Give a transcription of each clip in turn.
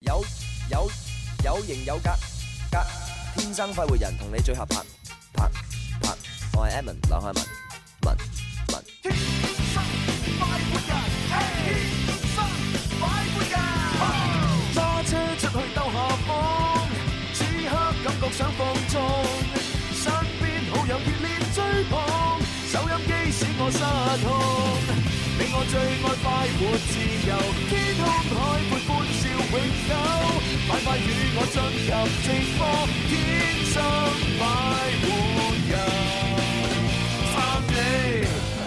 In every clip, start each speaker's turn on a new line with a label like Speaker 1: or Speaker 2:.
Speaker 1: 有有有型有格格，天生快活人同你最合拍拍拍，我係 Edmond 劉漢文文文。
Speaker 2: 揸車出去兜下風，此刻感覺想放縱，身邊好友熱烈追捧，收音機使我失控。你我最愛快活自由，天空海闊歡笑永久，快快與我進入直播，天生快活人，三你。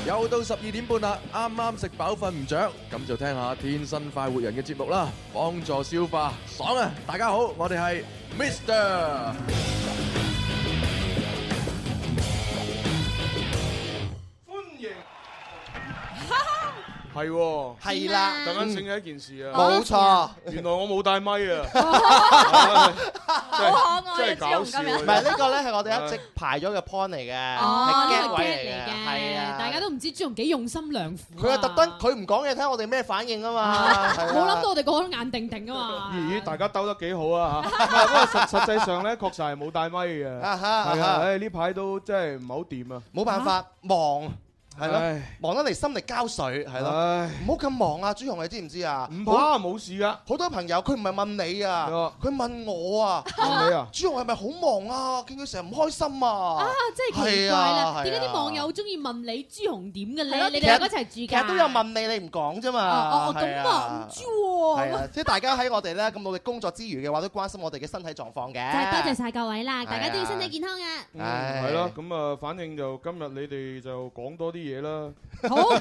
Speaker 3: 又到十二點半啦，啱啱食飽瞓唔着，咁就聽下天生快活人嘅節目啦，幫助消化，爽啊！大家好，我哋係 Mr。
Speaker 4: 係喎，
Speaker 5: 係啦
Speaker 4: 突然間醒起一件事啊，
Speaker 5: 冇錯
Speaker 4: 原來我冇帶咪啊，
Speaker 5: 好可愛啊
Speaker 4: 真係搞笑啊，
Speaker 5: 唔係呢個咧係我哋一直排咗嘅 point 嚟嘅，
Speaker 6: 哦，
Speaker 5: 係
Speaker 6: 呢
Speaker 5: get
Speaker 6: 個 get
Speaker 5: 位
Speaker 6: 嚟
Speaker 5: 嚟嘅，係
Speaker 6: 嘅，大
Speaker 5: 啊。
Speaker 6: 家都唔知朱紅幾用心良苦啊。
Speaker 5: Dạ, à. 佢係特登，佢唔講嘢，睇下我哋咩反應 啊嘛。係啊
Speaker 6: 冇諗到我哋個個都眼定定啊嘛。
Speaker 4: 咦，大家兜得幾好啊嚇！唔係不過實實際上咧，確實係冇帶咪嘅，
Speaker 5: 啊哈
Speaker 4: 係
Speaker 5: 啊
Speaker 4: 啊，
Speaker 5: 哈
Speaker 4: 唉呢排都真係唔係好掂啊，
Speaker 5: 冇辦法忙，係咯
Speaker 4: 唉，
Speaker 5: 忙得嚟心力交瘁，係咯。
Speaker 4: 唉
Speaker 5: 唔好咁忙啊，朱紅，你知唔知啊？
Speaker 4: 唔
Speaker 5: 好。
Speaker 4: 怕冇事噶，
Speaker 5: 好多朋友佢唔係問你啊
Speaker 4: 哦，
Speaker 5: 佢問我啊。
Speaker 4: 你啊，
Speaker 5: 朱紅係咪好忙啊？見佢成日唔開心啊
Speaker 6: 啊！，真係奇怪
Speaker 5: 係啊
Speaker 6: 啦，
Speaker 5: 係啊
Speaker 6: 點解啲網友中意問你朱紅點嘅
Speaker 5: 係咯
Speaker 6: 咧？啊你
Speaker 5: 其實
Speaker 6: 哋兩個一齊
Speaker 5: 其
Speaker 6: 住㗎？
Speaker 5: 實都有問你，你唔講啫嘛。
Speaker 6: 哦。哦哦，
Speaker 5: 係
Speaker 6: 咁
Speaker 5: 啊
Speaker 6: 啊唔知
Speaker 5: 係
Speaker 6: 喎。
Speaker 5: 啊，即係大家喺我哋咧咁努力工作之餘嘅話，都關心我哋嘅身體狀況嘅。
Speaker 6: 就係多謝晒各位啦，大家都要
Speaker 5: 係啊
Speaker 6: 身體健康啊！
Speaker 4: 嗯
Speaker 5: 唉
Speaker 4: 係咯，咁啊，反正就今日你哋就講多啲嘢啦，
Speaker 6: 好，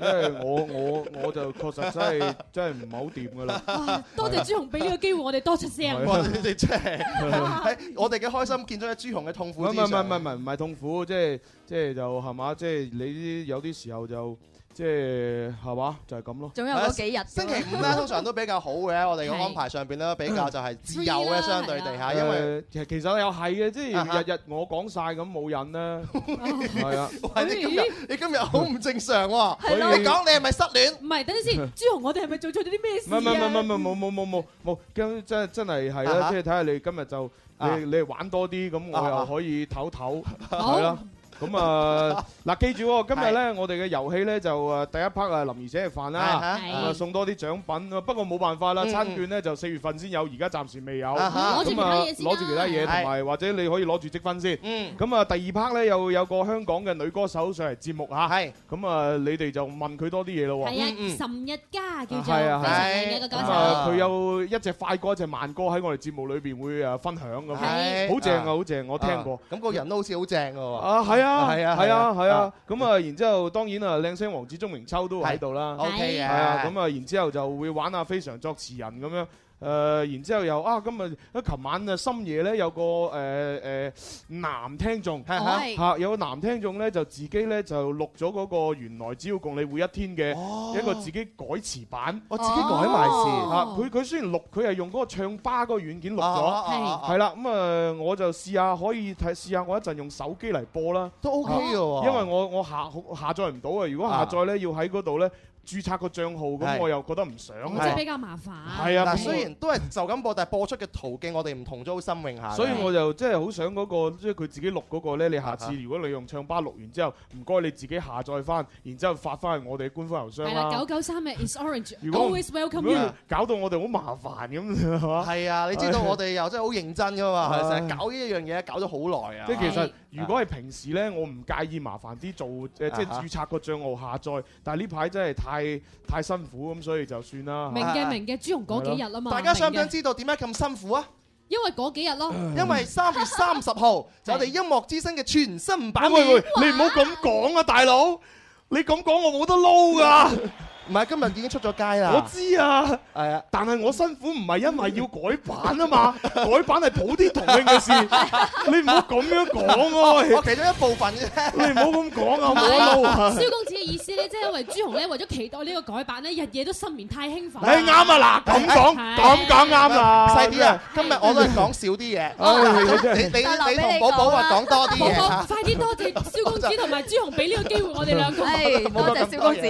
Speaker 4: 因為我我我就確實真係真係唔係好掂 噶啦，
Speaker 6: 哇多謝朱紅俾呢個機會，我哋多出聲。
Speaker 5: 哇！你哋真係 喺我哋嘅開心見咗喺朱紅嘅痛
Speaker 4: 唔
Speaker 5: 苦
Speaker 4: 係
Speaker 5: 之
Speaker 4: 唔係唔係
Speaker 5: 上。
Speaker 4: 唔係唔係唔係痛苦，即係即係就係嘛，即係你啲有啲時候就即係係嘛，就係啊咁咯。
Speaker 7: 總有嗰幾日。
Speaker 5: 星期五咧，通常都比較好嘅，我哋嘅安排上 邊咧比較就係自由
Speaker 6: Free
Speaker 5: 嘅，
Speaker 6: 啦
Speaker 5: 相對地嚇，因為
Speaker 4: 誒，啊其其實又係嘅，即
Speaker 5: 啊哈
Speaker 4: 係日日我講晒咁冇癮咧，
Speaker 7: 哦
Speaker 4: 係啊，
Speaker 5: 喂你今日你今日好唔正常 喎！
Speaker 4: 係咯
Speaker 5: 你講你係咪失戀？
Speaker 6: 唔係， 等陣先，朱紅，我哋係咪做錯咗啲咩
Speaker 4: 唔
Speaker 6: 事
Speaker 4: 係唔係唔係唔
Speaker 6: 啊？
Speaker 4: 係冇冇冇冇冇，咁真真係係
Speaker 5: 啊
Speaker 4: 啦，
Speaker 5: 哈
Speaker 4: 即係睇下你今日就
Speaker 5: 啊
Speaker 4: 你你玩多啲，咁我
Speaker 5: 啊哈
Speaker 4: 又可以唞唞，
Speaker 6: 好
Speaker 4: 係啦。咁啊，嗱，記住喎，今日咧我哋嘅遊戲咧就誒第一 part 啊林兒姐嘅飯
Speaker 5: 啊
Speaker 4: 啦，
Speaker 5: 哈
Speaker 4: 咁啊
Speaker 6: 係
Speaker 4: 送多啲獎品啊，不過冇辦法啦，
Speaker 5: 嗯
Speaker 4: 餐券咧就四月份先有，而家暫時未有。
Speaker 5: 啊哈
Speaker 6: 攞住其
Speaker 4: 咁
Speaker 6: 他
Speaker 4: 啊
Speaker 6: 嘢，先啦
Speaker 4: 攞住其他嘢，
Speaker 5: 係
Speaker 4: 同埋或者你可以攞住積分先。
Speaker 5: 嗯，
Speaker 4: 咁啊，第二 part 咧又有個香港嘅女歌手上嚟節目嚇，
Speaker 5: 係
Speaker 4: 咁啊，你哋就問佢多啲嘢咯喎。
Speaker 6: 係啊
Speaker 5: 嗯嗯，
Speaker 6: 岑日家叫做
Speaker 4: 係啊
Speaker 6: 非常靚嘅一個歌
Speaker 4: 咁
Speaker 5: 係
Speaker 6: 手。
Speaker 4: 啊，佢有一隻快歌、一隻慢歌喺我哋節目裏邊會誒分享咁，
Speaker 5: 係
Speaker 4: 好正啊，好正，我聽過。。
Speaker 5: 咁個人都好似好正嘅喎。
Speaker 4: 啊，係啊，
Speaker 5: 係啊
Speaker 4: 係啊，
Speaker 5: 係
Speaker 4: 係
Speaker 5: 啊
Speaker 4: 啊。咁啊，然之後當然啊，靚聲王子鍾明秋都喺度啦。
Speaker 5: O K
Speaker 4: 係
Speaker 5: 嘅。
Speaker 4: 啊，咁啊，然之後就會玩下非常作詞人咁樣。誒、然之後又啊，今日啊，琴晚啊，深夜咧有個誒誒、男聽眾。
Speaker 5: 係係
Speaker 7: 係
Speaker 4: 嚇、有個男聽眾咧，就自己咧就錄咗嗰個原來只要共你會一天嘅一個自己改詞版。
Speaker 5: 我自己改埋先。
Speaker 4: 啊！
Speaker 6: 哦
Speaker 4: 佢佢雖然錄，佢係用嗰個唱吧嗰個軟件錄
Speaker 5: 啊
Speaker 4: 咗，
Speaker 5: 係
Speaker 4: 係啦。咁啊，我就試下可以睇試下，我一陣用手機嚟播啦，啊
Speaker 5: 都 OK 嘅喎。
Speaker 4: 因為我我下下載唔到啊。如果下載咧，要喺嗰度咧註冊個帳號，
Speaker 5: 係
Speaker 4: 咁我又覺得唔想
Speaker 6: 咁
Speaker 4: 啊。
Speaker 6: 即
Speaker 5: 係
Speaker 6: 係比較麻煩。
Speaker 4: 係啊，
Speaker 5: 嗱，
Speaker 4: 咁我
Speaker 5: 雖然都係就咁播，但係播出嘅途徑我哋唔同，都好心榮下嘅。
Speaker 4: 所以我就真係好想嗰個，即係佢自己錄嗰個咧。你
Speaker 5: 啊
Speaker 4: 下次如果你用唱吧錄完之後，唔該你自己下載翻，然之後發翻去我哋嘅官方郵箱
Speaker 6: 係啦，
Speaker 4: 啦
Speaker 6: 九。九三嘅 is orange
Speaker 4: 如果
Speaker 6: always
Speaker 4: 如
Speaker 6: welcome
Speaker 4: 果
Speaker 6: you。
Speaker 4: 搞到我哋好麻煩咁，係嘛？啊
Speaker 5: 係啊，你知道我哋又啊真係好認真噶嘛，
Speaker 4: 唉
Speaker 5: 成日搞呢一樣嘢，搞咗好耐啊。
Speaker 4: 即係其
Speaker 6: 係
Speaker 4: 實，如果係平時咧，我唔介意麻煩啲做誒，即係
Speaker 5: 啊哈
Speaker 4: 註冊個帳號下載。但係呢排真係太太辛苦咁，所以就算啦。
Speaker 6: 明嘅明嘅，朱紅嗰幾日啊嘛。
Speaker 5: 大家想唔
Speaker 6: 明
Speaker 5: 想
Speaker 6: 嘅？
Speaker 5: 知道點解咁辛苦啊？
Speaker 6: 因為嗰幾日咯，
Speaker 5: 因為三月三十號就我哋音樂之聲嘅全新版
Speaker 4: 啊
Speaker 5: 本
Speaker 4: 喂。喂，你唔好咁講啊，大佬！你咁講我冇得撈㗎，
Speaker 5: 唔係今日已經出咗街啦。
Speaker 4: 我知啊。
Speaker 5: 係啊，
Speaker 4: 但係我辛苦唔係因為要改版啊嘛， 改版係普天同慶 嘅事。你唔好咁樣講
Speaker 5: 我
Speaker 4: 喎，
Speaker 5: 其中一部分啫。
Speaker 4: 你唔好咁講啊，冇得撈啊！
Speaker 6: 蕭公子嘅意思咧，即係因為朱紅咧，為咗期待呢個改版咧，日夜都失眠太興奮。
Speaker 4: 誒啱啊，嗱咁講
Speaker 6: 係
Speaker 4: 咁講啱啦，
Speaker 5: 細啲啊！今日我都係講少啲嘢。你你你同寶寶話講多啲
Speaker 6: 寶
Speaker 5: 嘢
Speaker 6: 寶，
Speaker 5: 嚇。
Speaker 6: 快啲多謝蕭公子同埋朱紅俾呢個機會我哋兩個。
Speaker 7: 唉，多謝蕭公子。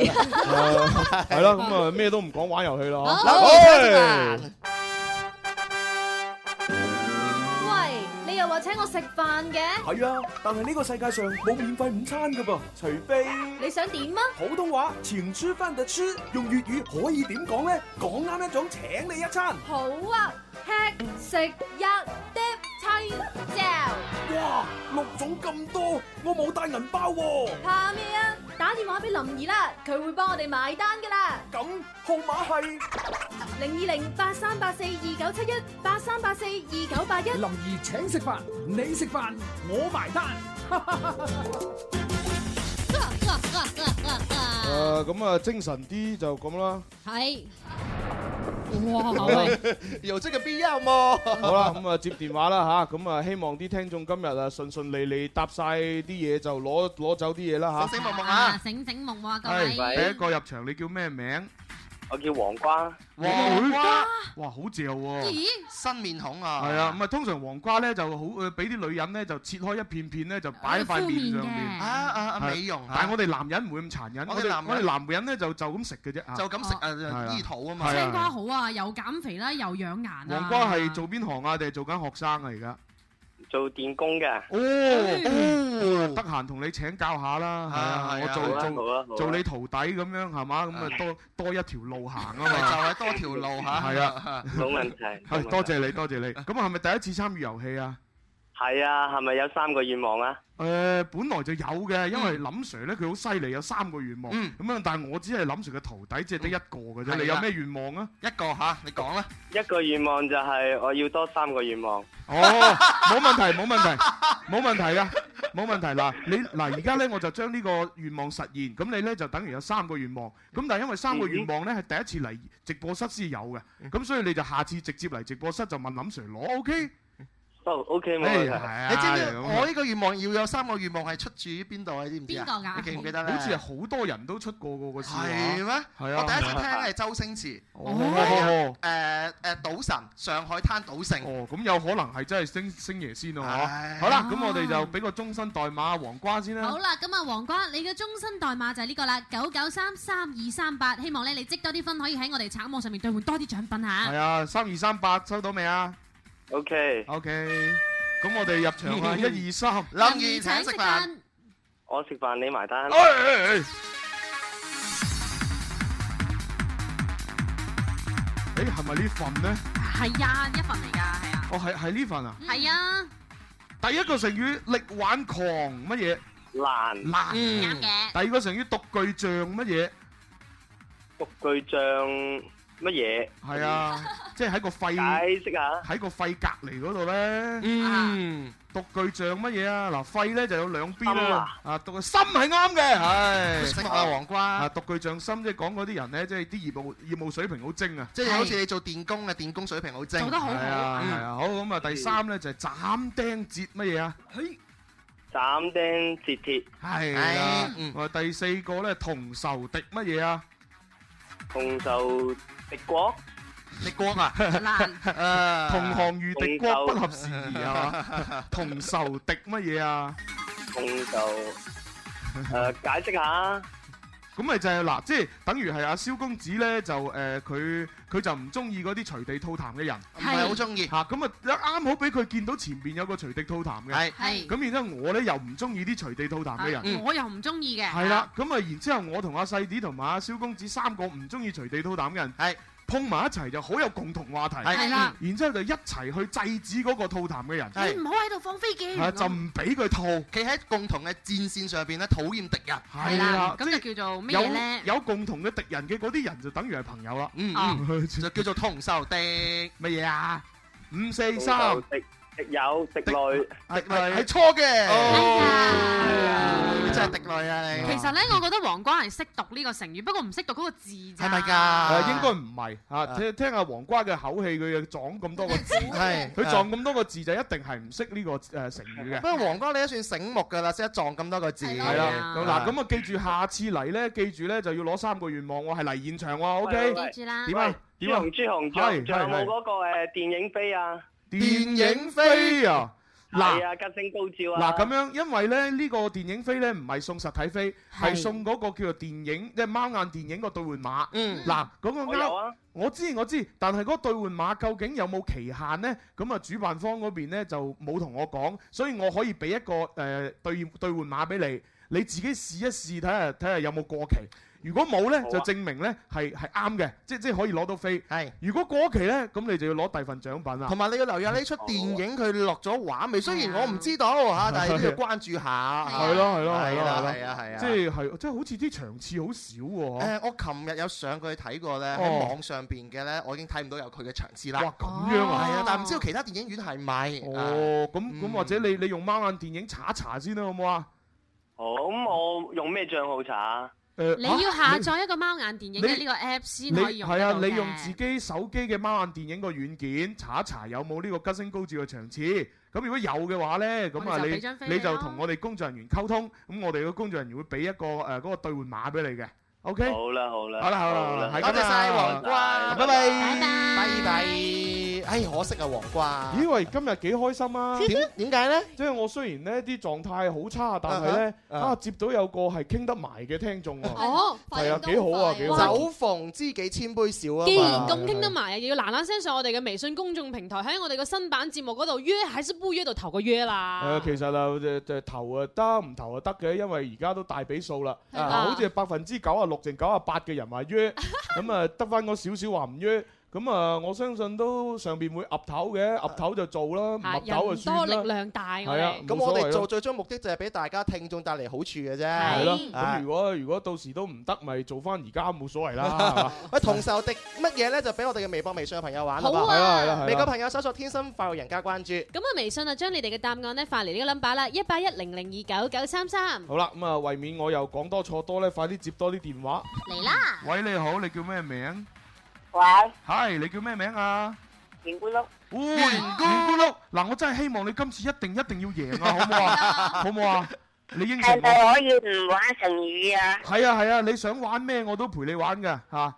Speaker 4: 啊係啦，咁啊咩都唔講，玩遊戲啦。
Speaker 7: 好
Speaker 5: 嗱，我哋開始啦
Speaker 2: 來請我食飯嘅，
Speaker 8: 係啊，但係呢個世界上冇免費午餐噶噃，除非
Speaker 2: 你想點啊？
Speaker 8: 普通話前吃飯的吃，用粵語可以點講呢？講啱一種請你一餐，
Speaker 2: 好啊，吃食一碟青椒，
Speaker 8: 哇，六種咁多，我冇帶銀包喎、
Speaker 2: 怕咩啊？打電話俾林兒啦，佢會幫我哋埋單噶啦。
Speaker 8: 咁號碼係
Speaker 2: 零二零八三八四二九七一八三八四二九八一。
Speaker 9: 林兒請食飯，你食飯，我埋單。
Speaker 4: 誒咁啊，精神啲就咁啦。
Speaker 6: 係。哇！喂，
Speaker 5: 又即係 B 音
Speaker 8: 哦
Speaker 5: 喎，
Speaker 4: 好啦，咁啊接電話啦吓，咁啊希望啲聽眾今日啊順順利利答晒啲嘢就攞攞走啲嘢啦
Speaker 5: 醒目目啊！
Speaker 6: 醒醒夢喎，各
Speaker 4: 吓。係
Speaker 6: 位。
Speaker 4: 第一個入場，你叫咩名？
Speaker 10: 我叫黃瓜，
Speaker 5: 黃瓜
Speaker 4: 哇，好正喎！
Speaker 6: 咦？
Speaker 5: 新面孔啊，
Speaker 4: 係啊，咁啊通常黃瓜咧就好誒，俾啲女人咧就切開一片片咧就擺喺塊面上邊。
Speaker 5: 啊啊啊
Speaker 4: 係
Speaker 5: 美容
Speaker 4: 但係
Speaker 5: 啊，
Speaker 4: 我哋男人唔會咁殘忍，
Speaker 5: 我
Speaker 4: 我
Speaker 5: 哋
Speaker 4: 哋
Speaker 5: 男人
Speaker 4: 我哋男人咧就就咁食嘅啫嚇。
Speaker 5: 就咁食
Speaker 4: 係
Speaker 5: 啊
Speaker 4: 啊
Speaker 5: 醫肚啊嘛，
Speaker 4: 係啊
Speaker 6: 青瓜好啊，又減肥啦，又養顏啊。
Speaker 4: 黃瓜係做邊行啊？定係做緊學生啊？而家
Speaker 10: 做電工嘅。
Speaker 4: 哦，
Speaker 6: 嗯
Speaker 4: 得閒同你請教下啦，係啊，
Speaker 5: 係啊
Speaker 4: 我
Speaker 10: 好
Speaker 4: 做
Speaker 10: 啦，
Speaker 4: 做
Speaker 10: 好。啦，好啦
Speaker 4: 做你徒弟咁樣係嘛？咁啊多多一條路行啊
Speaker 5: 咪 就
Speaker 4: 嘛。
Speaker 5: 係多條路嚇，
Speaker 4: 係
Speaker 5: 啊，
Speaker 10: 冇問題。
Speaker 4: 係多謝你，多謝你。咁啊係咪第一次參與遊戲啊？
Speaker 10: 係啊，係咪有三個願望啊？
Speaker 4: 誒、呃本來就有嘅，因為林 Sir 咧佢好犀利，有三個願望。咁
Speaker 5: 嗯
Speaker 4: 樣、但係我只係林 Sir 嘅徒弟，即係得一個嘅啫。
Speaker 5: 嗯
Speaker 4: 你
Speaker 5: 係
Speaker 4: 有
Speaker 5: 啊
Speaker 4: 咩願望啊？
Speaker 5: 一個嚇，你講啦，
Speaker 10: 一個願望就係我要多三個願望。
Speaker 4: 哦，冇問題，冇問題，冇問題噶，冇問題。嗱，你嗱而家咧我就將呢個願望實現，咁你咧就等於有三個願望。咁但係因為
Speaker 5: 嗯
Speaker 4: 三個願望咧係第一次嚟直播室先有嘅，咁所以你就下次直接嚟直播室就問林 Sir 攞，OK？
Speaker 10: 哦，OK，冇問
Speaker 4: 誒係
Speaker 10: 題。
Speaker 11: 哎
Speaker 4: 啊
Speaker 5: 你知唔知
Speaker 4: 咁啊
Speaker 5: 我呢個願望要有三個願望係出自於邊度啊？你知唔知
Speaker 6: 邊
Speaker 5: 啊？
Speaker 6: 個㗎
Speaker 5: 你記唔記得咧？
Speaker 4: 好似係好多人都出過個個笑話。
Speaker 5: 係咩？
Speaker 4: 係啊
Speaker 5: 我第一次聽係周星馳，à.
Speaker 4: 哦
Speaker 5: 誒誒賭神上海灘賭城，
Speaker 4: 哦，咁有可能係真係星星爺先咯，
Speaker 5: 唉
Speaker 4: 嗬。好啦，咁我哋就俾個終身代碼黃瓜先啦
Speaker 6: 好。啦，咁啊，黃瓜，你嘅終身代碼就係呢個啦，九九三三二三八，希望咧你積多啲分，可以喺我哋橙網上面兑換多啲獎品
Speaker 4: 係
Speaker 6: 嚇。
Speaker 4: 啊，三二三八收到未啊
Speaker 10: OK，
Speaker 4: ？OK，咁我哋入場 啊，一二三。
Speaker 5: 林兒請食
Speaker 4: 啊
Speaker 5: 飯，，
Speaker 10: 我食飯你埋單。
Speaker 4: 哎哎哎！誒係咪呢份呢？
Speaker 6: 係啊，一份嚟㗎，係啊，
Speaker 4: 哦，係係呢份啊！
Speaker 6: 係啊，
Speaker 4: 第一個成語力挽狂乜嘢
Speaker 10: 難
Speaker 4: 難？
Speaker 6: 嗯啱嘅。
Speaker 4: 第二個成語獨具象乜嘢？
Speaker 10: 獨具象乜嘢？
Speaker 4: 係啊，即係喺個肺
Speaker 10: 解釋下。
Speaker 4: 喺個肺隔離嗰度咧，
Speaker 5: 嗯，
Speaker 4: 獨具象乜嘢啊？嗱，肺咧就有兩邊
Speaker 10: 心
Speaker 4: 啦
Speaker 10: 啊，
Speaker 4: 啊，獨心係啱嘅， 係
Speaker 5: 食物啊黃
Speaker 4: 啊，
Speaker 5: 瓜，
Speaker 4: 獨具象心即係講嗰啲人咧，即係啲業務業務水平好精啊，
Speaker 5: 即係好似你做電工嘅電工水平好精，
Speaker 6: 做得好
Speaker 4: 係啊
Speaker 5: 嗯
Speaker 4: 係啊，好咁啊，第三咧就係斬釘截乜嘢啊？
Speaker 10: 斬釘截鐵，
Speaker 4: 係
Speaker 5: 唉
Speaker 4: 啦
Speaker 5: 嗯，
Speaker 4: 我第四個咧同仇敵乜嘢啊？
Speaker 10: 同仇敵國，
Speaker 5: 你光啊，
Speaker 6: 難
Speaker 5: 誒
Speaker 4: 同行如
Speaker 10: 同
Speaker 4: 敵國
Speaker 10: 仇
Speaker 4: 不合時宜啊！ 同仇敵乜嘢啊？
Speaker 10: 同仇。誒，解釋下。
Speaker 4: 咁咪就係、嗱，即係等於係阿蕭公子咧，就誒佢佢就唔中意嗰啲隨地吐痰嘅人
Speaker 5: 唔係好中意，
Speaker 4: 嚇，咁啊一啱好俾佢見到前邊有個隨地吐痰嘅，
Speaker 5: 係
Speaker 6: 係，
Speaker 4: 咁然之後我咧又唔中意啲隨地吐痰嘅人，
Speaker 5: 嗯
Speaker 6: 啊我又唔中意嘅。
Speaker 4: 係啦，咁啊然之後我同阿細子同埋阿蕭公子三個唔中意隨地吐痰嘅人，
Speaker 5: 係
Speaker 4: 碰埋一齊就好有共同話題，
Speaker 5: 係
Speaker 6: 係啦，
Speaker 4: 然之後就一齊去制止嗰個吐痰嘅人，
Speaker 5: 係
Speaker 6: 你唔好喺度放飛劍。
Speaker 4: 係啊就唔俾佢吐，
Speaker 5: 企喺共同嘅戰線上邊咧，討厭敵人，
Speaker 6: 係
Speaker 4: 係
Speaker 6: 啦
Speaker 4: 啦，，
Speaker 6: 咁就叫做咩嘢咧？
Speaker 4: 有有共同嘅敵人嘅嗰啲人就等於係朋友啦。
Speaker 5: 嗯
Speaker 6: 哦
Speaker 5: 嗯，就叫做同仇敵。
Speaker 4: 乜嘢啊？五四
Speaker 10: 同
Speaker 4: 三，
Speaker 10: 仇敵敵友敵女，
Speaker 4: 係
Speaker 5: 係
Speaker 4: 係
Speaker 5: 錯嘅，
Speaker 6: 哎
Speaker 4: 啊
Speaker 5: 你
Speaker 6: 呀
Speaker 5: 哦真係敵女啊你
Speaker 6: 其，實咧，我覺得黃瓜係識讀呢個成語，不過唔識讀嗰個字咋。
Speaker 5: 係咪㗎？啊
Speaker 4: 誒應該
Speaker 5: 誒
Speaker 4: 呃唔係嚇。聽聽阿黃瓜嘅口氣，佢又撞咁 多個字，
Speaker 5: 該係
Speaker 4: 佢撞。咁多個字就一定係唔識呢個誒成語嘅
Speaker 5: 不。過黃哥你都算醒目㗎啦，識得撞咁多個字。
Speaker 6: 係咯
Speaker 4: 係
Speaker 6: 係
Speaker 4: 啦，
Speaker 6: 啊
Speaker 4: 咁嗱咁啊，記住下次嚟咧，記住咧就要攞三個願望喎，係嚟現場喎
Speaker 10: 喂
Speaker 4: ，OK？
Speaker 10: 喂
Speaker 6: 記住啦。
Speaker 4: 點啊？
Speaker 10: 朱
Speaker 4: 點啊
Speaker 10: 紅？朱紅，仲
Speaker 4: 係
Speaker 10: 仲有
Speaker 4: 係係
Speaker 10: 冇嗰個誒電影飛啊？
Speaker 4: 電影飛啊！嗱
Speaker 2: 係啊，吉星高照啊！
Speaker 4: 嗱咁樣，因為咧呢個電影飛咧唔係送實體飛，
Speaker 12: 係
Speaker 4: 係送嗰個叫做電影，即係貓眼電影個兑換碼。
Speaker 5: 嗯
Speaker 4: 嗱，嗰個
Speaker 2: 我有
Speaker 4: 啱，
Speaker 2: 啊，
Speaker 4: 我知我知，但係嗰個兑換碼究竟有冇期限呢？咁啊，主辦方嗰邊咧就冇同我講，所以我可以俾一個誒兌兑換碼俾你，你自己試一試睇下睇下有冇過期。如果冇呢，
Speaker 2: 好啊
Speaker 4: 就證明呢係係啱嘅，即即係可以攞到飛。
Speaker 5: 係。
Speaker 4: 如果過期呢，咁你就要攞第二份獎品啦。啊嗯
Speaker 5: 同埋你要留意下呢出電影佢落咗畫未？雖然我唔知道嚇，但係都要關注下。
Speaker 4: 係咯係咯
Speaker 5: 啊係
Speaker 4: 係
Speaker 5: 啦
Speaker 4: 咯係
Speaker 5: 係啊係
Speaker 4: 咯，
Speaker 5: 啊。
Speaker 4: 即係係即係好似啲場次好少喎。
Speaker 5: 誒，我琴日有上過去睇過咧，喺
Speaker 4: 哦
Speaker 5: 網上邊嘅咧，我已經睇唔到有佢嘅場次啦。
Speaker 4: 哇咁樣
Speaker 5: 係
Speaker 4: 啊！
Speaker 5: 啊，但係唔知道其他電影院係咪？啊
Speaker 4: 哦，咁咁
Speaker 5: 嗯
Speaker 4: 或者你你用貓眼電影查一查先啦，好唔好啊？
Speaker 2: 好咁我用咩帳號查？
Speaker 4: 誒
Speaker 12: 你
Speaker 4: 啊
Speaker 12: 要下載一個貓眼電影嘅
Speaker 4: 你
Speaker 12: 呢個 app 先可以
Speaker 4: 你
Speaker 12: 用
Speaker 4: 係
Speaker 12: 得
Speaker 4: 啊
Speaker 12: 到，嘅
Speaker 4: 你用自己手機嘅貓眼電影個軟件查一查有冇呢個吉星高照嘅場次。咁如果有嘅話呢，咁
Speaker 12: 我哋
Speaker 4: 啊
Speaker 12: 就俾張飛
Speaker 4: 你
Speaker 12: 你
Speaker 4: 你就
Speaker 12: 咯
Speaker 4: 同我哋工作人員溝通，咁我哋嘅工作人員會俾一個誒嗰個兑換碼俾你嘅。OK，
Speaker 2: 好啦好啦，
Speaker 4: 好啦好啦好啦係
Speaker 5: 多謝
Speaker 4: 咁
Speaker 5: 晒
Speaker 4: 啊
Speaker 5: 黃瓜，
Speaker 2: 拜拜
Speaker 12: 拜拜
Speaker 5: 拜拜。哎，可惜啊，黃瓜。
Speaker 4: 咦喂，今日幾開心啊！
Speaker 5: 點點解咧？
Speaker 4: 即係我雖然呢啲狀態好差，但係呢，
Speaker 5: 啊哈
Speaker 4: 啊接到有個係傾得埋嘅聽眾喎。
Speaker 12: 哦，
Speaker 4: 係啊，幾好啊，幾好
Speaker 12: 哇
Speaker 4: 啊。
Speaker 5: 酒逢知己千杯少啊嘛。
Speaker 6: 既然咁傾得埋啊，要嗱嗱聲上我哋嘅微信公眾平台，喺我哋嘅新版節目嗰度約，喺是不約度投個約
Speaker 4: 誒、
Speaker 6: 啦。
Speaker 4: 其實啊，就就投啊得，唔投啊得嘅，因為而家都大比數啦。
Speaker 12: 係
Speaker 4: 啊好似百分之九啊六定九啊八嘅人話約，咁啊得翻嗰少少話唔約。咁啊，我相信都上邊會岌頭嘅，岌頭就做啦，唔
Speaker 6: 嚇
Speaker 4: 岌頭就
Speaker 6: 人多
Speaker 4: 算
Speaker 6: 力
Speaker 4: 啦。
Speaker 6: 量大，我
Speaker 4: 係啊
Speaker 6: 哋，
Speaker 5: 咁
Speaker 4: 冇
Speaker 5: 我哋
Speaker 4: 所謂
Speaker 5: 做
Speaker 4: 咯
Speaker 5: 最終目的就係俾大家聽眾帶嚟好處嘅
Speaker 4: 係
Speaker 5: 啫。
Speaker 4: 咯，
Speaker 5: 啊
Speaker 4: 咁如果如果到時都唔得，咪做翻而家冇所謂啦，係 嘛？
Speaker 5: 喂，同仇敵乜嘢咧？就俾我哋嘅微博、微信嘅朋友玩啦
Speaker 6: 好
Speaker 5: 噃。
Speaker 4: 係啦係啦
Speaker 6: 啊！
Speaker 5: 微
Speaker 4: 係
Speaker 5: 博
Speaker 4: 啦。
Speaker 5: 朋友搜索天生快活人家關注。
Speaker 6: 咁啊，微信啊，將你哋嘅答案咧發嚟呢個 number 啦，一八一零零二九九三三。
Speaker 4: 好啦，咁啊，為免我又講多錯多咧，快啲接多啲電話。
Speaker 12: 嚟啦，
Speaker 4: 喂，你好，你叫咩名？
Speaker 2: 喂，
Speaker 4: 係，你叫咩名啊？
Speaker 2: 甜咕碌，
Speaker 4: 哦，圓咕碌，嗱，我真係希望你今次一定一定要 贏啊，好唔好啊？好唔好啊？你應承我，
Speaker 2: 可以唔玩成語啊？
Speaker 4: 係啊係啊，你想玩咩我都陪你玩嘅嚇。誒、
Speaker 2: 好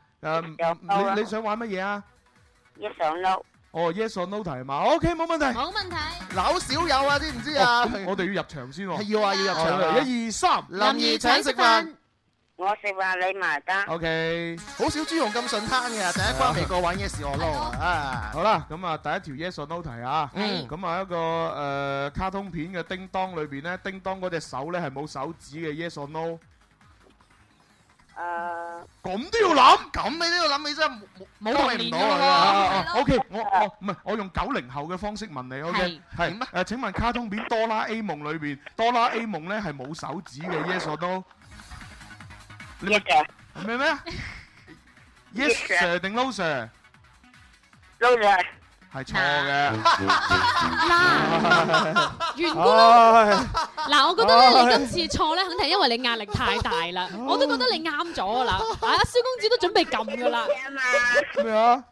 Speaker 2: 啊
Speaker 4: 你你想玩乜嘢啊？
Speaker 2: 一上撈，
Speaker 4: 哦，yes or no 題係嘛？OK，冇問題。
Speaker 12: 冇問題。
Speaker 5: 扭少有啊，知唔知啊？
Speaker 4: 哦咁我哋要入場先喎。
Speaker 5: 係要啊，要入場啊！
Speaker 4: 一二三
Speaker 5: 林怡請食飯，，
Speaker 2: 我食飯你埋單。
Speaker 4: ，OK。
Speaker 5: 好少豬紅咁順攤嘅，第一關未過玩嘅事我撈啊！
Speaker 4: 好啦，哎咁啊，第一條 yes or no 題啊。
Speaker 5: 嗯
Speaker 4: 咁啊，一個誒、呃卡通片嘅叮當裏邊咧，叮當嗰隻手咧係冇手指嘅 yes or no。
Speaker 2: 誒，
Speaker 4: 咁都要諗。
Speaker 5: 咁你都要諗，你真係冇
Speaker 6: 冇
Speaker 5: 冇
Speaker 6: 童
Speaker 5: 你唔
Speaker 6: 年
Speaker 5: 到
Speaker 6: 㗎
Speaker 4: 啊
Speaker 6: 喎
Speaker 5: 啊！
Speaker 4: 啊啊，OK，我我唔係，我用九零後嘅方式問你，OK，係 À,
Speaker 5: 點啊
Speaker 4: 誒？請問卡通片《哆啦 A 夢》裏邊，哆啦 A 夢咧係冇手指嘅，yes or no？你
Speaker 2: 一嘅
Speaker 4: 明咩？Yes
Speaker 2: Yes
Speaker 4: sir 定 no sir
Speaker 2: 撈咗，
Speaker 4: 係錯嘅。
Speaker 6: 圓咕碌，
Speaker 4: 唉
Speaker 6: 嗱，我覺
Speaker 4: 哦
Speaker 6: 得咧，你今次錯咧，肯定係因為你壓力太大啦。我都覺得你啱咗噶啦，啊，蕭公子都準備撳噶啦。
Speaker 2: 啊嘛，
Speaker 4: 咩
Speaker 2: Dạ.
Speaker 4: 啊？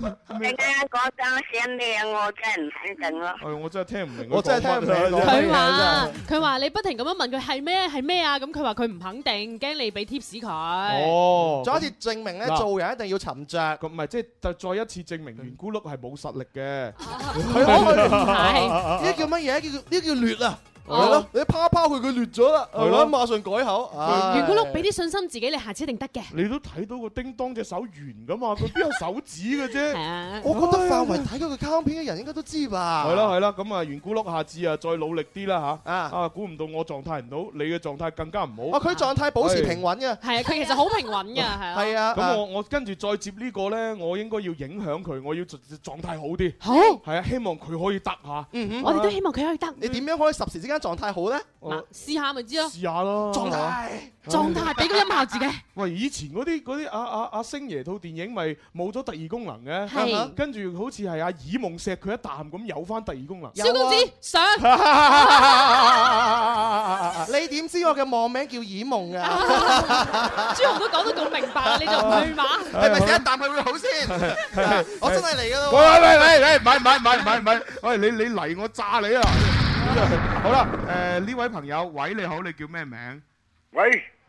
Speaker 2: 你啱啱講咗寫咩我真係唔肯定咯。
Speaker 4: 誒，我真係聽唔明。
Speaker 5: 我真係聽唔明
Speaker 4: 講乜
Speaker 6: 佢
Speaker 5: 係
Speaker 6: 話
Speaker 5: 啊
Speaker 6: 佢話你不停咁樣問佢係咩係咩啊，咁佢話佢唔肯定，驚你俾 tips
Speaker 4: 嘢
Speaker 6: 佢。
Speaker 4: 哦，
Speaker 5: 再一次證明咧，
Speaker 4: 嗱
Speaker 5: 做人一定要沉着。
Speaker 4: 咁唔係即係再再一次證明圓咕碌係冇實力嘅。
Speaker 5: 佢可以
Speaker 6: 唔係，
Speaker 5: 呢啲叫乜嘢？叫呢啲叫劣啊！
Speaker 6: 哦
Speaker 5: 係咯，你拋拋佢，佢劣咗啦，係
Speaker 4: 係咯
Speaker 5: 咯，馬上改口。
Speaker 6: 圓
Speaker 5: 圓
Speaker 6: 咕碌俾啲信心自己，你下次一定得嘅。
Speaker 4: 你都睇到個叮當隻手圓噶嘛，佢邊有手指嘅啫
Speaker 6: 係。啊，
Speaker 5: 我覺得範圍睇嗰個卡通片嘅人應該都知吧。
Speaker 4: 係啦係啦，咁啊圓咕碌下次啊再努力啲啦
Speaker 5: 啊
Speaker 4: 吓，啊估唔到我狀態唔到，你嘅狀態更加唔
Speaker 5: 哦，
Speaker 4: 好。
Speaker 5: 佢狀態保持平穩嘅，
Speaker 6: 係啊，佢其實好平穩 㗎，係啊。
Speaker 5: 係啊。
Speaker 4: 咁我我跟住再接呢個呢，我應該要影響佢，我要狀狀態好啲。
Speaker 6: 好，
Speaker 4: 係啊，希望佢可以得吓，
Speaker 5: 嗯哼，
Speaker 6: 我哋都希望佢可以得。
Speaker 5: 你點樣可以十時之間狀態好咧？
Speaker 4: 我
Speaker 6: 嗱，試下咪知咯，
Speaker 4: 試下啦。係
Speaker 5: 狀
Speaker 4: 嘛
Speaker 5: 態
Speaker 6: 狀態俾個音效自己。
Speaker 4: 喂，以前嗰啲嗰啲阿阿阿星爺套電影咪冇咗特異功能嘅，
Speaker 6: 係
Speaker 4: 啊跟住好似係阿耳夢錫佢一啖咁有翻特異功能。
Speaker 6: 蕭公子上，
Speaker 5: 你點知我嘅網名叫耳夢㗎？
Speaker 6: 朱紅都講到咁明白啦，你就唔去嘛？
Speaker 5: 係 咪第一啖佢會好先？我真係嚟㗎
Speaker 4: 喂
Speaker 5: 啦
Speaker 4: 喂喂喂喂，唔係唔係唔係唔係唔係，喂你你嚟我炸你啊！好啦，誒呢位朋友，喂你好，你叫咩名？
Speaker 2: 喂，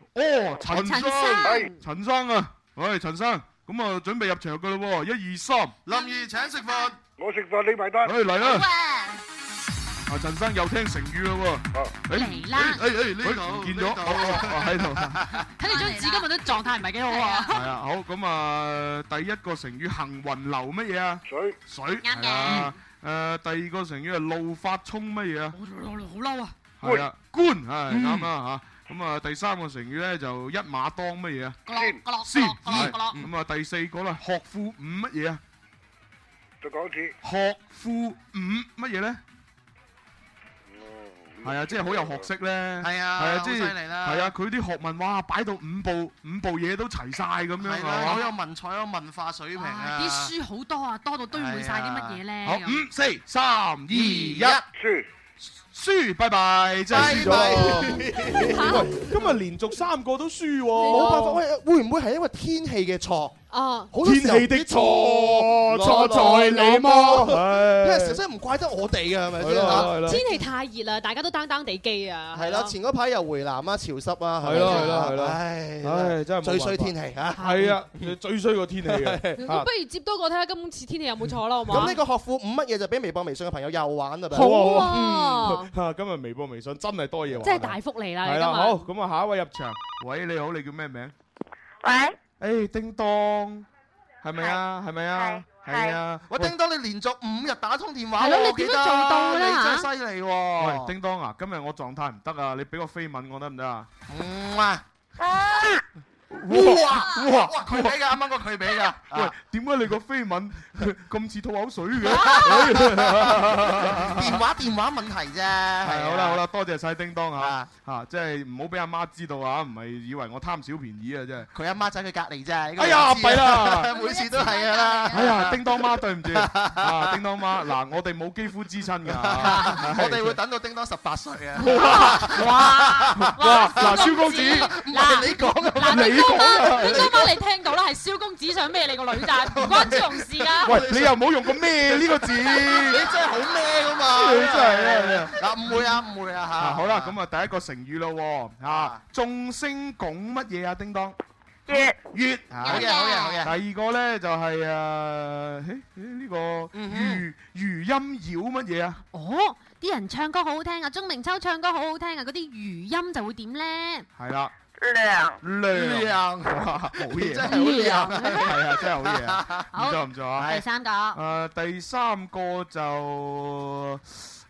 Speaker 4: 哦，陳
Speaker 12: 陳
Speaker 4: 生，
Speaker 12: 生，
Speaker 4: 陳生啊，喂陳生，咁啊準備入場噶咯喎，一二三，
Speaker 5: 喎！林怡請食飯，
Speaker 2: 我食飯你埋單。
Speaker 4: 喂嚟啦！
Speaker 12: 哇，
Speaker 4: 啊陳生又聽成語啦喎，
Speaker 6: 嚟啦
Speaker 4: 誒誒呢個唔見咗，哦喺度。
Speaker 6: 睇嚟張紙今日都狀態唔係幾好啊。
Speaker 4: 係啊，好咁啊，第一個成語行雲流乜嘢啊？水水
Speaker 6: 啱嘅
Speaker 4: 係啊。誒，第二個成語係怒髮衝乜嘢啊？
Speaker 6: 好嬲啊！
Speaker 4: 係啊，官係啱啦嚇。咁啊，第三個成語咧就一馬當乜嘢啊？
Speaker 6: 個落個落
Speaker 4: 先
Speaker 6: 個落個落。
Speaker 4: 咁啊，第四個咧學富五乜嘢啊？
Speaker 13: 再講一次。
Speaker 4: 學富五乜嘢咧？係啊，即係好有學識咧。係
Speaker 5: 啊
Speaker 4: 係啊，即係
Speaker 5: 好犀利啦
Speaker 4: 係啊，佢啲學問哇，擺到五步五步嘢都齊晒咁樣
Speaker 5: 係
Speaker 4: 係
Speaker 5: 啦，
Speaker 4: 嘛
Speaker 5: 好有文采，好有文化水平啊！
Speaker 6: 啲書好多啊，多到堆滿晒啲乜嘢咧？
Speaker 4: 哎好，五、四、三、二、一，
Speaker 13: 輸，
Speaker 4: 輸，拜拜，真係輸咗。
Speaker 14: 今日連續三個都輸喎，
Speaker 5: 冇辦法，喂，會唔會係因為天氣嘅錯？
Speaker 6: 哦，
Speaker 5: 好多時候
Speaker 14: 天氣的錯錯在你麼 唉
Speaker 5: 因為成真唔怪得我哋嘅，係咪
Speaker 14: 係
Speaker 5: 先
Speaker 14: 咯
Speaker 5: 啊
Speaker 14: 係咯
Speaker 6: 天氣太熱啦，大家都單單地機啊。
Speaker 5: 係啦，前嗰排又回南啊，潮濕啊，
Speaker 14: 係咯係咯係咯，
Speaker 5: 唉
Speaker 14: 唉真係冇辦法
Speaker 5: 最衰天氣 啊！
Speaker 14: 係啊，最衰個天氣啊 嘅。
Speaker 6: 咁不如接多個睇下今次天氣有冇錯啦，好嘛？啊
Speaker 5: 咁呢個學富五乜嘢就俾微博、微信嘅朋友又玩啦，
Speaker 14: 好啊
Speaker 6: 好
Speaker 14: 好
Speaker 6: 啊
Speaker 14: 啊，嗯啊今日微博、微信真係多嘢玩啊。
Speaker 6: 真係大福利啦！你
Speaker 14: 係
Speaker 6: 今
Speaker 14: 啦，
Speaker 6: 日
Speaker 14: 好，咁啊，下一位入場。
Speaker 4: 喂，你好，你叫咩名？
Speaker 14: 喂。誒，叮當，
Speaker 4: 係咪啊？係咪啊？係啊。
Speaker 5: 我叮當你連續五日打通電話，
Speaker 6: 係咯
Speaker 5: 我
Speaker 6: 你點
Speaker 5: 記
Speaker 6: 樣
Speaker 5: 得
Speaker 6: 做到嘅咧
Speaker 5: 你真
Speaker 6: 嚇
Speaker 5: 係犀利喎！
Speaker 4: 喂，叮當啊，今日我狀態唔得啊，你俾個飛吻我得唔得啊？
Speaker 5: 哇！
Speaker 4: 哇哇
Speaker 5: 哇！佢俾㗎，啱啱個佢俾㗎。
Speaker 4: 喂，點解你個飛吻 咁似吐口水 嘅？
Speaker 5: 電話電話問題啫。
Speaker 4: 係
Speaker 5: 係
Speaker 4: 好啦好啦，多謝晒叮當嚇嚇，即係唔好俾阿媽知道啊，唔係以為我貪小便宜啊，真係。
Speaker 5: 佢阿媽仔佢隔離啫。呢個
Speaker 4: 哎呀
Speaker 5: 你知啊
Speaker 4: 弊啦
Speaker 5: 每次都係㗎啦。
Speaker 4: 哎呀，叮當媽對唔住啊，叮當媽，嗱我哋冇肌膚之親㗎，
Speaker 5: 我哋會等到叮當十八歲啊！
Speaker 4: 哇 哇嗱，蕭公子，
Speaker 5: 唔係你講啊，
Speaker 6: 嗱，
Speaker 4: 你講啊
Speaker 6: 你今晚你聽到啦，係蕭公子想咩你個女咋，唔關朱紅事㗎。
Speaker 4: 喂，你又唔好用個咩呢個字，
Speaker 5: 你真係好咩㗎嘛？
Speaker 4: 你真係啊！
Speaker 5: 嗱，唔會啊，唔會啊
Speaker 4: 啊，
Speaker 5: 嚇。
Speaker 4: 好啦，咁啊，第一個成語咯喎，啊，眾星拱乜嘢啊，叮當？
Speaker 12: 月
Speaker 4: 月，啊好
Speaker 5: 嘅好嘅好嘅
Speaker 4: 第二個咧就係誒，誒呢個
Speaker 5: 嗯
Speaker 4: 餘餘音繞乜嘢啊？
Speaker 15: 哦，啲人唱歌好好聽啊，鐘明秋唱歌好好聽啊，嗰啲餘音就會點咧？
Speaker 4: 係啦，
Speaker 12: 涼
Speaker 4: 量
Speaker 5: 量
Speaker 4: 哇，好嘢，
Speaker 5: 真係好嘢啊
Speaker 4: 係啊，真係好嘢啊，唔錯唔錯啊。
Speaker 15: 第三個
Speaker 4: 誒第三個就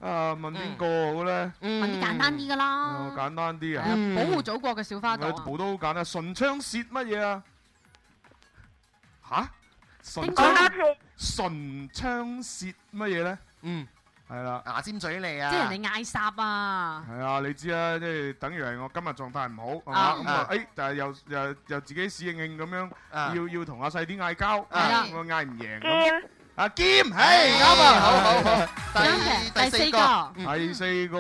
Speaker 4: 啊問邊個好咧？
Speaker 15: 問啲簡單啲噶啦
Speaker 4: 哦，簡單啲啊，
Speaker 15: 保護祖國嘅小花朵
Speaker 6: 啊
Speaker 4: 誒，部都好簡單，唇槍舌乜嘢啊？吓？唇
Speaker 12: 講多
Speaker 4: 槍
Speaker 12: 次，
Speaker 4: 唇槍舌乜嘢咧？嗯，係啦，
Speaker 5: 牙尖嘴利
Speaker 4: 嗯
Speaker 6: 即係人哋嗌霎啊！
Speaker 4: 係啊，你知啦，即係等於係我今日狀態唔
Speaker 6: 啊
Speaker 4: 好，係嘛咁啊，誒，但係又又又自己屎應應咁樣，要要同阿細啲嗌交，
Speaker 5: 啊哎
Speaker 4: 我嗌唔贏咁
Speaker 2: 啊
Speaker 12: 劍。
Speaker 4: 阿劍，係啱啊，
Speaker 5: 好好好
Speaker 4: 第
Speaker 5: 第四個嗯
Speaker 4: 第四個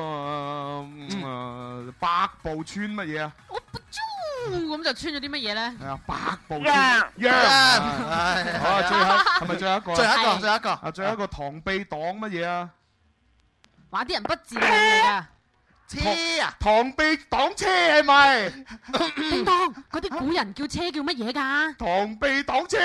Speaker 4: 啊嗯啊百步穿乜嘢啊？
Speaker 6: 咁就穿咗啲乜嘢咧？
Speaker 4: 嗯係啊，百步
Speaker 6: 羊
Speaker 4: 穿羊。
Speaker 5: 唉
Speaker 4: 好啊，最 後係咪最後一個啊？
Speaker 5: 最後
Speaker 6: 係
Speaker 5: 一個最後一個
Speaker 4: 啊，最後一個螳臂擋乜嘢啊？
Speaker 6: 話啲人不自量力啊！
Speaker 5: 車啊！
Speaker 4: 螳臂擋車係咪？
Speaker 6: 叮當，嗰啲古人叫車叫乜嘢㗎？
Speaker 4: 螳臂擋車。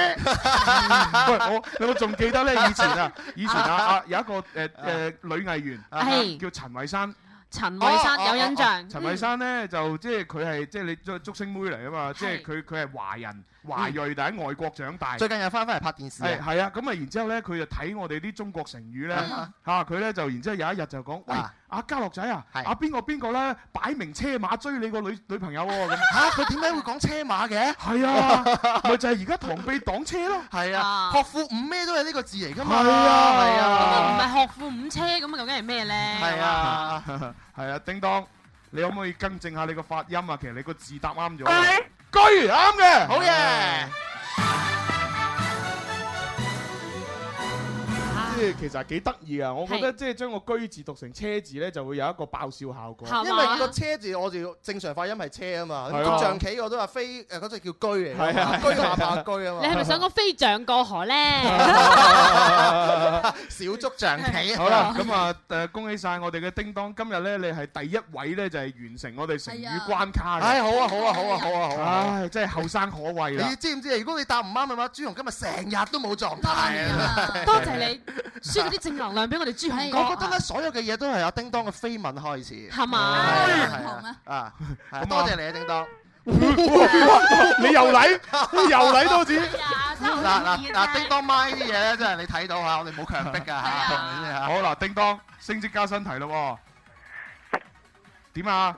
Speaker 4: 喂，我我仲記得咧，以前 啊，以前啊啊有一個誒誒女藝員
Speaker 6: 係
Speaker 4: 叫陳慧珊。哦
Speaker 6: 陳偉山有印象。
Speaker 4: 陳慧珊咧就即係佢係即係你竹竹升妹嚟啊嘛，即係佢佢係華人華裔，但喺外國長大。
Speaker 5: 最近又翻返嚟拍電視
Speaker 4: 係
Speaker 5: 啊！
Speaker 4: 係啊，咁啊，然之後咧，佢就睇我哋啲中國成語咧
Speaker 5: 啊，
Speaker 4: 嚇佢咧就，然之後有一日就講，喂，阿家樂仔啊，阿邊個邊個咧，擺明車馬追你個女女朋友喎，咁
Speaker 5: 嚇佢點解會講車馬嘅？
Speaker 4: 係 啊，咪就係而家螳臂擋車咯，
Speaker 5: 係啊，學富五咩都係呢個字嚟㗎嘛。
Speaker 4: 係啊係
Speaker 6: 咁
Speaker 5: 係
Speaker 6: 啊，唔
Speaker 5: 啊，
Speaker 6: 係學富五車咁啊，究竟係咩咧？
Speaker 5: 係啊，
Speaker 4: 係啊，叮當，你可唔可以更正下你個發音啊？其實你個字答啱咗，
Speaker 12: 居
Speaker 4: 居然啱嘅，
Speaker 5: 好嘢！
Speaker 14: 即係其實係幾得意啊！我覺得即係將個居字讀成車字咧，就會有一個爆笑效果。
Speaker 5: 因為個車字我哋正常發音係車啊嘛，
Speaker 14: 係啊
Speaker 5: 咁象棋我都話飛誒嗰隻叫車嚟㗎
Speaker 14: 係
Speaker 5: 嘛，
Speaker 14: 啊
Speaker 5: 車馬馬車啊
Speaker 6: 你係咪想講飛象過 河咧？
Speaker 5: 嘛，小足象 棋啊。
Speaker 4: 好啦，咁啊誒，恭喜晒我哋嘅叮當，今日咧你係第一位咧就係完成我哋成語關卡嘅，
Speaker 5: 唉，好啊，好啊，好啊，好啊，好啊！
Speaker 4: 唉，真係後生可畏啦
Speaker 5: 你。知唔知？如果你答唔啱嘅話，朱紅今日成日都冇狀態啊！
Speaker 6: 多謝你，輸咗啲正能量俾我哋朱紅哥。
Speaker 5: 我覺得咧，所有嘅嘢都係由叮當嘅緋聞開始，
Speaker 6: 係嘛
Speaker 5: 係啊
Speaker 6: 朱
Speaker 5: 係
Speaker 6: 紅啊
Speaker 5: 啊，啊，係啊多謝你啊，叮當。
Speaker 16: 你又嚟，你又嚟多
Speaker 5: 哎
Speaker 16: 次。
Speaker 5: 嗱嗱嗱，叮當咪啲嘢咧，真係你睇到嚇，我哋冇強迫㗎嚇。
Speaker 4: 好啦，叮當升職加薪題咯喎，點啊？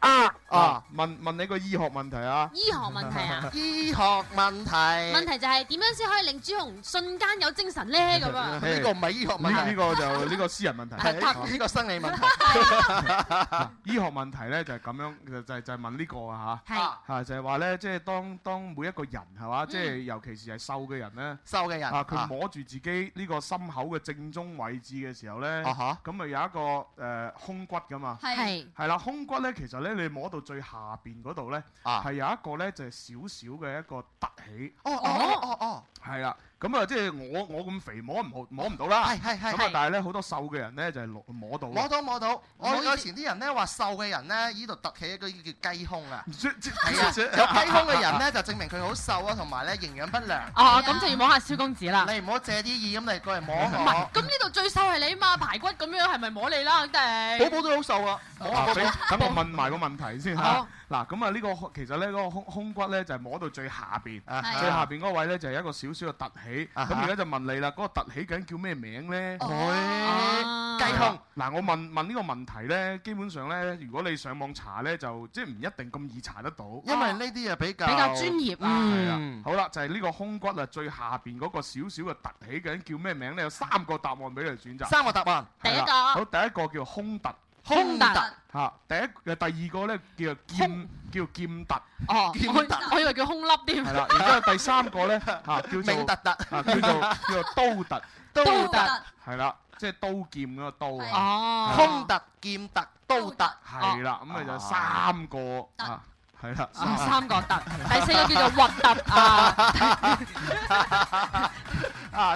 Speaker 4: À,
Speaker 8: 啊
Speaker 4: 啊！問問你個醫學問題啊？
Speaker 6: 醫學問題啊
Speaker 5: 醫學問題。
Speaker 6: 問題就係點樣先可以令朱紅瞬間有精 神咧？咁啊，
Speaker 5: 呢個唔係醫學問題
Speaker 4: 呢呢個就呢個私人問題，
Speaker 5: 係呢個生理問題。啊
Speaker 4: 嗱醫學問題咧就係咁樣，就就就係問呢個啊嚇，
Speaker 5: 係嗯
Speaker 4: 嚇就係話咧，即係當當每一個人係嘛，即係尤其是係瘦嘅人咧，
Speaker 5: 瘦嘅人
Speaker 4: 啊，佢
Speaker 5: 啊
Speaker 4: 摸住自己呢個心口嘅正中位置嘅時候咧
Speaker 5: 啊哈，
Speaker 4: 咁咪有一個誒胸骨噶嘛，
Speaker 6: 係
Speaker 4: 係啦，胸骨咧其實咧你摸到最下邊嗰度咧，係有一個咧就係少少嘅一個凸起。
Speaker 5: 啊哦哦哦哦，
Speaker 4: 係啦，咁啊，即係我我咁肥摸唔好摸唔到啦，
Speaker 5: 係係係
Speaker 4: 咁啊
Speaker 5: 係，
Speaker 4: 但係咧好多瘦嘅人咧就係攞摸到嘅，
Speaker 5: 摸到摸到，
Speaker 4: 好
Speaker 5: 我
Speaker 4: 意思
Speaker 5: 以前啲人咧話瘦嘅人咧，依度凸起一個叫雞胸啊。係啊，有
Speaker 4: 即
Speaker 5: 雞胸嘅人咧就證明佢好瘦啊，同埋咧營養不良。
Speaker 6: 哦，咁就要摸下蕭公子啦。
Speaker 5: 你唔好借啲意咁嚟過嚟摸
Speaker 6: 唔係
Speaker 5: 我，。
Speaker 6: 咁呢度最瘦係你嘛，排骨咁樣係咪摸你啦？肯 定。
Speaker 5: 寶寶都好瘦啊，摸下
Speaker 4: 啊
Speaker 5: 寶
Speaker 4: 俾
Speaker 5: 寶。
Speaker 4: 等我問埋個問題先嚇
Speaker 5: 好。
Speaker 4: 嗱，咁啊呢個其實咧嗰個胸胸骨咧就係摸到最下邊，啊
Speaker 5: 係啊
Speaker 4: 最下邊嗰位咧就係一個少少嘅凸起。
Speaker 5: 啊哈
Speaker 4: 咁而家就問你啦，嗰個凸起究竟叫咩名咧？
Speaker 5: 哦雞胸。
Speaker 4: 嗱，我問問呢個問題咧，基本上咧，如果你上網查咧，就即係唔一定咁易查得到，
Speaker 5: 因為呢啲啊比較
Speaker 4: 比較
Speaker 5: 比較
Speaker 4: 專
Speaker 5: 專
Speaker 4: 業
Speaker 5: 業
Speaker 4: 啊
Speaker 5: 啊。
Speaker 4: 係啦好啦，就係呢個胸骨啊，最下邊嗰個少少嘅凸起究竟叫咩名咧？有三個答案俾你選擇。
Speaker 5: 三個答案
Speaker 4: 係啦
Speaker 5: 第一個
Speaker 4: 好，第一個叫胸突。
Speaker 5: 胸突
Speaker 4: 嚇，第一呃第二個咧叫做劍，叫做劍突。
Speaker 6: 哦，
Speaker 4: 劍
Speaker 6: 我以我以為叫胸粒添。
Speaker 4: 係啦，然之後第三個 咧嚇叫做
Speaker 5: 明突突
Speaker 4: 啊，叫做叫做刀突。
Speaker 5: 刀
Speaker 6: 突
Speaker 4: 係啦，即係刀劍嗰個刀啊。係
Speaker 5: 哦
Speaker 4: 啦
Speaker 5: 胸突、劍突、刀突。啊
Speaker 4: 係
Speaker 6: 哦
Speaker 4: 啦，咁咪就三個
Speaker 5: 哦
Speaker 4: 啊，係啦，
Speaker 6: 啊三個 突，第四個叫做核突啊。
Speaker 5: 啊，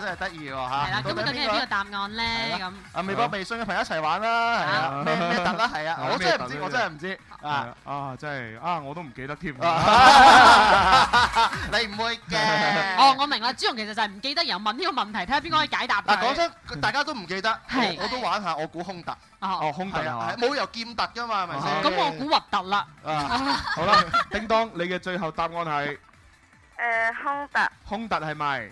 Speaker 5: 真係得意喎嚇。
Speaker 6: 係啦，咁究竟係邊個答案咧？咁
Speaker 5: 啊，微博、微信嘅朋友一齊玩啦，係啊，咩咩突啦，係啊，我真係唔知，我真係唔知啊。
Speaker 4: 啊啊，真係啊，我都唔記得添。
Speaker 5: 啊 你唔會嘅。
Speaker 6: 哦，我明啦，朱紅其實就係唔記得，然後問呢個問題，睇下邊個可以解答佢。
Speaker 5: 嗱，講真，大家都唔記得，
Speaker 6: 係
Speaker 5: 我我都玩下，我估空突，
Speaker 4: 哦，空突
Speaker 5: 係啊，哦
Speaker 4: 啊
Speaker 5: 係。冇由劍突噶嘛，係咪先？
Speaker 6: 咁我估核突啦。
Speaker 4: 啊，好啦，叮當，你嘅最後答案係
Speaker 8: 诶，胸突，
Speaker 4: 空突係咪？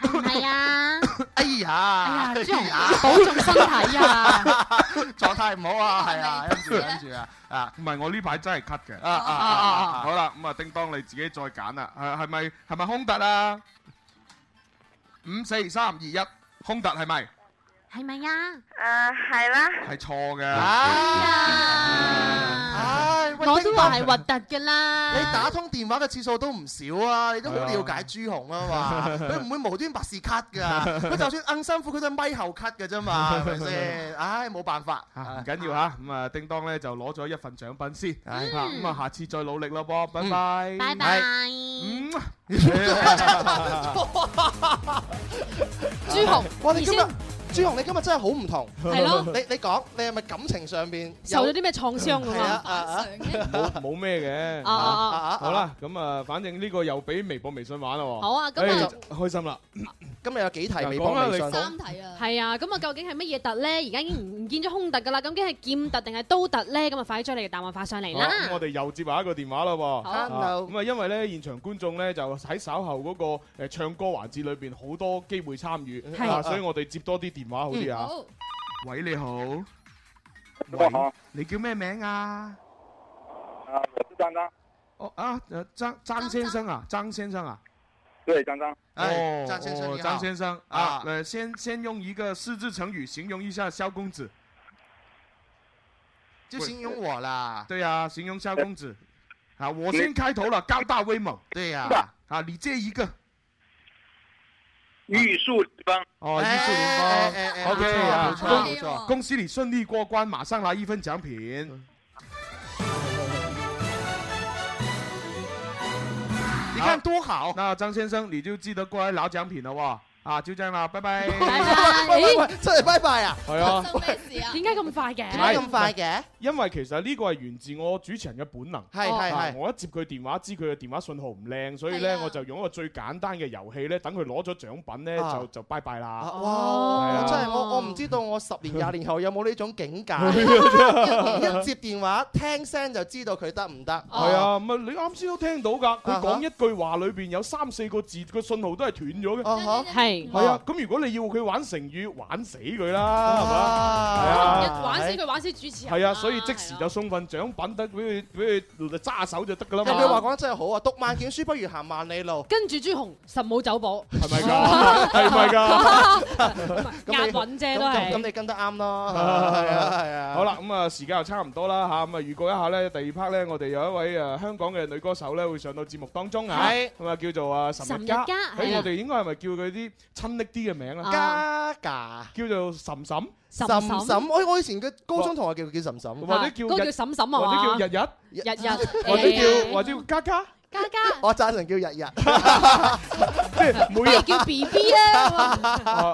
Speaker 6: 係啊，
Speaker 5: 哎呀，
Speaker 6: 朱紅保重身體 啊！哦
Speaker 5: 狀態唔好啊，係啊，跟住跟住啊，
Speaker 4: 啊，唔係我呢排真係咳
Speaker 6: 哦
Speaker 4: 嘅。
Speaker 5: 啊啊啊啊啊
Speaker 4: 好啦，咁啊，叮當你自己再揀啦，係係咪係咪空突啊？五四三二一，空突係咪？
Speaker 6: 係咪啊？
Speaker 8: 诶，系啦，
Speaker 4: 係錯嘅。
Speaker 6: 我都話係核突㗎啦。
Speaker 5: 你打通電話嘅次數都唔少啊，你都好了解朱紅啊嘛，佢唔會無端白事 cut 㗎，佢就算硬辛苦，佢都係咪後 cut 㗎啫嘛，係咪先？唉，冇辦
Speaker 16: 啊
Speaker 5: 法。
Speaker 4: 唔緊要嚇，咁啊，叮當咧就攞咗一份獎品先，啊咁啊，下次再努力咯噃，拜拜，
Speaker 6: 嗯拜拜。
Speaker 4: 嗯，
Speaker 5: 朱紅，哇！你今日朱紅，你今日真係好唔同，
Speaker 6: 係咯
Speaker 5: 你你講，你係咪感情上邊
Speaker 6: 受咗啲咩創傷㗎嘛
Speaker 5: 係啊啊啊
Speaker 16: 冇冇咩嘅。
Speaker 6: 啊啊啊啊
Speaker 16: 好啦，咁啊，反正呢個又俾微博、微信玩啦喎。
Speaker 6: 好啊咁啊
Speaker 16: 哎開心啦。
Speaker 5: 今日有幾題
Speaker 16: 微
Speaker 5: 博微信
Speaker 6: 題啊，係啊，咁啊，究竟係乜嘢突咧？而家已經唔唔見咗胸突㗎啦，究竟係劍突定係刀突咧？咁啊，快啲將你嘅答案發上嚟
Speaker 16: 好咁
Speaker 6: 啦！
Speaker 16: 我哋又接下一個電話啦喎。
Speaker 6: 好
Speaker 16: 啊
Speaker 6: Hello
Speaker 16: 咁啊，因為咧現場觀眾咧就喺稍後嗰個誒唱歌環節裏邊好多機會參與，
Speaker 4: 係
Speaker 16: 啊，所以我哋接多啲電話好啲
Speaker 5: 嗯
Speaker 16: 啊。
Speaker 4: 喂，你好，
Speaker 16: 喂
Speaker 4: 你叫咩名啊？
Speaker 2: 啊，我是张张，
Speaker 4: 哦啊，呃张张先生啊，张先生啊。
Speaker 2: 对，张张，
Speaker 4: 哦，
Speaker 2: 哎张先生
Speaker 4: 哦
Speaker 2: 你好
Speaker 4: 张先生啊
Speaker 2: 啊，
Speaker 4: 呃，先先用一个四字成语形容一下萧公子。
Speaker 5: 就形容我啦。
Speaker 4: 对啊，形容萧公子。啊，我先开头了，高大威猛。
Speaker 5: 对呀、
Speaker 4: 啊。你这一个。
Speaker 2: 玉树临风。
Speaker 4: 哦，玉树
Speaker 2: 哎哎
Speaker 4: 临
Speaker 2: 哎哎
Speaker 4: 风。OK
Speaker 2: 不
Speaker 4: 啊，
Speaker 2: 错不错
Speaker 4: 恭恭喜你顺利过关，马上来一份奖品。
Speaker 5: 你看多好。
Speaker 4: 那张先生，你就记得过来拿奖品了哇！
Speaker 17: 啊，照張啦，拜拜。 哎
Speaker 5: 喂喂喂真係拜拜啊！
Speaker 17: 係 啊
Speaker 6: 點解咁快嘅？
Speaker 5: 點解咁快嘅？
Speaker 4: 因為其實呢個係源自我主持人嘅本能，
Speaker 5: 係係
Speaker 4: 啊
Speaker 5: 係啊
Speaker 4: 我一接佢電話，知佢嘅電話信號唔靚，所以咧我就用一個最簡單嘅遊戲咧，等佢攞咗獎品咧
Speaker 5: 啊哦
Speaker 4: 就就拜拜啦。
Speaker 6: 哦
Speaker 5: 哇！真係
Speaker 4: 係啊
Speaker 5: 我我唔知道我十年廿年後有冇呢種 境界，
Speaker 4: 啊
Speaker 5: 一接電話聽聲就知道佢得唔得。
Speaker 6: 哦
Speaker 4: 係啊，唔係你啱先都聽到㗎，
Speaker 5: 啊
Speaker 4: 佢講一句話裏邊有三四個字，個信號都係斷咗
Speaker 5: 哦
Speaker 4: 嘅。
Speaker 6: 係
Speaker 4: 係啊，咁如果你要佢玩成語，玩死佢
Speaker 5: 啊
Speaker 4: 啦，係嘛？係
Speaker 6: 哇
Speaker 4: 啊，
Speaker 6: 一玩死佢，玩死主持人。
Speaker 4: 係啊，所以即時就送份獎品得俾佢俾佢揸手就得㗎啦嘛。
Speaker 5: 人哋話講得真係好啊，讀萬卷書不如行萬里路。
Speaker 6: 跟住朱紅實冇走寶，
Speaker 4: 係咪㗎？係咪㗎？
Speaker 6: 押韻啫都
Speaker 5: 咁咁
Speaker 6: 係。
Speaker 5: 你跟得啱
Speaker 4: Ờ,
Speaker 5: 咯，係啊係啊。
Speaker 4: 好啦，咁啊時間又差唔多啦嚇，咁啊預告一下咧，第二 à, part 咧，我哋有一位誒香港嘅女歌手咧會上到節目當中啊，
Speaker 5: 係
Speaker 4: 咁啊叫做啊岑日嘉，
Speaker 5: 岑日嘉係
Speaker 4: 誒
Speaker 5: 啊
Speaker 4: 我哋應該係咪叫佢啲親昵啲嘅名啊？
Speaker 5: 嘉嘉
Speaker 4: 叫做岑岑，
Speaker 5: 岑岑，我我以前嘅高中同學叫叫岑岑，
Speaker 4: 或者叫
Speaker 6: 嗰個
Speaker 4: 日
Speaker 6: 叫嬸嬸啊嘛
Speaker 4: 或者叫日
Speaker 5: 日
Speaker 6: 日日
Speaker 4: 日，或者
Speaker 6: 誒
Speaker 4: 叫或者叫嘉嘉，
Speaker 6: 哎嘉嘉，
Speaker 5: 我贊成叫日 日。
Speaker 4: 即係
Speaker 6: 不
Speaker 4: 每
Speaker 6: 如
Speaker 4: 日。
Speaker 6: 叫 B B 啦。
Speaker 4: 啊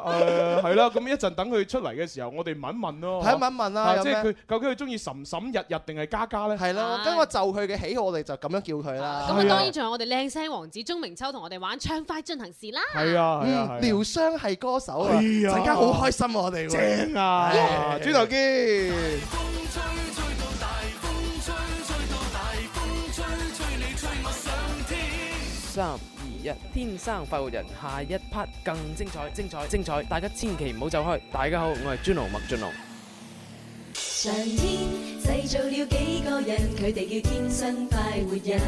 Speaker 4: 誒係啦，咁一陣等佢出嚟嘅時候，我哋問一問咯。
Speaker 5: 係問一問啦
Speaker 4: 啊
Speaker 5: 有
Speaker 4: 即
Speaker 5: 咩
Speaker 4: 係佢究竟佢中意岑岑日日定係嘉嘉咧？
Speaker 5: 係咯，跟我就佢嘅喜好，我哋就咁樣叫佢啦。
Speaker 6: 咁啊，當然仲有我哋靚聲王子鐘明秋同我哋玩唱快進行時啦。
Speaker 4: 係啊係啊係啊
Speaker 5: 嗯療傷係歌手啊，
Speaker 4: 哎呀
Speaker 5: 陣間好開心啊我哋會。
Speaker 4: 正啊！
Speaker 5: Yeah
Speaker 4: 轉頭見。
Speaker 18: 三二一，天生快活人，下一 part 更精彩，精彩，精彩！大家千祈唔好走開。大家好，我係 Juno 麥浚龍。
Speaker 19: 上天製造了幾個人，佢哋叫天生快活人。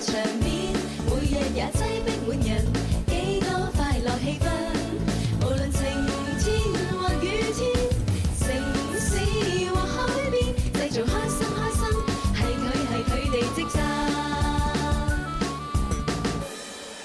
Speaker 19: 場面每日也擠逼滿人，幾多快樂氣氛。無論晴天或雨天，城市或海邊，製造開心開心，係佢係佢哋職責。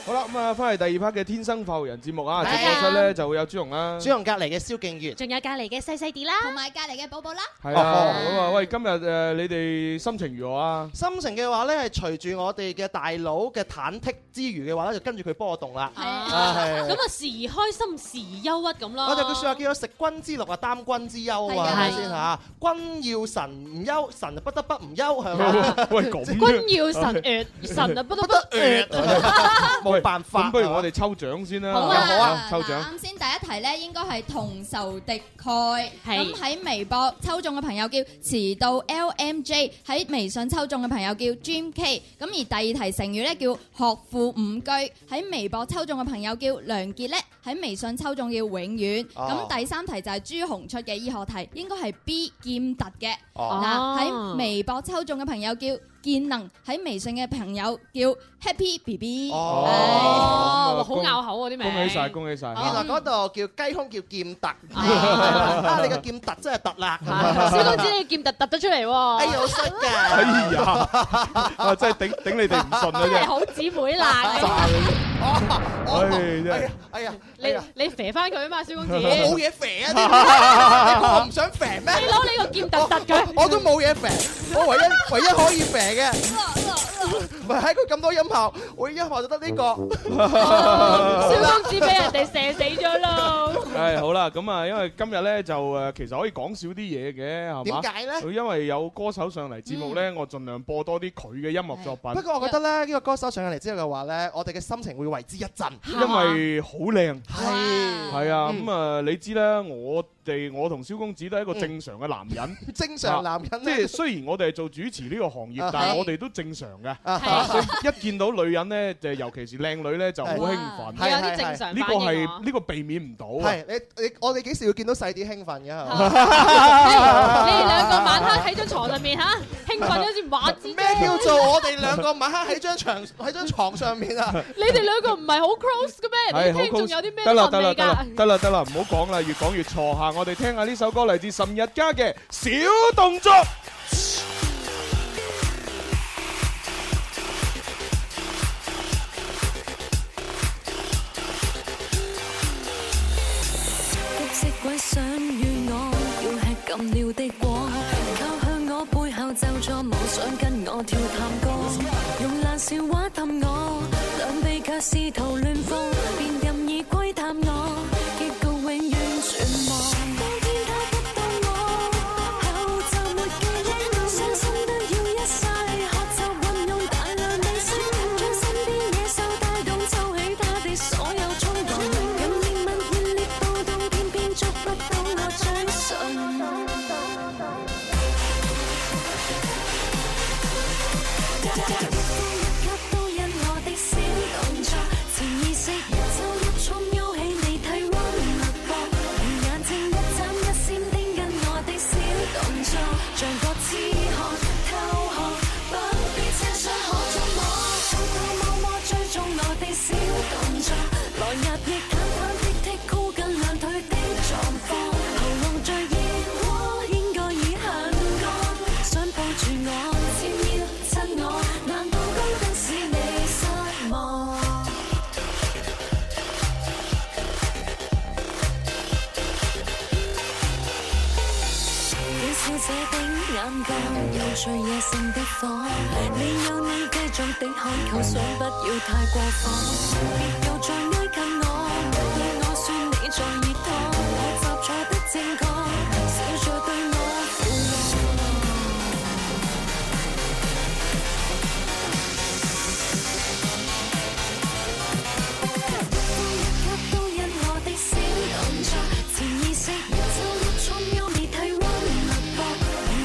Speaker 4: 好啦，咁啊，翻嚟第二 part 嘅《天生快活人》節目啊，直
Speaker 6: 係
Speaker 4: 播
Speaker 6: 啊
Speaker 4: 室咧就會有朱容啦，
Speaker 5: 朱容隔離嘅蕭敬元，
Speaker 6: 仲有隔離嘅細細啲啦，同埋隔離嘅寶寶啦。
Speaker 4: 係啊，咁啊，喂，今日誒你哋心情如何啊？
Speaker 5: 心情嘅話咧，係隨住我哋嘅大佬嘅忐忑之餘嘅話咧，就跟住佢波動啦。啊係
Speaker 6: 咁啊，時而開心，時而憂鬱咁啦。
Speaker 5: 我哋句説話啊叫做食君之祿啊，擔君之憂
Speaker 6: 係
Speaker 5: 啊，
Speaker 6: 哦啊
Speaker 5: 係咪先嚇？君要臣唔憂，臣就不得不唔憂，啊係咪？
Speaker 4: 喂，咁嘅
Speaker 6: 君要 臣悦，臣啊不得不
Speaker 5: 呃
Speaker 6: 悦。
Speaker 4: 冇辦法。咁不如我哋抽獎先啦，
Speaker 20: 好啊好啊
Speaker 4: 抽獎。
Speaker 20: 啱先第一題咧，應該係同仇敵愾。咁喺微博抽中嘅朋友叫遲到 LMJ，喺微信抽中嘅朋友叫 Jim K。咁而第二題成語咧叫學富五車，喺微博抽中嘅朋友叫梁傑咧，喺微信抽中叫永遠。
Speaker 13: 哦
Speaker 20: 咁第三題就係朱紅出嘅醫學題，應該係 B 劍突嘅。
Speaker 13: 哦
Speaker 20: 嗱喺微博抽中嘅朋友叫健能，喺微信嘅朋友叫 Happy BB。
Speaker 4: 哦
Speaker 6: 哇好拗口啊啲名
Speaker 4: 恭喜晒，恭喜晒！
Speaker 5: 原來嗰度叫雞胸叫劍突，啊你個劍突真係突啦！
Speaker 6: 啊
Speaker 5: 啊
Speaker 6: 小公子你劍突突咗出嚟喎。
Speaker 5: 哎呀好衰㗎！
Speaker 4: 哎呀，啊真係頂頂你哋唔順啊！
Speaker 6: 真係
Speaker 4: 真係
Speaker 6: 好姊妹 啦。
Speaker 4: 唉真係。
Speaker 5: 哎呀，
Speaker 6: 你你肥翻佢啊嘛，小 公子。
Speaker 5: 我冇嘢肥啊！你我唔想肥咩？
Speaker 6: 你攞你個劍突突佢。
Speaker 5: 我都冇嘢肥，我唯一唯一可以肥嘅，唔係喺佢咁多音效，我音效就得呢個。
Speaker 6: 小公子俾人哋射死咗咯。
Speaker 4: 係好啦，咁啊，因為今日咧就誒，其實可以講少啲嘢嘅，係嘛？
Speaker 5: 點解咧
Speaker 4: 因為有歌手上嚟節目咧，我盡量播多啲佢嘅音樂作品。
Speaker 5: 不過我覺得咧，呢個歌手上嚟之後嘅話咧，我哋嘅心情會為之一振，
Speaker 4: 因為好靚，
Speaker 5: 係
Speaker 4: 係啊，
Speaker 5: 嗯
Speaker 4: 咁啊，你知啦，我哋我同蕭公子都係一個正常嘅男人，
Speaker 5: 正常男人
Speaker 4: 啊即係雖然我哋係做主持呢個行業
Speaker 5: 啊，
Speaker 4: 但係
Speaker 5: 係
Speaker 4: 我哋都正常嘅，
Speaker 5: 係
Speaker 4: 啊所以一見到女人咧，就尤其是靚女咧，就好興奮，
Speaker 5: 係有啲正常
Speaker 4: 呢個
Speaker 5: 反應
Speaker 4: 係呢個避免唔到啊。
Speaker 5: 係你你我哋幾時要見到細啲興奮嘅？係 嘛
Speaker 6: 你哋兩個晚黑喺張床上面吓，興奮咗先玩之啫。
Speaker 5: 咩叫做我哋兩個晚黑喺張床喺張床上面啊？
Speaker 6: 你哋兩個唔係好 close 嘅
Speaker 4: 係
Speaker 6: 咩？你聽
Speaker 4: 好
Speaker 6: 仲
Speaker 4: close
Speaker 6: 有啲咩
Speaker 4: 得啦得
Speaker 6: 問
Speaker 4: 啦
Speaker 6: 你
Speaker 4: 得啦
Speaker 6: 㗎？
Speaker 4: 得啦得啦，唔好講啦，越講越錯吓。我哋聽下呢首歌嚟自岑日嘉嘅《小動作》。
Speaker 13: 綠色鬼想與我，要吃禁了的果，靠向我背後就坐，無想跟我跳探戈，用爛笑話氹我，兩臂卻試圖亂放，便任意窺探我，
Speaker 2: 這頂眼角，有趣野性的火。你有你繼續的看，構想不要太過火，別又再挨近我，對我算你在熱湯，學習坐得正確，笑著對我苦惱。都因我的小動作，潛意識一抽一衝，優美體溫脈搏，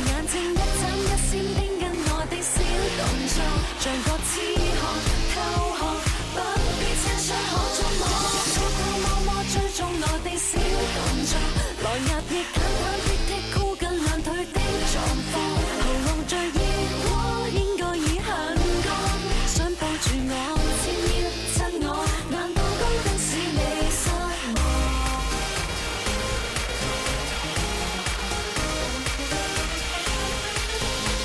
Speaker 2: 眼睛一眨一閃，盯緊我的小動作，像個痴漢偷看，不必親相可觸摸，偷偷摸摸追蹤我的小動作，來壓抑忐忐忑忑箍緊兩腿的狀況，喉嚨最熱鍋應該已向乾，想抱住我，先要親我，難道高登使你失望？一呼一吸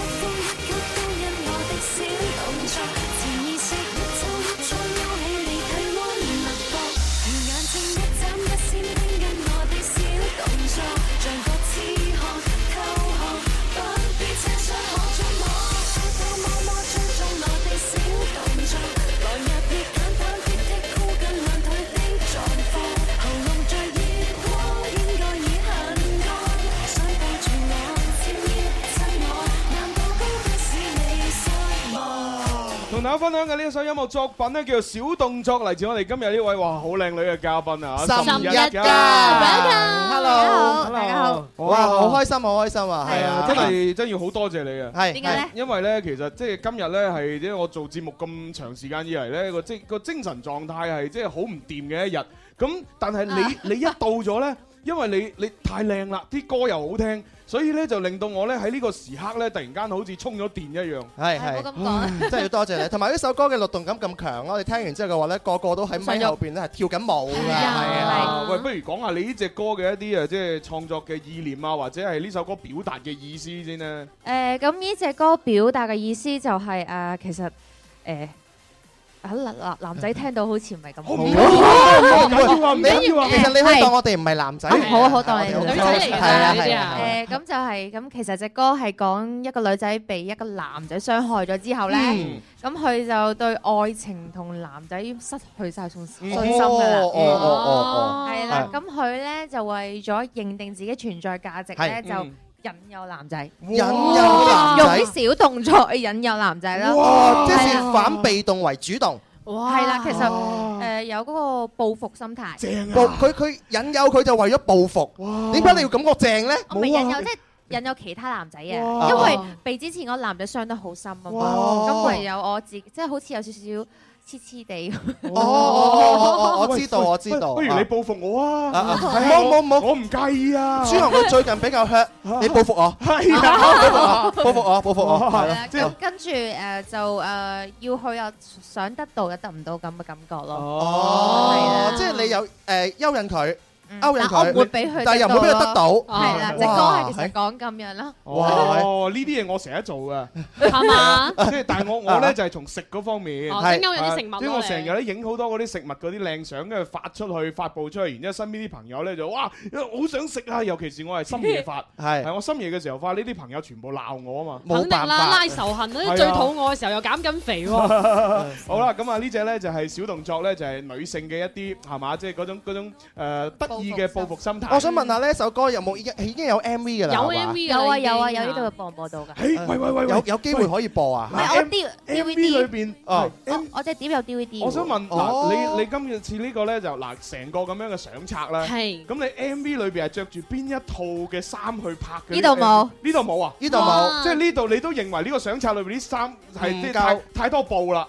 Speaker 2: 都因我的小動作，潛意識一抽一衝，勾起你體溫脈搏，眼睛一眨一閃，盯緊我的小動作，像個痴漢偷看，不必親相可觸摸，偷偷摸摸追蹤我的小動作，來日亦簡單的剔箍緊兩腿的狀況，喉嚨最熱鍋應該已很乾，想抱住我，先要親我。
Speaker 4: 同大家分享嘅呢一首音樂作品咧，叫做《小動作》，嚟自我哋今日呢位哇好靚女嘅嘉賓啊，
Speaker 5: 岑
Speaker 4: 日
Speaker 5: 日㗎 Hello，大家好，哇，好開心，好開心啊，係啊，
Speaker 4: 真係真要好多謝你啊！
Speaker 5: 係點解咧
Speaker 4: 因為咧，其實即係今日咧係即係我做節目咁長時間以嚟咧個即個精神狀態係即係好唔掂嘅一日。咁但係你你一到咗咧，因為你你太靚啦，啲歌又好聽，所以咧就令到我咧喺呢個時刻咧突然間好似充咗電一樣。
Speaker 5: 係係，唉真係要多謝你。同埋呢首歌嘅律動感咁強咯，你聽完之後嘅話咧，個個都喺咪後邊咧係跳緊舞㗎，係啊。
Speaker 4: 喂，不如講下你呢只歌嘅一啲誒，即係創作嘅意念啊，或者係呢首歌表達嘅意思先咧。
Speaker 21: 誒咁呢只歌表達嘅意思就係、啊其實誒、呃啊男男男仔聽到好似唔係咁好，唔
Speaker 5: 其實你可以當我哋唔係男仔嚟嘅，
Speaker 21: 好好當你
Speaker 5: 我哋
Speaker 21: 女仔嚟
Speaker 5: 係
Speaker 21: 㗎
Speaker 5: 啊
Speaker 21: 呢
Speaker 5: 係
Speaker 21: 啲
Speaker 5: 啊
Speaker 21: 啊。誒咁就係咁，其實只歌係講一個女仔被一個男仔傷害咗之後咧
Speaker 5: 嗯，
Speaker 21: 咁佢就對愛情同男仔失去晒信信心
Speaker 5: 哦
Speaker 21: 㗎啦。
Speaker 5: 哦哦哦哦
Speaker 21: 係啦，
Speaker 5: 係
Speaker 21: 咁佢咧就為咗認定自己存在價值咧
Speaker 5: 係
Speaker 21: 就
Speaker 5: 嗯。
Speaker 21: 引誘男仔，
Speaker 5: 引誘男仔
Speaker 21: 用啲小動作去引誘男仔啦。
Speaker 5: 哇！即
Speaker 21: 係啊
Speaker 5: 係反被動為主動。
Speaker 21: 係啦，其實誒有嗰個報復心態。
Speaker 5: 報佢佢引誘佢就為咗報復，點解你要感覺正咧？
Speaker 21: 我唔係引誘，即係引誘其他男仔啊，
Speaker 5: 哇
Speaker 21: 因為被之前嗰個男仔傷得好深啊嘛，咁唯有我自己即係好似有少少黐黐地。
Speaker 5: 哦哦哦我知道我知道
Speaker 4: 不如你報復我啊！
Speaker 5: 啊啊
Speaker 4: 係啊
Speaker 5: 冇冇冇，
Speaker 4: 我唔介意啊！
Speaker 5: 朱紅佢最近比較 hurt，你報復我，
Speaker 4: 係
Speaker 5: 啊報復我，報復我，報復我，係啦
Speaker 21: 咁跟住誒就誒要去又想得到又得唔到咁嘅感覺咯。
Speaker 5: 哦，即係你有誒勾引佢，勾引
Speaker 21: 但我
Speaker 5: 佢，
Speaker 21: 唔會俾佢，
Speaker 5: 但係又唔會俾佢得到，
Speaker 21: 係啦，隻歌係其實講咁樣啦。
Speaker 4: 哦，呢啲嘢我成日做噶，
Speaker 21: 係嘛
Speaker 4: 即係但係我我咧就係從食嗰方面，
Speaker 6: 哦整歐有啲食物咯
Speaker 4: 即係我成日咧影好多嗰啲食物嗰啲靚相，跟住發出去發布出去，然之後身邊啲朋友咧就哇，好想食啊！尤其是我係深夜發，
Speaker 5: 係
Speaker 4: 係我深夜嘅時候發，呢啲朋友全部鬧我啊嘛，
Speaker 6: 肯定啦，拉仇恨
Speaker 4: 係啊
Speaker 6: 啦，最肚餓嘅時候又減緊肥 喎。
Speaker 4: 好啦，咁啊呢只咧就係小動作咧，就係女性嘅一啲係嘛，即係嗰種嗰種誒呃得意嘅報復心態。
Speaker 5: 我想問下呢首歌有冇已經已經有 MV 㗎啦？係嘛
Speaker 21: 有啊有啊有呢度播唔播到㗎？
Speaker 4: 喂喂喂，
Speaker 5: 嗯有有機會可以播啊
Speaker 21: 唔？係我 D
Speaker 4: MV
Speaker 21: DVD
Speaker 4: 裏邊啊
Speaker 5: 哦
Speaker 21: 我我隻碟有 DVD 喎。
Speaker 4: 我想問
Speaker 21: 哦
Speaker 4: 嗱，你你今次呢個咧就嗱成個咁樣嘅相冊啦，
Speaker 21: 係
Speaker 4: 咁你 M V 裏邊係着住邊一套嘅衫去拍嘅？
Speaker 21: 呢度冇，
Speaker 4: 呢度冇啊，
Speaker 5: 呢度冇哇
Speaker 4: 即係呢度你都認為呢個相冊裏邊啲衫係即係
Speaker 5: 唔夠
Speaker 4: 太太多布啦，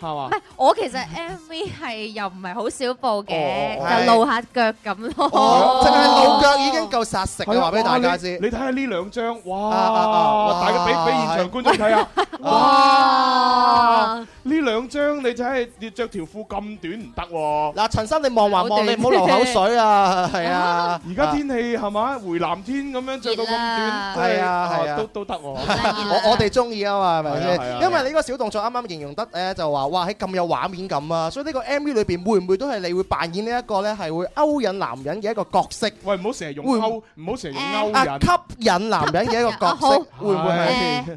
Speaker 4: 係嘛？
Speaker 21: 我其實 MV 係又唔係好少布嘅，
Speaker 4: 哦
Speaker 21: 就露下腳咁
Speaker 5: 哦
Speaker 21: 咯。
Speaker 5: 淨係露腳已經夠殺食
Speaker 4: 係
Speaker 5: 啦，
Speaker 4: 啊
Speaker 5: 話俾大
Speaker 4: 哇
Speaker 5: 家
Speaker 4: 你
Speaker 5: 知。
Speaker 4: 你睇下呢兩張，
Speaker 5: 啊啊啊
Speaker 4: 哇！大家俾俾現場觀眾睇下，哇！呢兩張你真係要着條褲咁短唔得喎。
Speaker 5: 嗱，陳生你望還望，你唔好流口 水 啊，係啊！
Speaker 4: 而家天氣係嘛，回南天咁樣着到咁短，真
Speaker 5: 係啊係啊
Speaker 4: 都都得喎。
Speaker 5: 我我哋中意啊嘛，係咪
Speaker 4: 係啊係啊
Speaker 5: 先？因為你呢個小動作啱啱形容得咧，就話哇喺咁有畫面感啊，所以呢個 MV 裏邊會唔會都係你會扮演呢一個咧係會勾引男人嘅一個角色？
Speaker 4: 喂，唔好成日用
Speaker 5: 會唔
Speaker 4: 勾，唔好成日用勾
Speaker 5: 啊
Speaker 4: 引。
Speaker 5: 吸引男人嘅一個角
Speaker 21: 吸引
Speaker 5: 色
Speaker 21: 啊，
Speaker 5: 會唔會係？
Speaker 21: 誒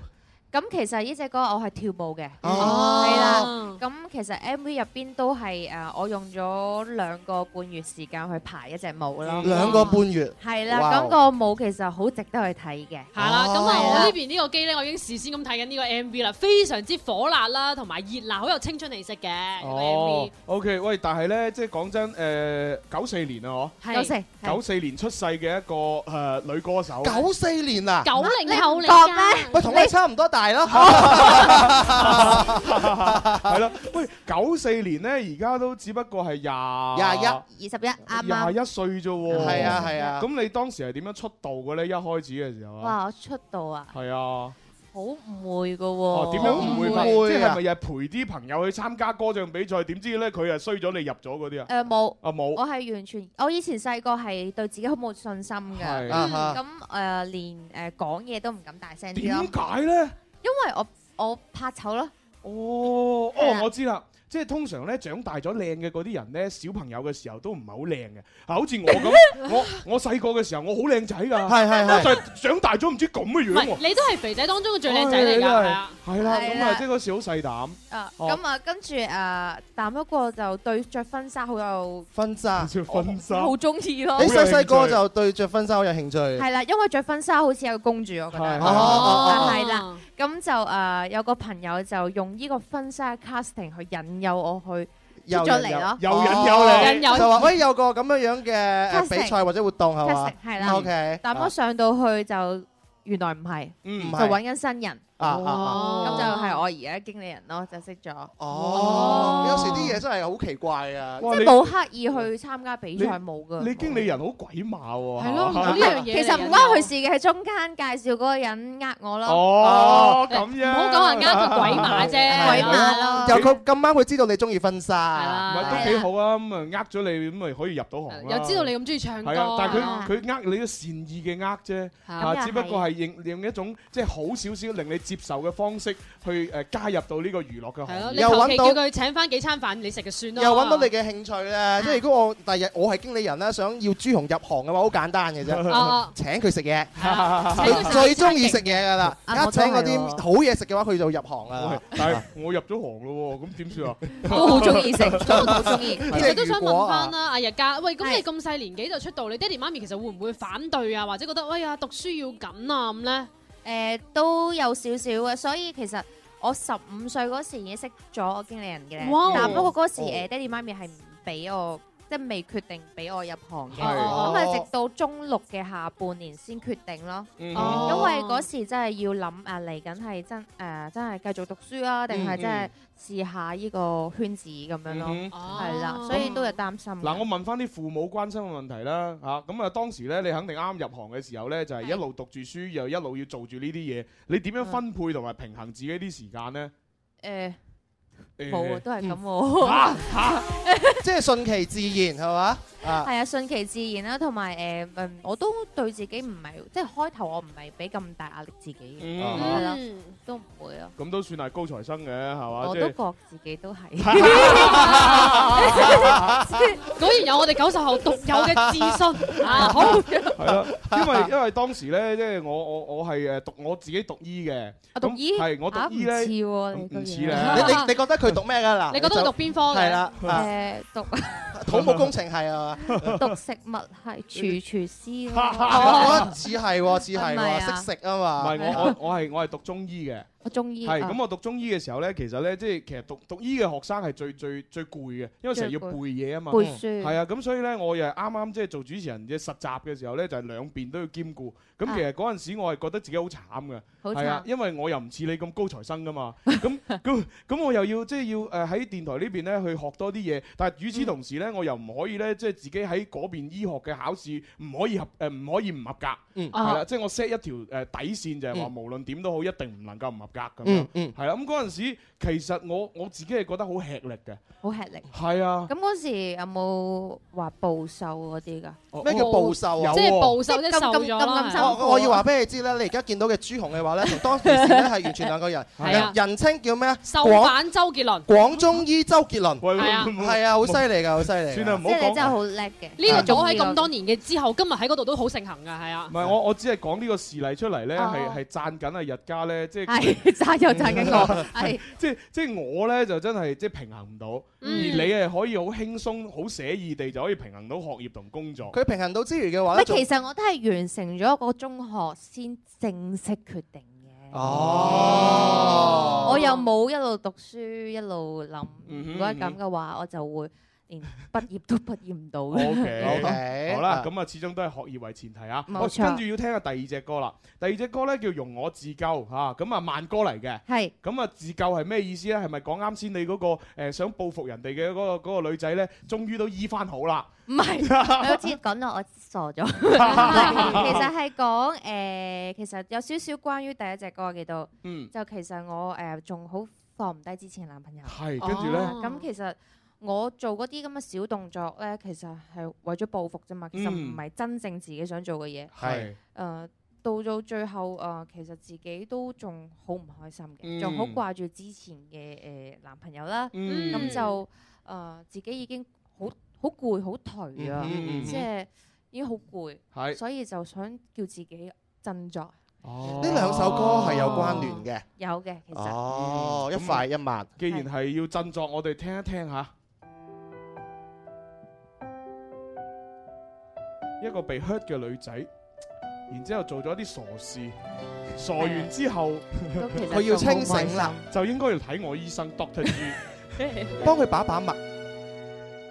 Speaker 21: 咁其實呢只歌我係跳舞嘅，
Speaker 5: 哦
Speaker 21: 係啦。咁其實 MV 入邊都係誒，我用咗兩個半月時間去排一隻舞咯。
Speaker 5: 兩個半月
Speaker 21: 係啦，
Speaker 5: 哇
Speaker 21: 咁個舞其實好值得去睇嘅。
Speaker 6: 係啦，咁啊，我呢
Speaker 21: 邊
Speaker 6: 邊呢個機咧，我已經事先咁睇緊呢個 M V 啦，非常之火辣啦，同埋熱鬧，好有青春氣息嘅。
Speaker 4: 哦，OK，喂，但係咧，即係講真，誒，九四年啊，嗬，
Speaker 6: 係九四係
Speaker 4: 九四年出世嘅一個誒女歌手，
Speaker 5: 九四年啊，
Speaker 6: 90後嚟㗎
Speaker 5: 覺咩喂，同我哋差唔多大咯。
Speaker 4: 係啦，喂，九四年咧，而家都只不過係廿
Speaker 21: 二十一啱啱。
Speaker 4: 廿一歲啫喎，
Speaker 5: 係啊係啊
Speaker 4: 咁你當時係點樣出道嘅咧？一開始嘅時候啊，
Speaker 21: 哇！我出道啊，
Speaker 4: 係啊，
Speaker 21: 好誤會嘅喎。
Speaker 4: 哦點樣唔會法？
Speaker 5: 會啊
Speaker 4: 即係咪又係陪啲朋友去參加歌唱比賽？點知咧佢係衰咗你入咗嗰啲啊？
Speaker 21: 誒冇，
Speaker 4: 啊冇
Speaker 21: 我係完全，我以前細個係對自己好冇信心嘅，
Speaker 4: 係
Speaker 21: 嗯
Speaker 4: 啊哈
Speaker 21: 咁誒連誒講嘢都唔敢大聲啲
Speaker 4: 點
Speaker 21: 咯，
Speaker 4: 解咧？
Speaker 21: 因為我我怕醜咯，
Speaker 4: 哦，
Speaker 21: 係啊
Speaker 4: 哦，我知啦。即係通常咧，長大咗靚嘅嗰啲人咧，小朋友嘅時候都唔係好靚嘅，啊，好似我咁，我我細個嘅時候我好靚仔㗎，
Speaker 5: 係係係
Speaker 4: 但係長大咗唔知咁嘅
Speaker 6: 唔
Speaker 4: 樣
Speaker 6: 係
Speaker 4: 喎，，
Speaker 6: 你都係肥仔當中嘅最靚仔嚟㗎，係啊，
Speaker 4: 唉，哦真係係啦，
Speaker 21: 係
Speaker 4: 咁
Speaker 21: 啦
Speaker 4: 啊，即係嗰時好細膽，
Speaker 21: 啊
Speaker 4: 哦
Speaker 21: 咁啊跟住誒，呃但不過就對着婚紗好有
Speaker 5: 婚紗，
Speaker 4: 着婚
Speaker 21: 好
Speaker 4: 紗，
Speaker 21: 中意咯
Speaker 5: 你，細細個就對着婚紗好有興趣。
Speaker 21: 係啦，因為着婚紗好似有個公主，我覺得
Speaker 5: 哦哦
Speaker 21: 係啦，咁就誒有個朋友就用呢個婚紗 casting 去引誘我去出
Speaker 5: 又
Speaker 21: 咗嚟咯，
Speaker 5: 又
Speaker 21: 哦
Speaker 5: 又就話喂有個咁樣樣嘅呃
Speaker 21: Casting
Speaker 5: 比賽或者活動係嘛
Speaker 21: Casting，係啦
Speaker 5: 啊，OK，Ờ.
Speaker 21: 但我上到去就原來唔係，
Speaker 5: 嗯唔
Speaker 21: 就
Speaker 5: 係
Speaker 21: 揾緊新人。哦
Speaker 5: 啊啊
Speaker 6: 哦
Speaker 5: 啊
Speaker 21: 咁就係我而家經理人咯，就識咗。
Speaker 5: 哦，有時啲嘢真係好奇怪啊！
Speaker 4: 哇
Speaker 21: 即係
Speaker 4: 你
Speaker 21: 冇刻意去參加比賽，冇噶。
Speaker 4: 你經理人好鬼馬喎，
Speaker 6: 係咯
Speaker 4: 嘛
Speaker 5: 哦
Speaker 6: 呢樣嘢
Speaker 21: 其實唔關佢事嘅，係中間介紹嗰個人呃我咯。
Speaker 4: 哦咁樣，
Speaker 6: 唔好講話啱個鬼馬啫，啊鬼
Speaker 5: Dạ,
Speaker 21: 馬
Speaker 6: 咯
Speaker 5: 由佢咁啱佢知道你中意婚紗，
Speaker 4: 唔係都幾好啊，咁啊呃咗你，咁咪可以入到行啦，
Speaker 6: 又知道你咁中意唱歌，
Speaker 4: 係啊，但係
Speaker 6: 啊
Speaker 4: 佢佢呃你嘅善意嘅呃啫，
Speaker 6: 係
Speaker 4: 啊，
Speaker 6: 咁
Speaker 4: 只
Speaker 6: 又
Speaker 4: 不過係用用一種即係好少少令你接受嘅方式去誒加入到呢個娛樂嘅
Speaker 6: 係咯，
Speaker 4: 行
Speaker 6: 你求其
Speaker 4: 業。
Speaker 5: 又
Speaker 6: 叫
Speaker 5: 搵
Speaker 6: 佢請翻幾餐飯你食就算咯，
Speaker 5: 又揾到你嘅興趣咧。即係如果我第日我係經理人咧，想要朱紅入行嘅話，好簡單嘅
Speaker 6: 哦
Speaker 5: 啫，請佢食嘢，
Speaker 6: 請佢食
Speaker 5: 佢最中意食嘢㗎啦。
Speaker 21: 啊
Speaker 5: 一
Speaker 21: 我都
Speaker 5: 請
Speaker 21: 係
Speaker 5: 嗰啲好嘢食嘅話，佢就入行
Speaker 4: 喂
Speaker 5: 啦。
Speaker 4: 但係我入咗行咯喎，咁點算啊？
Speaker 21: 都好 中意食，都好 中意。
Speaker 6: 其實都想
Speaker 21: 啊
Speaker 6: 問翻啦，阿日嘉，喂，咁你咁細年紀就出道，你爹哋媽咪其實會唔會反對啊？或者覺得，哎呀，讀書要緊啊咁咧？
Speaker 21: 誒都有少少嘅，所以其實我 十五歲嗰時已經識咗我經理人嘅
Speaker 6: 哇，
Speaker 21: 但不過嗰時
Speaker 6: 哦
Speaker 21: 誒爹哋媽咪係唔俾我。即係未決定俾我入行嘅，
Speaker 6: 係
Speaker 21: 咁啊
Speaker 6: 哦
Speaker 21: 直到中六嘅下半年先決定咯，因
Speaker 6: 嗯
Speaker 21: 為嗰時真係要諗啊嚟緊係真誒真係繼續讀書啊，定係
Speaker 4: 嗯
Speaker 21: 真係試下呢個圈子咁樣咯，
Speaker 4: 嗯
Speaker 21: 係啦，
Speaker 6: 哦
Speaker 21: 所以都有擔心嘅。
Speaker 4: 嗱，我問翻啲父母關心嘅問題啦，嚇咁啊，當時咧你肯定啱入行嘅時候咧，就係一路讀住書，又一路要做住呢啲嘢，你點
Speaker 21: 嗯
Speaker 4: 樣分配同埋平衡自己啲時間咧？
Speaker 21: 誒
Speaker 4: 誒
Speaker 21: 冇啊，都係咁
Speaker 4: 嚇
Speaker 21: 喎。
Speaker 4: 嚇
Speaker 5: 即係順其自然係嘛？啊，
Speaker 21: 係啊，順其自然啦，同埋誒嗯，我都對自己唔係，即係開頭我唔係俾咁大壓力自己嘅，
Speaker 4: 嗯
Speaker 21: 係啦，都唔會啊，
Speaker 4: 咁都算係高材生嘅係嘛？
Speaker 21: 我
Speaker 4: 即
Speaker 21: 都
Speaker 4: 係
Speaker 21: 覺自己都係。
Speaker 6: 果然有我哋九十後獨有嘅自 信啊！好，
Speaker 4: 係啦，因為因為當時咧，即係我我我係誒讀我自己讀醫嘅，
Speaker 21: 讀醫
Speaker 4: 係我讀
Speaker 21: 啊
Speaker 4: 醫咧，
Speaker 21: 唔似喎你個
Speaker 4: 唔似
Speaker 21: 樣
Speaker 4: 咧。
Speaker 5: 你你你覺得佢讀咩㗎嗱？
Speaker 6: 你覺得佢讀邊科嘅
Speaker 5: 啊係啦，啊
Speaker 21: 誒讀
Speaker 5: 土木工程系啊。
Speaker 21: 讀食物系廚廚師
Speaker 5: 哦我覺
Speaker 21: 咯
Speaker 5: 得，似 係喎，似係
Speaker 21: 係咪
Speaker 5: 喎，
Speaker 21: 啊
Speaker 5: 識食啊嘛。
Speaker 4: 唔係我我我係我係讀中醫嘅，
Speaker 21: 我中意。
Speaker 4: 係
Speaker 21: 啊
Speaker 4: 咁我讀中醫嘅時候咧，其實咧即係其實讀讀醫嘅學生係最最最攰嘅，因為成日要
Speaker 21: 最
Speaker 4: 背
Speaker 21: 攰
Speaker 4: 嘢啊嘛。
Speaker 21: 背
Speaker 4: 嗯
Speaker 21: 書
Speaker 4: 係啊，咁所以咧我又係啱啱即係做主持人嘅實習嘅時候咧，就係兩邊都要兼顧。咁
Speaker 21: 啊
Speaker 4: 其實嗰陣時我係覺得自己好慘嘅。
Speaker 21: 好
Speaker 4: 係啊
Speaker 21: 慘，
Speaker 4: 因為我又唔似你咁高材生噶嘛， 呃咁咁咁我又要即係要誒喺電台呢邊咧去學多啲嘢，但係與此同時咧，咧，我又唔可以咧，即係自己喺嗰邊醫學嘅考試唔可以合誒唔可以唔合格，
Speaker 5: 嗯
Speaker 4: 係啦，
Speaker 5: 啊
Speaker 4: 即係我 set 一條誒底線就係話
Speaker 5: 嗯
Speaker 4: 無論點都好，一定唔能夠唔合格咁
Speaker 5: 嗯
Speaker 4: 樣，
Speaker 5: 嗯
Speaker 4: 係啦。咁嗰陣時其實我我自己係覺得好吃力嘅，
Speaker 21: 好吃力。
Speaker 4: 係啊。
Speaker 21: 咁嗰時有冇話暴瘦嗰啲㗎？
Speaker 5: 咩叫暴瘦啊？
Speaker 21: 咁咁咁咁辛苦
Speaker 5: 哦我我要話俾你知咧，你而家見到嘅朱紅嘅話咧，同當其時咧係完全兩個人。
Speaker 6: 係啊
Speaker 5: 人稱叫咩啊？
Speaker 6: 瘦
Speaker 5: 廣
Speaker 6: 版周杰倫。
Speaker 5: 廣中醫周杰倫。
Speaker 6: 係啊
Speaker 5: 係啊，好犀利㗎，好犀利㗎。
Speaker 4: 算啦唔好即係你真係好
Speaker 21: 叻嘅
Speaker 6: 呢個
Speaker 5: 啊
Speaker 6: 組喺咁多年嘅之後，今日喺嗰度都好盛行㗎，係啊
Speaker 4: 唔。係我我只係講呢個事例出嚟咧，係
Speaker 6: 哦
Speaker 4: 係讚緊啊日家咧，即係
Speaker 21: 係 讚又讚緊 我，係
Speaker 4: 即係即係我咧就真係即係平衡唔到，而
Speaker 5: 嗯
Speaker 4: 你係可以好輕鬆、好寫意地就可以平衡到學業同工作。
Speaker 5: 佢平衡到之餘嘅
Speaker 21: 唔
Speaker 5: 話
Speaker 21: 係
Speaker 5: 咧，
Speaker 21: 其實我都係完成咗個中學先正式決定。
Speaker 5: 哦，
Speaker 21: 我又冇一路讀書一路諗，
Speaker 4: 嗯哼
Speaker 21: 如果係咁嘅話，我就會連畢業都畢業唔到
Speaker 5: 哦
Speaker 4: O K，
Speaker 21: 嘅。
Speaker 4: 好啦，咁啊，始終都係學業為前提啊。
Speaker 21: 冇
Speaker 4: 好
Speaker 21: 錯
Speaker 4: 跟住要聽下第二隻歌啦。第二隻歌咧叫《容我自救》嚇，咁啊慢歌嚟嘅。
Speaker 21: 係。
Speaker 4: 咁啊，自救係咩意思咧？係咪講啱先你嗰個誒想報復人哋嘅嗰個嗰個女仔咧，終於都醫翻好啦？
Speaker 21: 唔 係，我好似講到我傻咗。唔係其實係講誒，其實有少少關於第一隻歌嘅到，
Speaker 4: 嗯
Speaker 21: 就其實我誒仲好放唔低之前嘅男朋友。
Speaker 4: 係跟住呢
Speaker 21: 啊咁其實我做嗰啲咁嘅小動作咧，其實係為咗報復啫嘛，其實唔
Speaker 4: 嗯
Speaker 21: 係真正自己想做嘅嘢。
Speaker 4: 係
Speaker 21: 誒。到到最後，誒、其實自己都仲好唔開心
Speaker 4: 嗯
Speaker 21: 嘅，仲好掛住之前嘅誒、男朋友啦。咁、
Speaker 4: 嗯
Speaker 21: 就誒、自己已經好好攰、好頹啊，
Speaker 5: 嗯嗯嗯
Speaker 21: 即係已經好攰，
Speaker 5: 係
Speaker 21: 所以就想叫自己振作。
Speaker 5: 呢兩首歌係有關聯嘅。
Speaker 21: 哦有嘅，其實。
Speaker 5: 哦，一快一慢。
Speaker 4: 嗯啊既然係要振作，我哋聽一聽吓。一個被 hurt 嘅女仔，然之後做咗啲傻事，傻完 之後
Speaker 5: 都其實，佢要清醒啦，
Speaker 4: 就應該要睇我醫生 Doctor G，
Speaker 5: 幫佢把把脈。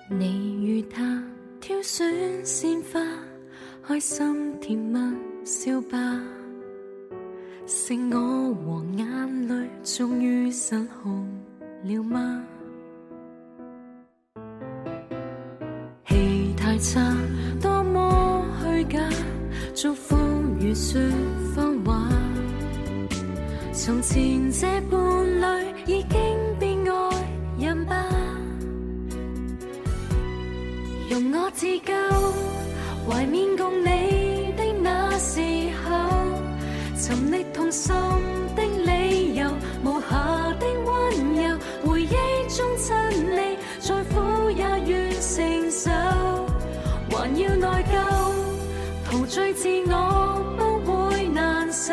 Speaker 13: 你與他挑選鮮花，開心甜蜜笑吧。剩我和眼淚，終於失控了嗎？戲太差，多麼虛假，祝福如說謊話。從前這伴侶已經變外人吧。容我自救，懷緬共你的那時候，沉溺痛心的理由，無瑕的溫柔，回憶中襯你，再苦也願承受，還要內疚，陶醉自我不會難受，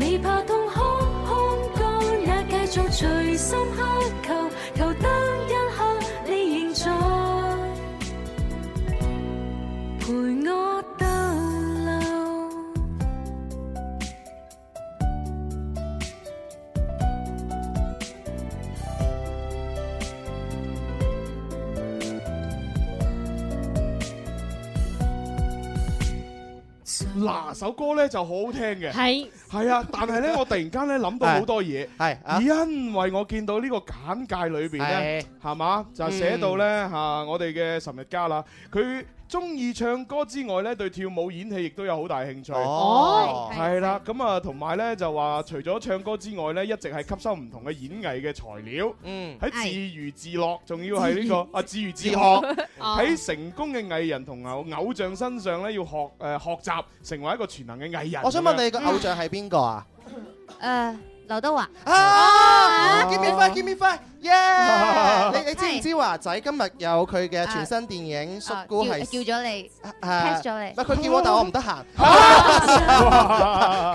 Speaker 13: 未怕痛哭空乾，也繼續隨心乞求，求得一刻你仍在。陪我逗留。
Speaker 4: 嗱首歌咧就好好聽嘅，
Speaker 6: 係
Speaker 4: 係啊，但 係咧我突然間咧諗到好多嘢，
Speaker 5: 係
Speaker 4: 而因為我見到呢個簡介裏邊咧，啊係嗯嘛就寫到咧嚇我哋嘅岑日家啦，佢。中意唱歌之外咧，對跳舞演戲亦都有好大興趣。
Speaker 5: 哦
Speaker 4: 係啦，咁啊，同埋咧就話，除咗唱歌之外咧，一直係吸收唔同嘅演藝嘅材料。
Speaker 5: 嗯，
Speaker 4: 喺自娛自樂，仲要係呢 個啊自娛自
Speaker 5: 自
Speaker 4: 樂
Speaker 5: 學。
Speaker 4: 喺成功嘅藝人同偶偶像身上咧，要學誒學習成為一個全能嘅藝人。
Speaker 5: 我想
Speaker 4: 咁
Speaker 5: 問
Speaker 4: 樣嗯
Speaker 5: 你個偶像係邊個啊？
Speaker 21: 誒，劉德華。
Speaker 5: 啊！Give me five，give me five，yeah！你你知唔知華仔今日有佢嘅全新電影《叔姑》係
Speaker 21: 叫叫咗你
Speaker 5: 啊
Speaker 21: ，test 咗你。
Speaker 5: 唔係佢叫我，但我唔得閒。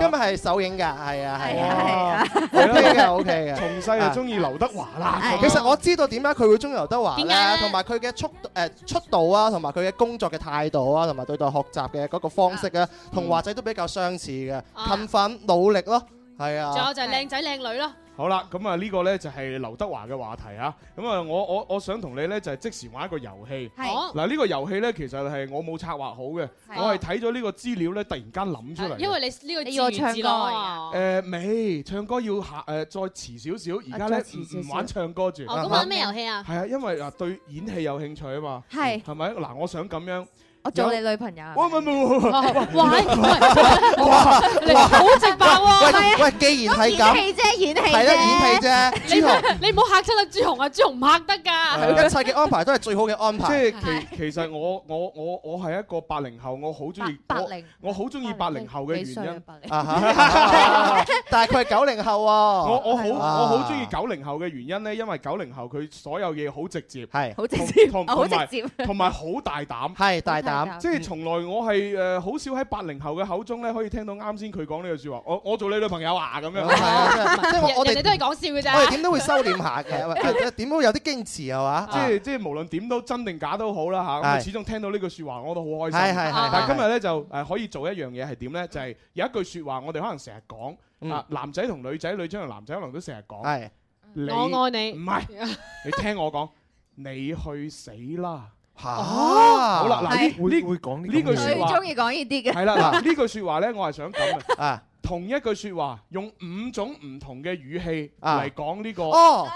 Speaker 5: 今日係首映㗎，係啊，係啊，OK 嘅，OK 嘅。
Speaker 4: 從細就中意劉德華啦。
Speaker 5: 啊
Speaker 4: 咁
Speaker 5: 其
Speaker 4: 樣
Speaker 5: 實我知道點解佢會中意劉德華
Speaker 4: 點解
Speaker 5: 咧，
Speaker 4: 咧
Speaker 5: 同埋佢嘅速誒出道啊，同埋佢嘅工作嘅態度啊，
Speaker 6: 啊嗯
Speaker 5: 同埋對待學習嘅嗰個方式啊，同華仔都比較相似嘅，勤奮努力咯。
Speaker 4: 係啊
Speaker 6: 仲有就係靚仔靚女咯。
Speaker 4: 好啦，咁啊呢個呢就係劉德華嘅話題啊。咁啊，我我我想同你呢就係即時玩一個遊戲。
Speaker 6: 係好
Speaker 4: 嗱，呢個遊戲呢其實係我冇策劃好嘅，
Speaker 6: 係啊
Speaker 4: 我係睇咗呢個資料呢突然間諗出嚟嘅。
Speaker 6: 因為你呢個
Speaker 21: 你要我
Speaker 6: 自娛自樂啊。
Speaker 4: 誒未唱歌要下誒呃再遲少少，而家
Speaker 6: 啊
Speaker 4: 咧
Speaker 6: 再遲
Speaker 4: 唔
Speaker 6: 少
Speaker 4: 唔
Speaker 6: 少
Speaker 4: 玩唱歌住。
Speaker 6: 哦咁玩咩遊戲 啊
Speaker 4: 係啊，因為嗱對演戲有興趣啊嘛。
Speaker 21: 係
Speaker 4: 係咪？嗱，我想咁樣。
Speaker 21: 我做你女朋友。
Speaker 4: 哇！唔係唔 係唔係
Speaker 21: 哇
Speaker 4: 哇
Speaker 21: 哇
Speaker 6: 你好直白喎。啊
Speaker 5: 喂喂，既然係咁，
Speaker 6: 演戲啫演戲啫
Speaker 5: 係啦，演戲啫。
Speaker 6: 你
Speaker 5: 朱
Speaker 6: 唔
Speaker 5: 紅，
Speaker 6: 你唔好嚇親啊，朱紅啊，朱紅唔嚇得
Speaker 5: 一
Speaker 6: 㗎。
Speaker 5: 切嘅安排都係最好嘅安
Speaker 4: 即
Speaker 5: 排。
Speaker 4: 係其其實我我我我係一個八零後，我好中意
Speaker 5: 八
Speaker 4: 我
Speaker 5: 八零
Speaker 4: 我好中意八零後嘅原
Speaker 5: 幾歲啊
Speaker 4: 因啊
Speaker 5: 八零啊 哈 但係佢係九零後喎。
Speaker 4: 我
Speaker 5: 我
Speaker 4: 我好
Speaker 5: 啊
Speaker 4: 我好中意九零後嘅原因咧，因為九零後佢所有嘢好直接，
Speaker 5: 係
Speaker 4: 好直
Speaker 21: 接，
Speaker 4: 同
Speaker 5: 好
Speaker 4: 同
Speaker 5: 直
Speaker 4: 埋
Speaker 5: 接
Speaker 4: 同埋好大膽，
Speaker 5: 係大膽
Speaker 4: 即係從來我係誒好少喺八零後嘅口中咧可以聽到啱先佢講呢句説話，我我做你女朋友啊咁樣，
Speaker 5: 哦 即係我我哋
Speaker 6: 人哋都係講笑嘅咋。
Speaker 5: 哋點都會收斂下嘅，喂點都會有啲矜持係嘛？
Speaker 4: 即係即係無論點都真定假都好啦嚇，咁啊
Speaker 5: 係
Speaker 4: 始終聽到呢句説話我都好開心。
Speaker 6: 哦
Speaker 5: 係係係
Speaker 4: 但係
Speaker 5: 係
Speaker 4: 今日咧就誒可以做一樣嘢係點咧？就係有一句説話我哋可能成日講啊，男仔同女仔，女仔同男仔可能都成日講。
Speaker 5: 嗯係
Speaker 4: 你
Speaker 6: 我愛你
Speaker 4: 唔係，你聽我講，你去死啦！嚇
Speaker 5: 哦
Speaker 4: 好啦，嗱呢
Speaker 5: 係
Speaker 4: 呢會講呢句説
Speaker 21: 佢
Speaker 4: 話
Speaker 21: 中意講呢啲嘅。
Speaker 4: 係啦，嗱呢句説話咧，我係想咁嘅
Speaker 5: 啊。
Speaker 4: 同一句説話，用五種唔同嘅語氣
Speaker 5: 啊
Speaker 4: 嚟講呢個。
Speaker 5: 哦，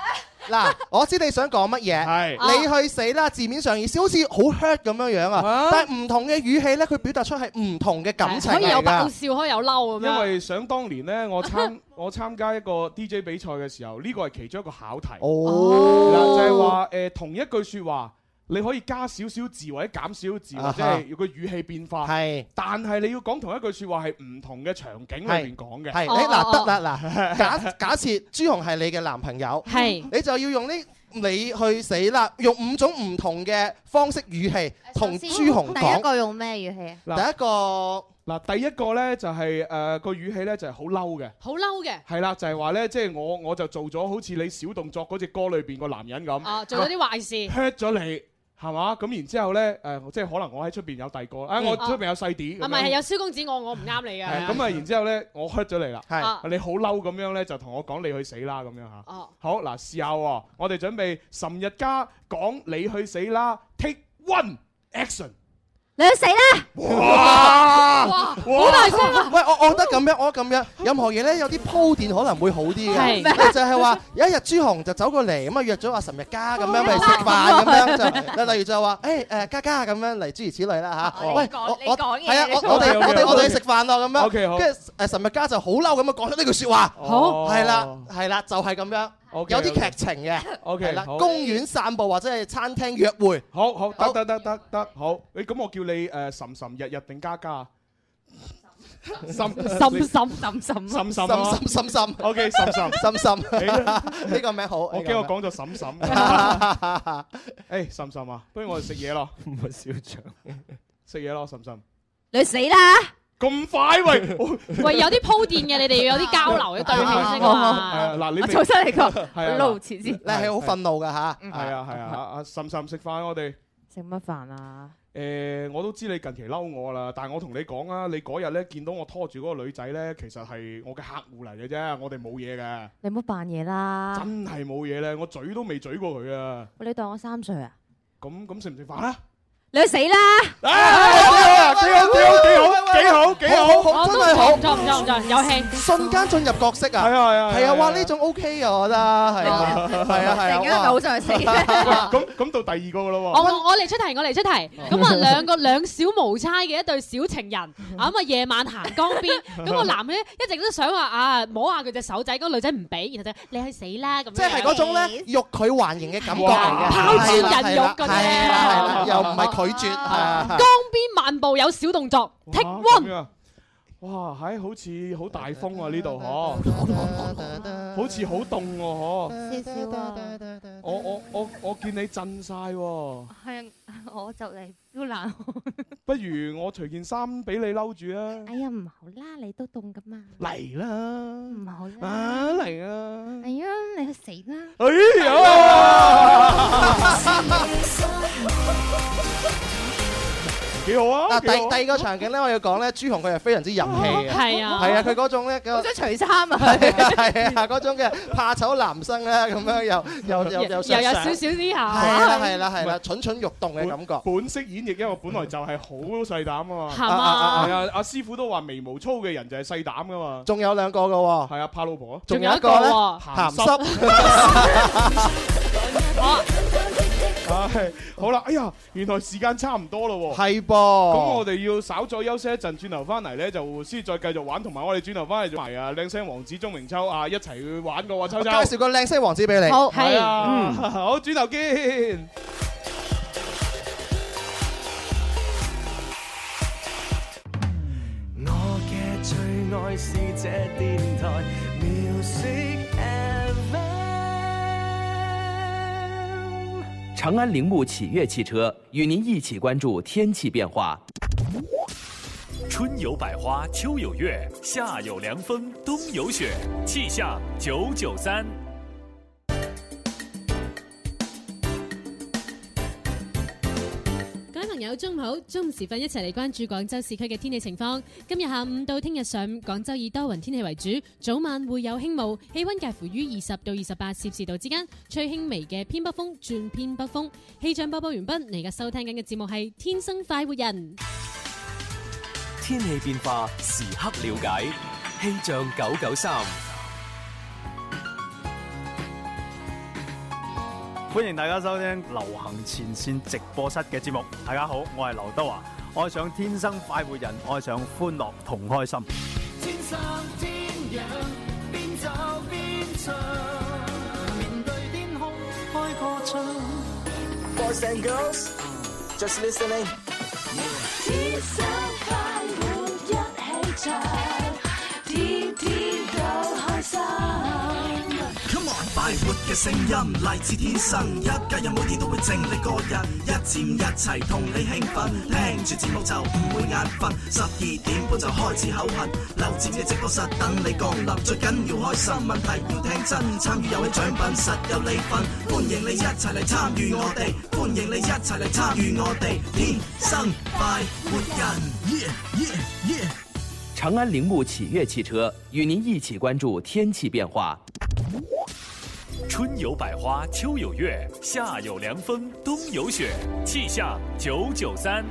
Speaker 5: 嗱， 我知你想講乜嘢，
Speaker 4: 係
Speaker 5: 你去死啦！字面上意思好似好 hurt 咁樣樣啊
Speaker 4: 啊，
Speaker 5: 但係唔同嘅語氣咧，佢表達出係唔同嘅感情
Speaker 6: 可以有
Speaker 5: 嚟
Speaker 6: 爆
Speaker 5: 㗎。
Speaker 6: 笑，可以有嬲咁樣。
Speaker 4: 因為想當年呢，我參 我參加一個 DJ 比賽嘅時候，呢個係其中一個考題。
Speaker 5: 哦
Speaker 4: 嗱就係話誒同一句説話，你可以加少少字或者減少字，或
Speaker 5: 啊哈
Speaker 4: 者係個語氣變化。
Speaker 5: 係
Speaker 4: 但係你要講同一句説話係唔同嘅場景裏邊講嘅。
Speaker 5: 係你
Speaker 6: 哦
Speaker 4: 哦
Speaker 5: 嗱得啦 嗱，假假設朱紅係你嘅男朋友，
Speaker 6: 係
Speaker 5: 你就要用呢你去死啦，用五種唔同嘅方式語氣同朱紅
Speaker 21: 第一
Speaker 5: 講。
Speaker 21: 個用咩語氣啊？
Speaker 4: 嗱
Speaker 5: 第一個
Speaker 4: 嗱，第一個呢就呃係誒個語氣呢就係好嬲嘅。
Speaker 6: 好嬲嘅。
Speaker 4: 係啦，就係話呢，即係我我就做咗好似你小動作嗰只歌裏邊個男人咁。
Speaker 6: 啊，做咗啲壞事。
Speaker 4: hurt 咗你。係嘛？咁然之後咧，誒、即係可能我喺出邊有第二個，啊，
Speaker 6: 嗯
Speaker 4: 我出邊有細啲，
Speaker 6: 啊，唔
Speaker 4: 咁樣
Speaker 6: 係，係有蕭公子我，我唔啱你
Speaker 4: 係
Speaker 6: 嘅。
Speaker 4: 咁啊，然之後咧，我 hurt 咗你啦，
Speaker 6: 係啊
Speaker 4: 你好嬲咁樣咧，就同我講你去死啦咁樣嚇。
Speaker 6: 哦
Speaker 4: 好嗱，試下喎，我哋準備岑日家講你去死啦，take one action。
Speaker 21: 你去死啦！
Speaker 4: 哇
Speaker 5: 好大聲啊！喂，我我覺得咁樣，我覺得咁樣，任何嘢咧有啲鋪墊可能會好啲嘅，
Speaker 4: 係
Speaker 5: 就係話 有一日朱紅就走過嚟，咁啊約咗阿岑日家咁
Speaker 4: 哦
Speaker 5: 樣嚟食 飯咁樣就，例如就話誒誒家家咁樣嚟諸如此類啦嚇。
Speaker 4: 哦
Speaker 5: 喂，
Speaker 4: 你講
Speaker 5: 我
Speaker 4: 你
Speaker 5: 我
Speaker 4: 講嘢
Speaker 5: 係啊， 我我哋
Speaker 4: OK，OK，
Speaker 5: 我哋我哋去
Speaker 4: OK
Speaker 5: 食飯咯咁樣，
Speaker 4: OK，好
Speaker 5: 跟住誒岑日家就好嬲咁樣講出呢句説話，
Speaker 4: 好
Speaker 5: 係啦係啦，就係咁樣，
Speaker 4: 哦 OK，
Speaker 5: 有啲
Speaker 4: OK
Speaker 5: 劇情嘅
Speaker 4: OK，
Speaker 5: 係啦，
Speaker 4: 好
Speaker 5: 公園散步或者係餐廳約會，
Speaker 4: 好好得得得得得，好，誒咁我叫你誒岑岑日日定家家啊？岑岑岑岑岑啊
Speaker 5: 岑岑心心心心
Speaker 4: OK，岑岑
Speaker 5: 心心，
Speaker 4: 你
Speaker 5: 呢個名好，
Speaker 4: 我
Speaker 5: 呢個
Speaker 4: 驚我講咗
Speaker 5: 名
Speaker 4: 嬸嬸。 誒，嬸嬸啊，不如我哋食嘢咯。唔係小腸，食嘢咯，嬸嬸。
Speaker 21: 你去死啦！
Speaker 4: 啊咁快喂！
Speaker 6: 喂，有啲鋪墊嘅，你哋要有啲交流嘅對話先㗎嘛。
Speaker 4: 係啊嗱，你
Speaker 21: 我重新嚟過
Speaker 4: 係啊
Speaker 21: 路前先
Speaker 5: 你係好憤怒㗎嚇，
Speaker 4: 係啊係啊，阿阿嬸嬸食飯我哋。
Speaker 21: 食乜飯啊？
Speaker 4: 誒，我都知你近期嬲我啦，但係我同你講啊，你嗰日咧見到我拖住嗰個女仔咧，其實係我嘅客戶嚟嘅啫，我哋冇嘢嘅，
Speaker 21: 你唔好扮嘢啦！
Speaker 4: 真係冇嘢咧，我嘴都未嘴過佢啊！
Speaker 21: 喂你當我三歲啊？
Speaker 4: 咁咁食唔食飯啊？
Speaker 21: 你去死啦！
Speaker 4: 啊！幾好幾好幾好幾好幾好，
Speaker 5: 好好真係好，
Speaker 6: 唔錯唔錯唔錯，有戲。
Speaker 5: 瞬間進入角色啊！
Speaker 4: 係啊係啊
Speaker 5: 係
Speaker 4: 係
Speaker 5: 啊！
Speaker 4: 啊
Speaker 5: 哇，呢種 OK 啊，我覺得係啊
Speaker 6: 哦
Speaker 5: 係啊係啊！哇
Speaker 4: 咁咁到第二個噶咯
Speaker 6: 我
Speaker 4: 喎。
Speaker 6: 我我嚟出題，我嚟出題。咁啊，兩個 兩小無猜嘅一對小情人，啊咁啊夜晚行江 邊，咁個男咧一直都想話啊摸下佢隻手仔，嗰個女仔唔俾，然後就你去死啦咁樣。
Speaker 5: 即係嗰種咧欲拒還迎嘅感覺嚟嘅，
Speaker 6: 拋磚引玉嗰啲
Speaker 5: 係啦係啦係啦，又唔係拒絕啊！
Speaker 6: 江邊漫步有小動作，take one。
Speaker 4: 哇，係好似好大風喎呢度嗬，好似好凍喎
Speaker 5: 哦
Speaker 4: 嗬。
Speaker 21: 少少啊，
Speaker 4: 我我我我見你震晒喎，
Speaker 21: 係啊我就嚟飆冷汗。
Speaker 4: 不如我除件衫俾你嬲住啊！
Speaker 21: 哎呀，唔好啦，你都凍噶嘛。
Speaker 4: 嚟啦，
Speaker 21: 唔好啦。
Speaker 4: 啊嚟啊！
Speaker 21: 哎呀，你去死啦！
Speaker 4: 哎呀！幾好啊！
Speaker 5: 嗱，第
Speaker 4: 幾好啊
Speaker 5: 第二個場景咧，我要講咧，朱紅佢係非常之入戲嘅，
Speaker 6: 係啊
Speaker 5: 係啊，佢嗰種咧，
Speaker 22: 好想除衫啊！
Speaker 5: 係啊係啊，嗰種嘅怕醜男生咧，咁樣又又又又
Speaker 6: 又有少少啲嚇
Speaker 5: 係啦係啦係啦，蠢蠢欲動嘅感覺。
Speaker 4: 本色演繹，因為我本來就係好細膽啊嘛，
Speaker 5: 係嘛
Speaker 4: 係啊，阿師傅都話眉毛粗嘅人就係細膽噶嘛，
Speaker 5: 仲有兩個嘅喎，
Speaker 4: 係啊，怕老婆，
Speaker 5: 仲有一個咧，
Speaker 4: 鹹
Speaker 5: 鹹濕。
Speaker 4: 唉，好啦，哎呀，原來時間差唔多咯喎，
Speaker 5: 係噃
Speaker 4: 咁我哋要稍再休息一陣，轉頭翻嚟咧就先再繼續玩，同埋我哋轉頭翻嚟埋啊靚聲王子鐘明秋啊一齊去玩個喎，秋秋
Speaker 5: 介紹個靚西王子俾你，
Speaker 4: 係
Speaker 5: 嗯
Speaker 4: 啊，好，轉頭見。
Speaker 2: 我嘅最愛是這電台 Music FM。
Speaker 1: 长安铃木启悦汽车与您一起关注天气变化。
Speaker 23: 春有百花，秋有月，夏有凉风，冬有雪。气象九九三。
Speaker 24: 各位朋友，中午好！中午時分一齊嚟關注廣州市區嘅天氣情況。今日下午到聽日上午，廣州以多雲天氣為主，早晚會有輕霧，氣温介乎於二十到二十八攝氏度之間，吹輕微嘅偏北風轉偏北風。氣象播報完畢，你而家收聽緊嘅節目係《天生快活人》。
Speaker 1: 天气变化时刻了解，气象九九三。
Speaker 12: 歡迎大家收聽流行前線直播室嘅節目。大家好，我係劉德華，愛上天生快活人，愛上歡樂同開心。
Speaker 2: 天生天養，邊走邊唱，面對天空開個窗。Boys and girls, just listening.
Speaker 13: 天生快活一起唱，天天都開心。
Speaker 25: Come on，快活嘅聲音嚟自天生，一家人每天都會經歷個人，一佔一齊同你興奮，聽住節目就唔會眼瞓，十二點半就開始口痕，留佔嘅直播室等你降臨，最緊要開心，問題要聽真，參與遊戲獎品實有你份，歡迎你一齊嚟參與我哋，歡迎你一齊嚟參與我哋，天生快活人。Yeah, yeah, yeah.
Speaker 1: 长安铃木启悦汽车与您一起关注天气变化。
Speaker 23: 春有百花，秋有月，夏有凉风，冬有雪。氣象九九三。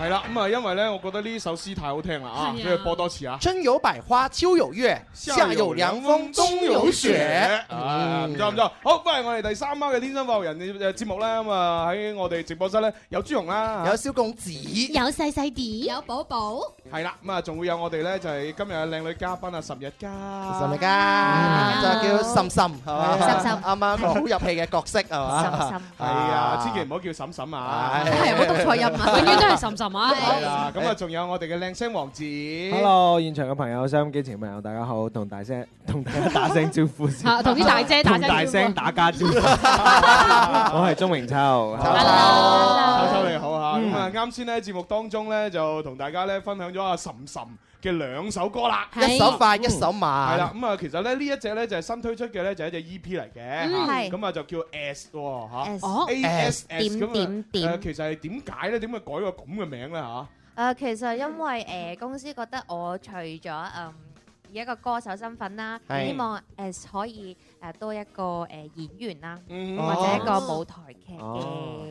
Speaker 4: 係啦，咁啊，因為咧，我覺得呢首詩太好聽啦啊，
Speaker 5: 係啊
Speaker 4: 所以播多次啊。
Speaker 5: 春有百花，秋有月，夏有涼風，冬有雪。嗯
Speaker 4: 啊唔錯唔錯。好，不如我哋第三晚嘅《天生快活人》嘅節目咧，咁啊喺我哋直播室咧有朱紅啦，
Speaker 5: 有蕭公子，
Speaker 4: 有
Speaker 24: 細細啲，
Speaker 20: 有寶寶，
Speaker 4: 係啦，咁啊仲會有我哋咧就係今日嘅靚女嘉賓啊，岑日嘉，
Speaker 5: 岑日
Speaker 6: 嗯
Speaker 5: 嘉就叫岑岑係嘛？
Speaker 4: 岑岑
Speaker 5: 啱啱一個好入戲嘅角色係嘛？
Speaker 4: 岑岑係啊千祈唔好叫岑岑啊，
Speaker 5: 係
Speaker 6: 我讀錯音啊永遠都係岑岑啊
Speaker 4: 係啦，咁啊仲有我哋嘅靚聲王子
Speaker 10: Hello，現場嘅朋友、收音機前嘅朋友，大家好，同大聲同大家打聲招呼先
Speaker 6: 啊，同啲大姐打聲
Speaker 10: 同
Speaker 6: 招呼
Speaker 10: 大聲打家招呼。我係鐘明秋。Hello，
Speaker 4: 秋秋你好嚇，
Speaker 10: 嗯
Speaker 4: 咁啊啱先咧節目當中咧就同大家咧分享咗阿岑岑嘅兩首歌啦，
Speaker 5: 一
Speaker 21: 哎
Speaker 5: 手快，一手慢。
Speaker 4: 係啦，咁啊其實咧呢一隻咧就係新推出嘅咧就係一隻 EP 嚟嘅
Speaker 5: 嗯
Speaker 4: 嚇，
Speaker 5: 係
Speaker 4: 咁啊就叫 S 喎嚇
Speaker 21: S
Speaker 4: ，A S 哦 S
Speaker 21: 點
Speaker 4: 咁啊
Speaker 21: 點點
Speaker 4: 誒其實係點解咧？點解改個咁嘅名咧嚇？
Speaker 21: 誒、呃其實因為誒、呃公司覺得我除咗嗯以一個歌手身份啦，
Speaker 6: 係
Speaker 21: 希望誒、呃可以誒、多一個誒、呃演員啦，
Speaker 6: 嗯
Speaker 21: 或者一個
Speaker 6: 哦
Speaker 21: 舞台劇嘅誒、
Speaker 4: 哦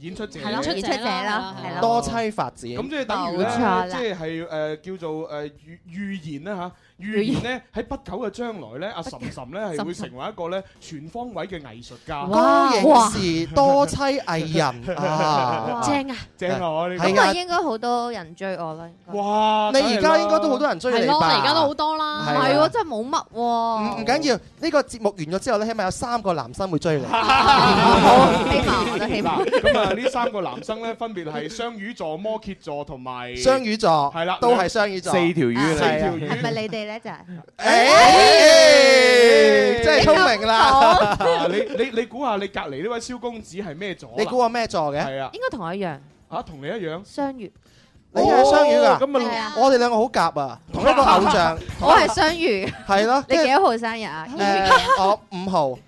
Speaker 4: 演出者，
Speaker 21: 係咯演出者啦係啦
Speaker 5: 多妻發展。
Speaker 4: 咁即係等於咧，即係誒叫做誒預預言啦嚇，預言咧喺不久嘅將來咧，阿岑岑咧係會成為一個咧全方位嘅藝術家。
Speaker 5: 高影視多妻 藝人啊，
Speaker 21: 正啊
Speaker 4: 正啊！我呢個
Speaker 21: 咁啊應該好多人追我啦。
Speaker 4: 哇
Speaker 5: 你而家應該都好多人追你吧？
Speaker 21: 多
Speaker 5: 唔
Speaker 21: 啦
Speaker 5: 係喎
Speaker 21: 真係冇乜
Speaker 5: 唔
Speaker 21: 喎
Speaker 5: 唔緊要，呢個節目完咗之後咧，起碼有三個男生會追 你。
Speaker 4: 嗱，咁啊呢三個男生咧分別係雙魚座、摩羯座同埋
Speaker 5: 雙魚座
Speaker 4: 係啦，
Speaker 5: 都係雙魚座四條魚嚟
Speaker 4: 四條魚。
Speaker 22: 係咪你哋咧就係？
Speaker 5: 誒真係聰明啦！
Speaker 4: 啊你你你估下你隔離呢位蕭公子係咩座？
Speaker 5: 你估我咩座嘅？
Speaker 4: 係啊，
Speaker 21: 應該同我一樣，
Speaker 4: 啊同你一樣。
Speaker 21: 雙魚。
Speaker 5: 你係雙魚㗎，
Speaker 4: 咁啊
Speaker 5: 我哋兩個好夾啊，同一個偶像。
Speaker 21: 我係雙魚。
Speaker 5: 係咯，
Speaker 21: 你
Speaker 5: 即係
Speaker 21: 幾多號 生日啊？
Speaker 5: 誒我五號，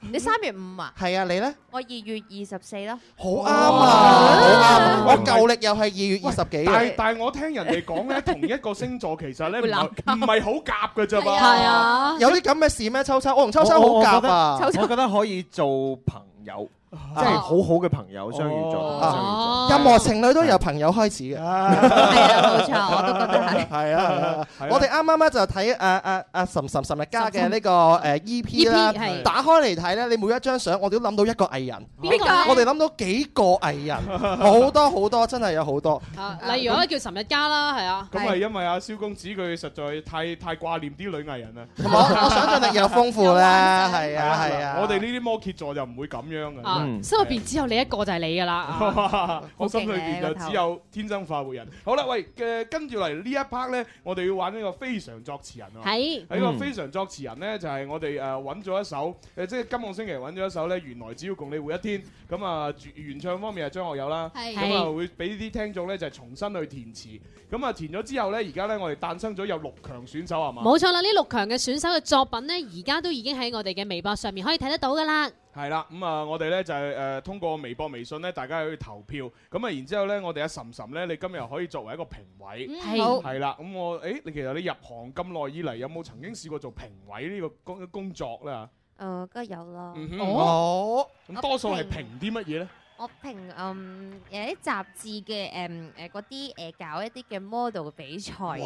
Speaker 21: 你三月五啊？
Speaker 5: 係啊，你咧？
Speaker 21: 我二月二十四咯。
Speaker 5: 好啱啊！好啱啊！我佢舊歷又係二月二十幾
Speaker 4: 但
Speaker 5: 啊
Speaker 4: 係。但係我聽人哋講咧，同一個星座其實咧唔
Speaker 5: 會
Speaker 4: 係
Speaker 5: 鬧
Speaker 4: 唔係好夾嘅啫嘛。
Speaker 5: 係啊有啲咁嘅事咩？秋秋，我同秋秋好夾啊！
Speaker 10: 我覺得可以做朋友，即係好好嘅朋友，雙魚座。
Speaker 5: 啊任何情侶都由朋友開始嘅，係啊，
Speaker 22: 冇錯我都覺得係
Speaker 5: 係啊
Speaker 22: 係啊，
Speaker 5: 我哋啱啱咧就睇誒誒誒岑岑岑日嘉嘅呢個誒 EP
Speaker 22: EP
Speaker 5: 啦
Speaker 22: E 係，
Speaker 5: 打開嚟睇咧，你每一張相我哋都諗到一個藝人，
Speaker 6: 邊個呢
Speaker 5: 我哋諗到幾個藝 人，好多好多，真係有好多。
Speaker 6: 啊，例如我叫岑日嘉啦，係啊，
Speaker 4: 咁係因為阿蕭公子佢實在太太掛念啲女藝人啊啦。
Speaker 5: 我我想像力又豐富咧，係啊係啊。
Speaker 4: 我哋呢啲摩羯座就唔會咁樣嘅。
Speaker 6: 啊，心入邊只有你一個就係你㗎啦啊
Speaker 4: 哇！ 我嗯心裏邊就只有天生化活人。好啦，喂，嘅跟住嚟呢一 part 咧，我哋要玩呢個非常作詞人啊。
Speaker 6: 係
Speaker 4: 喺個
Speaker 6: 嗯
Speaker 4: 非常作詞人咧，就係我哋誒呃揾咗一首誒，即係今個星期揾咗一首咧，原來只要共你活一天。咁啊，主原唱方面係張學友啦。
Speaker 6: 係
Speaker 4: 咁啊，
Speaker 6: 係
Speaker 4: 會俾啲聽眾咧就係重新去填詞。咁啊，填咗之後咧，而家咧我哋誕生咗有六強選手係嘛？
Speaker 6: 冇錯啦，呢六強嘅選手嘅作品呢，而家都已經喺我哋嘅微博上面可以睇得到㗎啦。
Speaker 4: 係啦，咁、啊，我哋咧就係、呃通過微博、微信咧，大家去投票。咁啊，然之後咧，我哋阿岑岑咧，你今日可以作為一個評委，
Speaker 6: 嗯係好
Speaker 4: 係啦。咁我誒，你其實你入行咁耐以嚟，有冇曾經試過做評委呢個工工作咧？
Speaker 22: 誒，梗係有啦。
Speaker 4: 嗯哼
Speaker 22: 我
Speaker 4: 咁多數係評啲乜嘢咧？
Speaker 22: 我平嗯有啲雜誌嘅誒誒嗰啲誒搞一啲嘅 model 嘅比賽，所以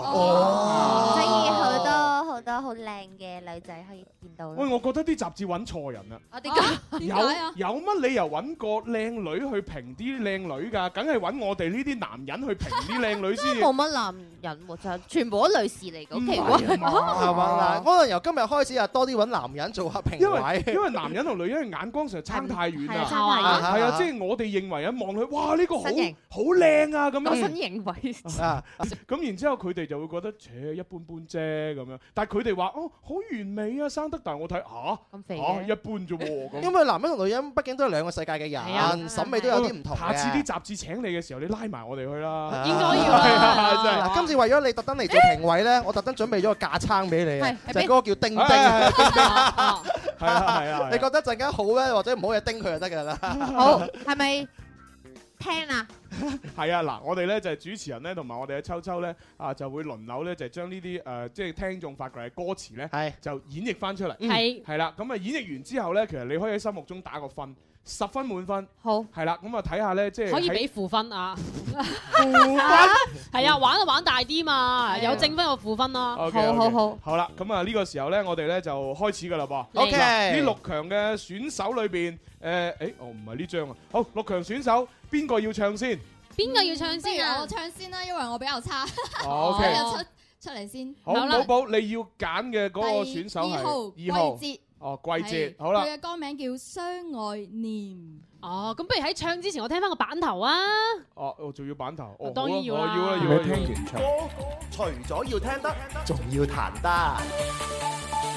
Speaker 4: 哦
Speaker 22: 好多好多好靚嘅女仔可以見到
Speaker 4: 喂，
Speaker 22: 咯。
Speaker 4: 我覺得啲雜誌揾錯人啦。
Speaker 22: 啊 我點解？啊
Speaker 4: 有有乜理由揾個靚女去評啲靚女㗎？梗係揾我哋呢啲男人去評啲靚女
Speaker 22: 真
Speaker 4: 先。
Speaker 22: 係 冇乜男人喎，就全部都女士嚟嘅，好奇
Speaker 4: 唔係啊
Speaker 22: 怪。
Speaker 5: 係嘛嗱，可能由今日開始啊，多啲揾男人做下評
Speaker 4: 因為
Speaker 5: 委，
Speaker 4: 因為男人同女人嘅眼光實在差太遠啦，
Speaker 5: 係啊差太遠
Speaker 4: 係啊，即係我哋認為啊，望佢哇呢個好
Speaker 5: 身形
Speaker 4: 好靚啊咁樣，
Speaker 5: 我身
Speaker 22: 形為
Speaker 4: 啊，咁然之後佢哋就會覺得，切一般般啫咁樣，但係佢哋話哦好完美啊生得，但係我睇吓
Speaker 22: 咁
Speaker 5: 肥
Speaker 4: 嚇
Speaker 5: 嘅啊
Speaker 4: 一般啫喎 咁。
Speaker 5: 因為男人同女人畢竟都係兩個世界嘅
Speaker 22: 啊
Speaker 5: 人，審啊美都有啲唔同
Speaker 4: 下次
Speaker 5: 嘅
Speaker 4: 啲。雜誌請你嘅時候，你拉埋我哋去啦。
Speaker 5: 應該要
Speaker 4: 係啊真係
Speaker 5: 嗱，今次為咗你特登嚟做評委咧，我特登準備咗個架撐俾你啊
Speaker 4: 係，
Speaker 5: 就係嗰個叫丁丁。
Speaker 4: 哎
Speaker 5: 係
Speaker 4: 啊係啊
Speaker 5: 你覺得陣間好咧，或者唔好就叮佢就得㗎啦。
Speaker 22: 好，係咪聽啊？
Speaker 4: 係啊，嗱，我哋咧就係主持人咧，同埋我哋嘅秋秋咧，啊就會輪流咧就將呢啲誒即係聽眾發掘嘅歌詞咧，就演繹翻出嚟，
Speaker 6: 係
Speaker 4: 係啦，咁啊演繹完之後咧，其實你可以喺心目中打個分，十分滿分，
Speaker 22: 好，
Speaker 4: 係啦，咁啊睇下咧，即係
Speaker 6: 可以
Speaker 4: 喺
Speaker 6: 俾負分啊！
Speaker 4: 負分
Speaker 6: 係啊，玩就玩大啲嘛，
Speaker 4: 係啊
Speaker 6: 有正分有負分啦。
Speaker 4: OK，OK，好啦，咁啊呢個時候咧，我哋咧就開始噶啦噃。
Speaker 6: 嚟 OK
Speaker 4: 呢六強嘅選手裏邊，誒，誒，哦，唔係呢張啊，好，六強選手邊個要唱先？
Speaker 6: 邊個要唱先
Speaker 20: 啊？我唱先啦，因為我比較差。
Speaker 4: 哦，OK
Speaker 20: 我出出嚟先。
Speaker 4: 好，寶寶，你要揀嘅嗰個選手係
Speaker 20: 第二號季節
Speaker 4: 哦，季節
Speaker 20: 係啊
Speaker 4: 好啦
Speaker 20: 佢，嘅歌名叫《相愛念》。
Speaker 6: 哦，咁不如喺唱之前，我聽翻個版頭啊！
Speaker 4: 哦，我仲要板頭，哦，
Speaker 6: 當然要啦
Speaker 4: 好啊我要啦，要啦，
Speaker 10: 你聽
Speaker 4: 原唱。
Speaker 5: 除咗要聽得，仲要彈得。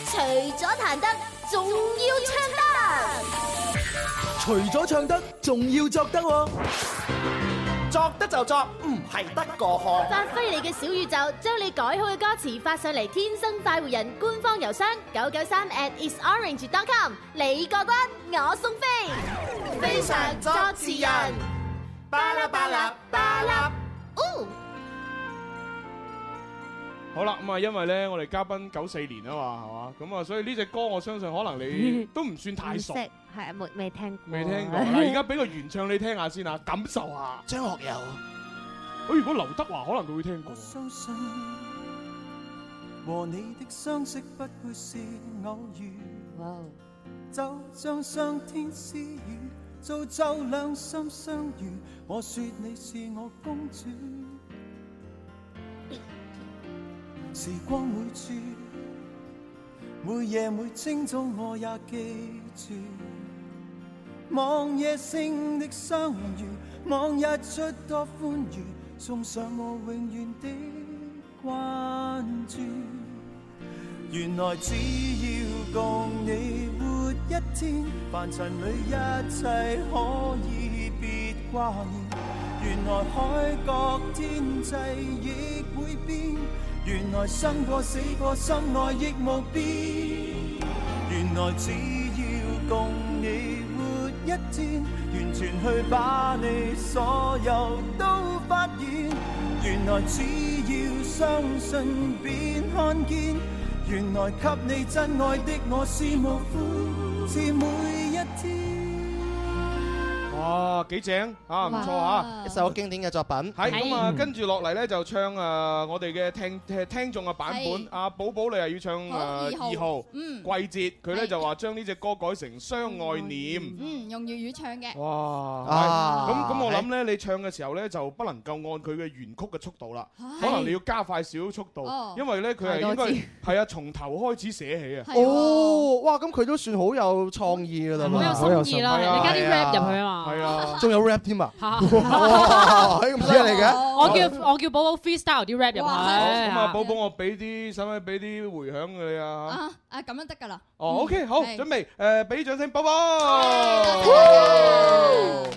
Speaker 8: 除咗彈得，仲要唱得。
Speaker 25: 除咗唱得，仲要作得喎。
Speaker 5: 作得就作，唔係得過河。
Speaker 8: 發揮你嘅小宇宙，將你改好嘅歌詞發上嚟，天生快活人官方郵箱九九三 at isorange.com，你過關，我送飛，
Speaker 13: 非常作詞人，
Speaker 5: 巴啦巴啦巴啦，
Speaker 8: 哦。
Speaker 4: 好啦，咁啊，因為咧，我哋嘉賓九四年啊嘛，係嘛，咁啊，所以呢只歌我相信可能你都 唔算太熟
Speaker 22: 唔， 識係冇未聽過，
Speaker 4: 未聽過。嗱，而家俾個原唱你聽下先啊，感受下。
Speaker 5: 張學友，
Speaker 4: 如果劉德華可能佢會聽過。
Speaker 11: 相信和你的相識不會是偶遇，就像上天私語，造就兩心相遇。我說你是我公主，時光每處，每夜每清早我也記住。望夜星的相遇，望日出多歡愉，送上我永遠的關注。原來只要共你活一天，凡塵裏一切可以別掛念。原來海角天際亦會變，原來生過死過心愛亦無變。原來只要共你活一天，完全全去把你所有都發現。原來只要相信便看見，原來給你真愛的我是無悔，是每一天。
Speaker 4: 哇，幾正啊，唔錯啊！
Speaker 5: 一首經典嘅作品。
Speaker 4: 係咁啊，
Speaker 5: 嗯
Speaker 4: 跟住落嚟咧就唱誒我哋嘅聽聽聽眾嘅版本
Speaker 5: 係。
Speaker 4: 阿寶寶你係要唱誒
Speaker 20: 好
Speaker 4: 二
Speaker 20: 二
Speaker 4: 號
Speaker 20: 號
Speaker 4: 季節，佢咧就話將呢只歌改成相愛念。
Speaker 20: 嗯，用粵語唱嘅。
Speaker 4: 哇！
Speaker 5: 啊
Speaker 4: 咁咁，我諗咧，你唱嘅時候咧就不能夠按佢嘅原曲嘅速度啦，
Speaker 20: 係
Speaker 4: 可能你要加快少少速度
Speaker 5: 哦，
Speaker 4: 因為咧佢係
Speaker 5: 太多
Speaker 4: 應
Speaker 5: 字
Speaker 4: 該係啊，從頭開始寫起啊。
Speaker 5: 哦，哇！咁佢都算好有創意噶啦，
Speaker 4: 好有心意啦係啊你加啲 rap 入去
Speaker 6: 啊嘛
Speaker 4: 係啊，
Speaker 5: 仲有 rap 添啊！
Speaker 6: 嚇
Speaker 5: 哇咁犀利
Speaker 22: 啊
Speaker 5: 嘅，
Speaker 6: 我叫我叫寶寶 freestyle 啲 rap 入
Speaker 4: 好咁啊，
Speaker 6: 去。
Speaker 4: 寶寶，我俾啲使唔使俾啲回響佢啊？
Speaker 20: 啊啊，咁樣得㗎啦。
Speaker 4: 哦
Speaker 20: 嗯
Speaker 4: ，OK，好，
Speaker 20: 係
Speaker 4: 準備誒，俾啲掌聲，寶寶。
Speaker 26: 愛哦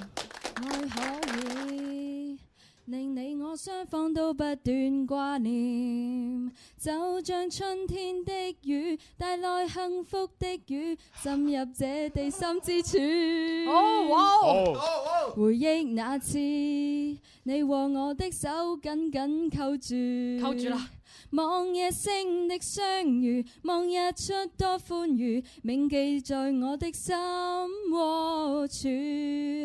Speaker 26: 可以令你我雙方都不斷掛念，就像春天的雨帶來幸福的雨，浸入這地心之處。
Speaker 6: 哦哇哦
Speaker 26: 回憶那次你和我的手緊緊扣住，
Speaker 6: 扣住啦。
Speaker 26: 望夜星的相遇，望日出多歡愉，銘記在我的心窩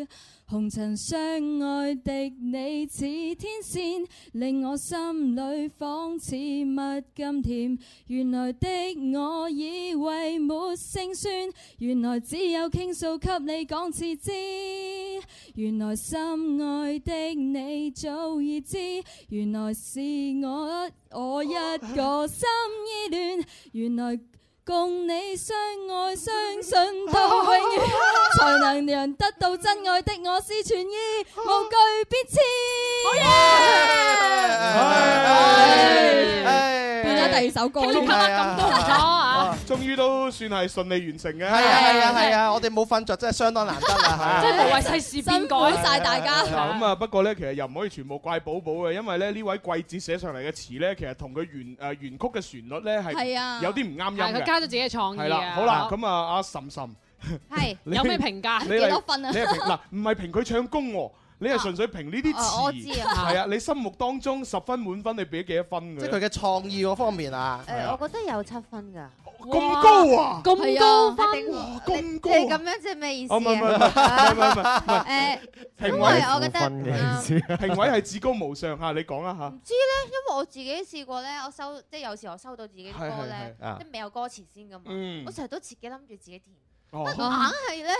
Speaker 26: 處。紅塵相愛的你似天線，令我心裏仿似蜜甘甜。原來的我以為沒勝算，原來只有傾訴給你講次知。原來心愛的你早已知，原來是我我一個心依戀，原來。共你相愛相信到永遠，才能讓得到真愛的我是全意，無懼變遷。
Speaker 20: 變咗第二首歌。
Speaker 26: 傾到
Speaker 20: 係啊
Speaker 26: 咁多唔錯啊！
Speaker 4: 終於都算係順利完成嘅。
Speaker 5: 係啊係啊係 啊！我哋冇瞓着真係啊相當難得啦，
Speaker 6: 真係
Speaker 4: 啊
Speaker 6: 無謂世事變改辛苦晒大家
Speaker 4: 嗱咁啊，不過咧，其實又唔可以全部怪寶寶嘅，因為咧呢位季節寫上嚟嘅詞咧，其實同佢原誒原曲嘅旋律咧
Speaker 6: 係啊
Speaker 4: 係有啲唔啱音
Speaker 6: 係
Speaker 4: 嘅。
Speaker 6: 佢加咗自己嘅創意啊
Speaker 4: 係啦，好啦，咁啊，阿岑岑，
Speaker 22: 係
Speaker 4: 你
Speaker 6: 有咩評價
Speaker 4: 你
Speaker 6: 幾
Speaker 4: 嚟
Speaker 6: 多分啊
Speaker 4: 你係評 嗱，唔係評佢唱功喎。你係純粹評呢啲詞，
Speaker 22: 啊哦我知啊
Speaker 4: 係啊！你心目當中十分滿分，你俾幾多分嘅？
Speaker 5: 即係佢嘅創意嗰方面啊。
Speaker 22: 誒，我覺得有七分㗎。
Speaker 4: 咁高啊！
Speaker 5: 咁高分
Speaker 22: 分，
Speaker 4: 咁
Speaker 22: 高！啊你咁樣即係咩意思
Speaker 4: 哦，
Speaker 22: 啊？
Speaker 4: 唔係唔係唔係唔係唔係唔係，
Speaker 22: 誒，
Speaker 4: 評
Speaker 22: 因為
Speaker 4: 委
Speaker 22: 我覺得嗯
Speaker 4: 評委係至高無上嚇，你講啦嚇。
Speaker 22: 知啊咧，因為我自己試過咧，我收即係有時我收到自己啲歌咧
Speaker 4: 係係係啊，
Speaker 22: 即係未有歌詞先噶嘛
Speaker 4: 嗯，
Speaker 22: 我成日都自己諗住自己填，
Speaker 4: 哦
Speaker 22: 但硬係咧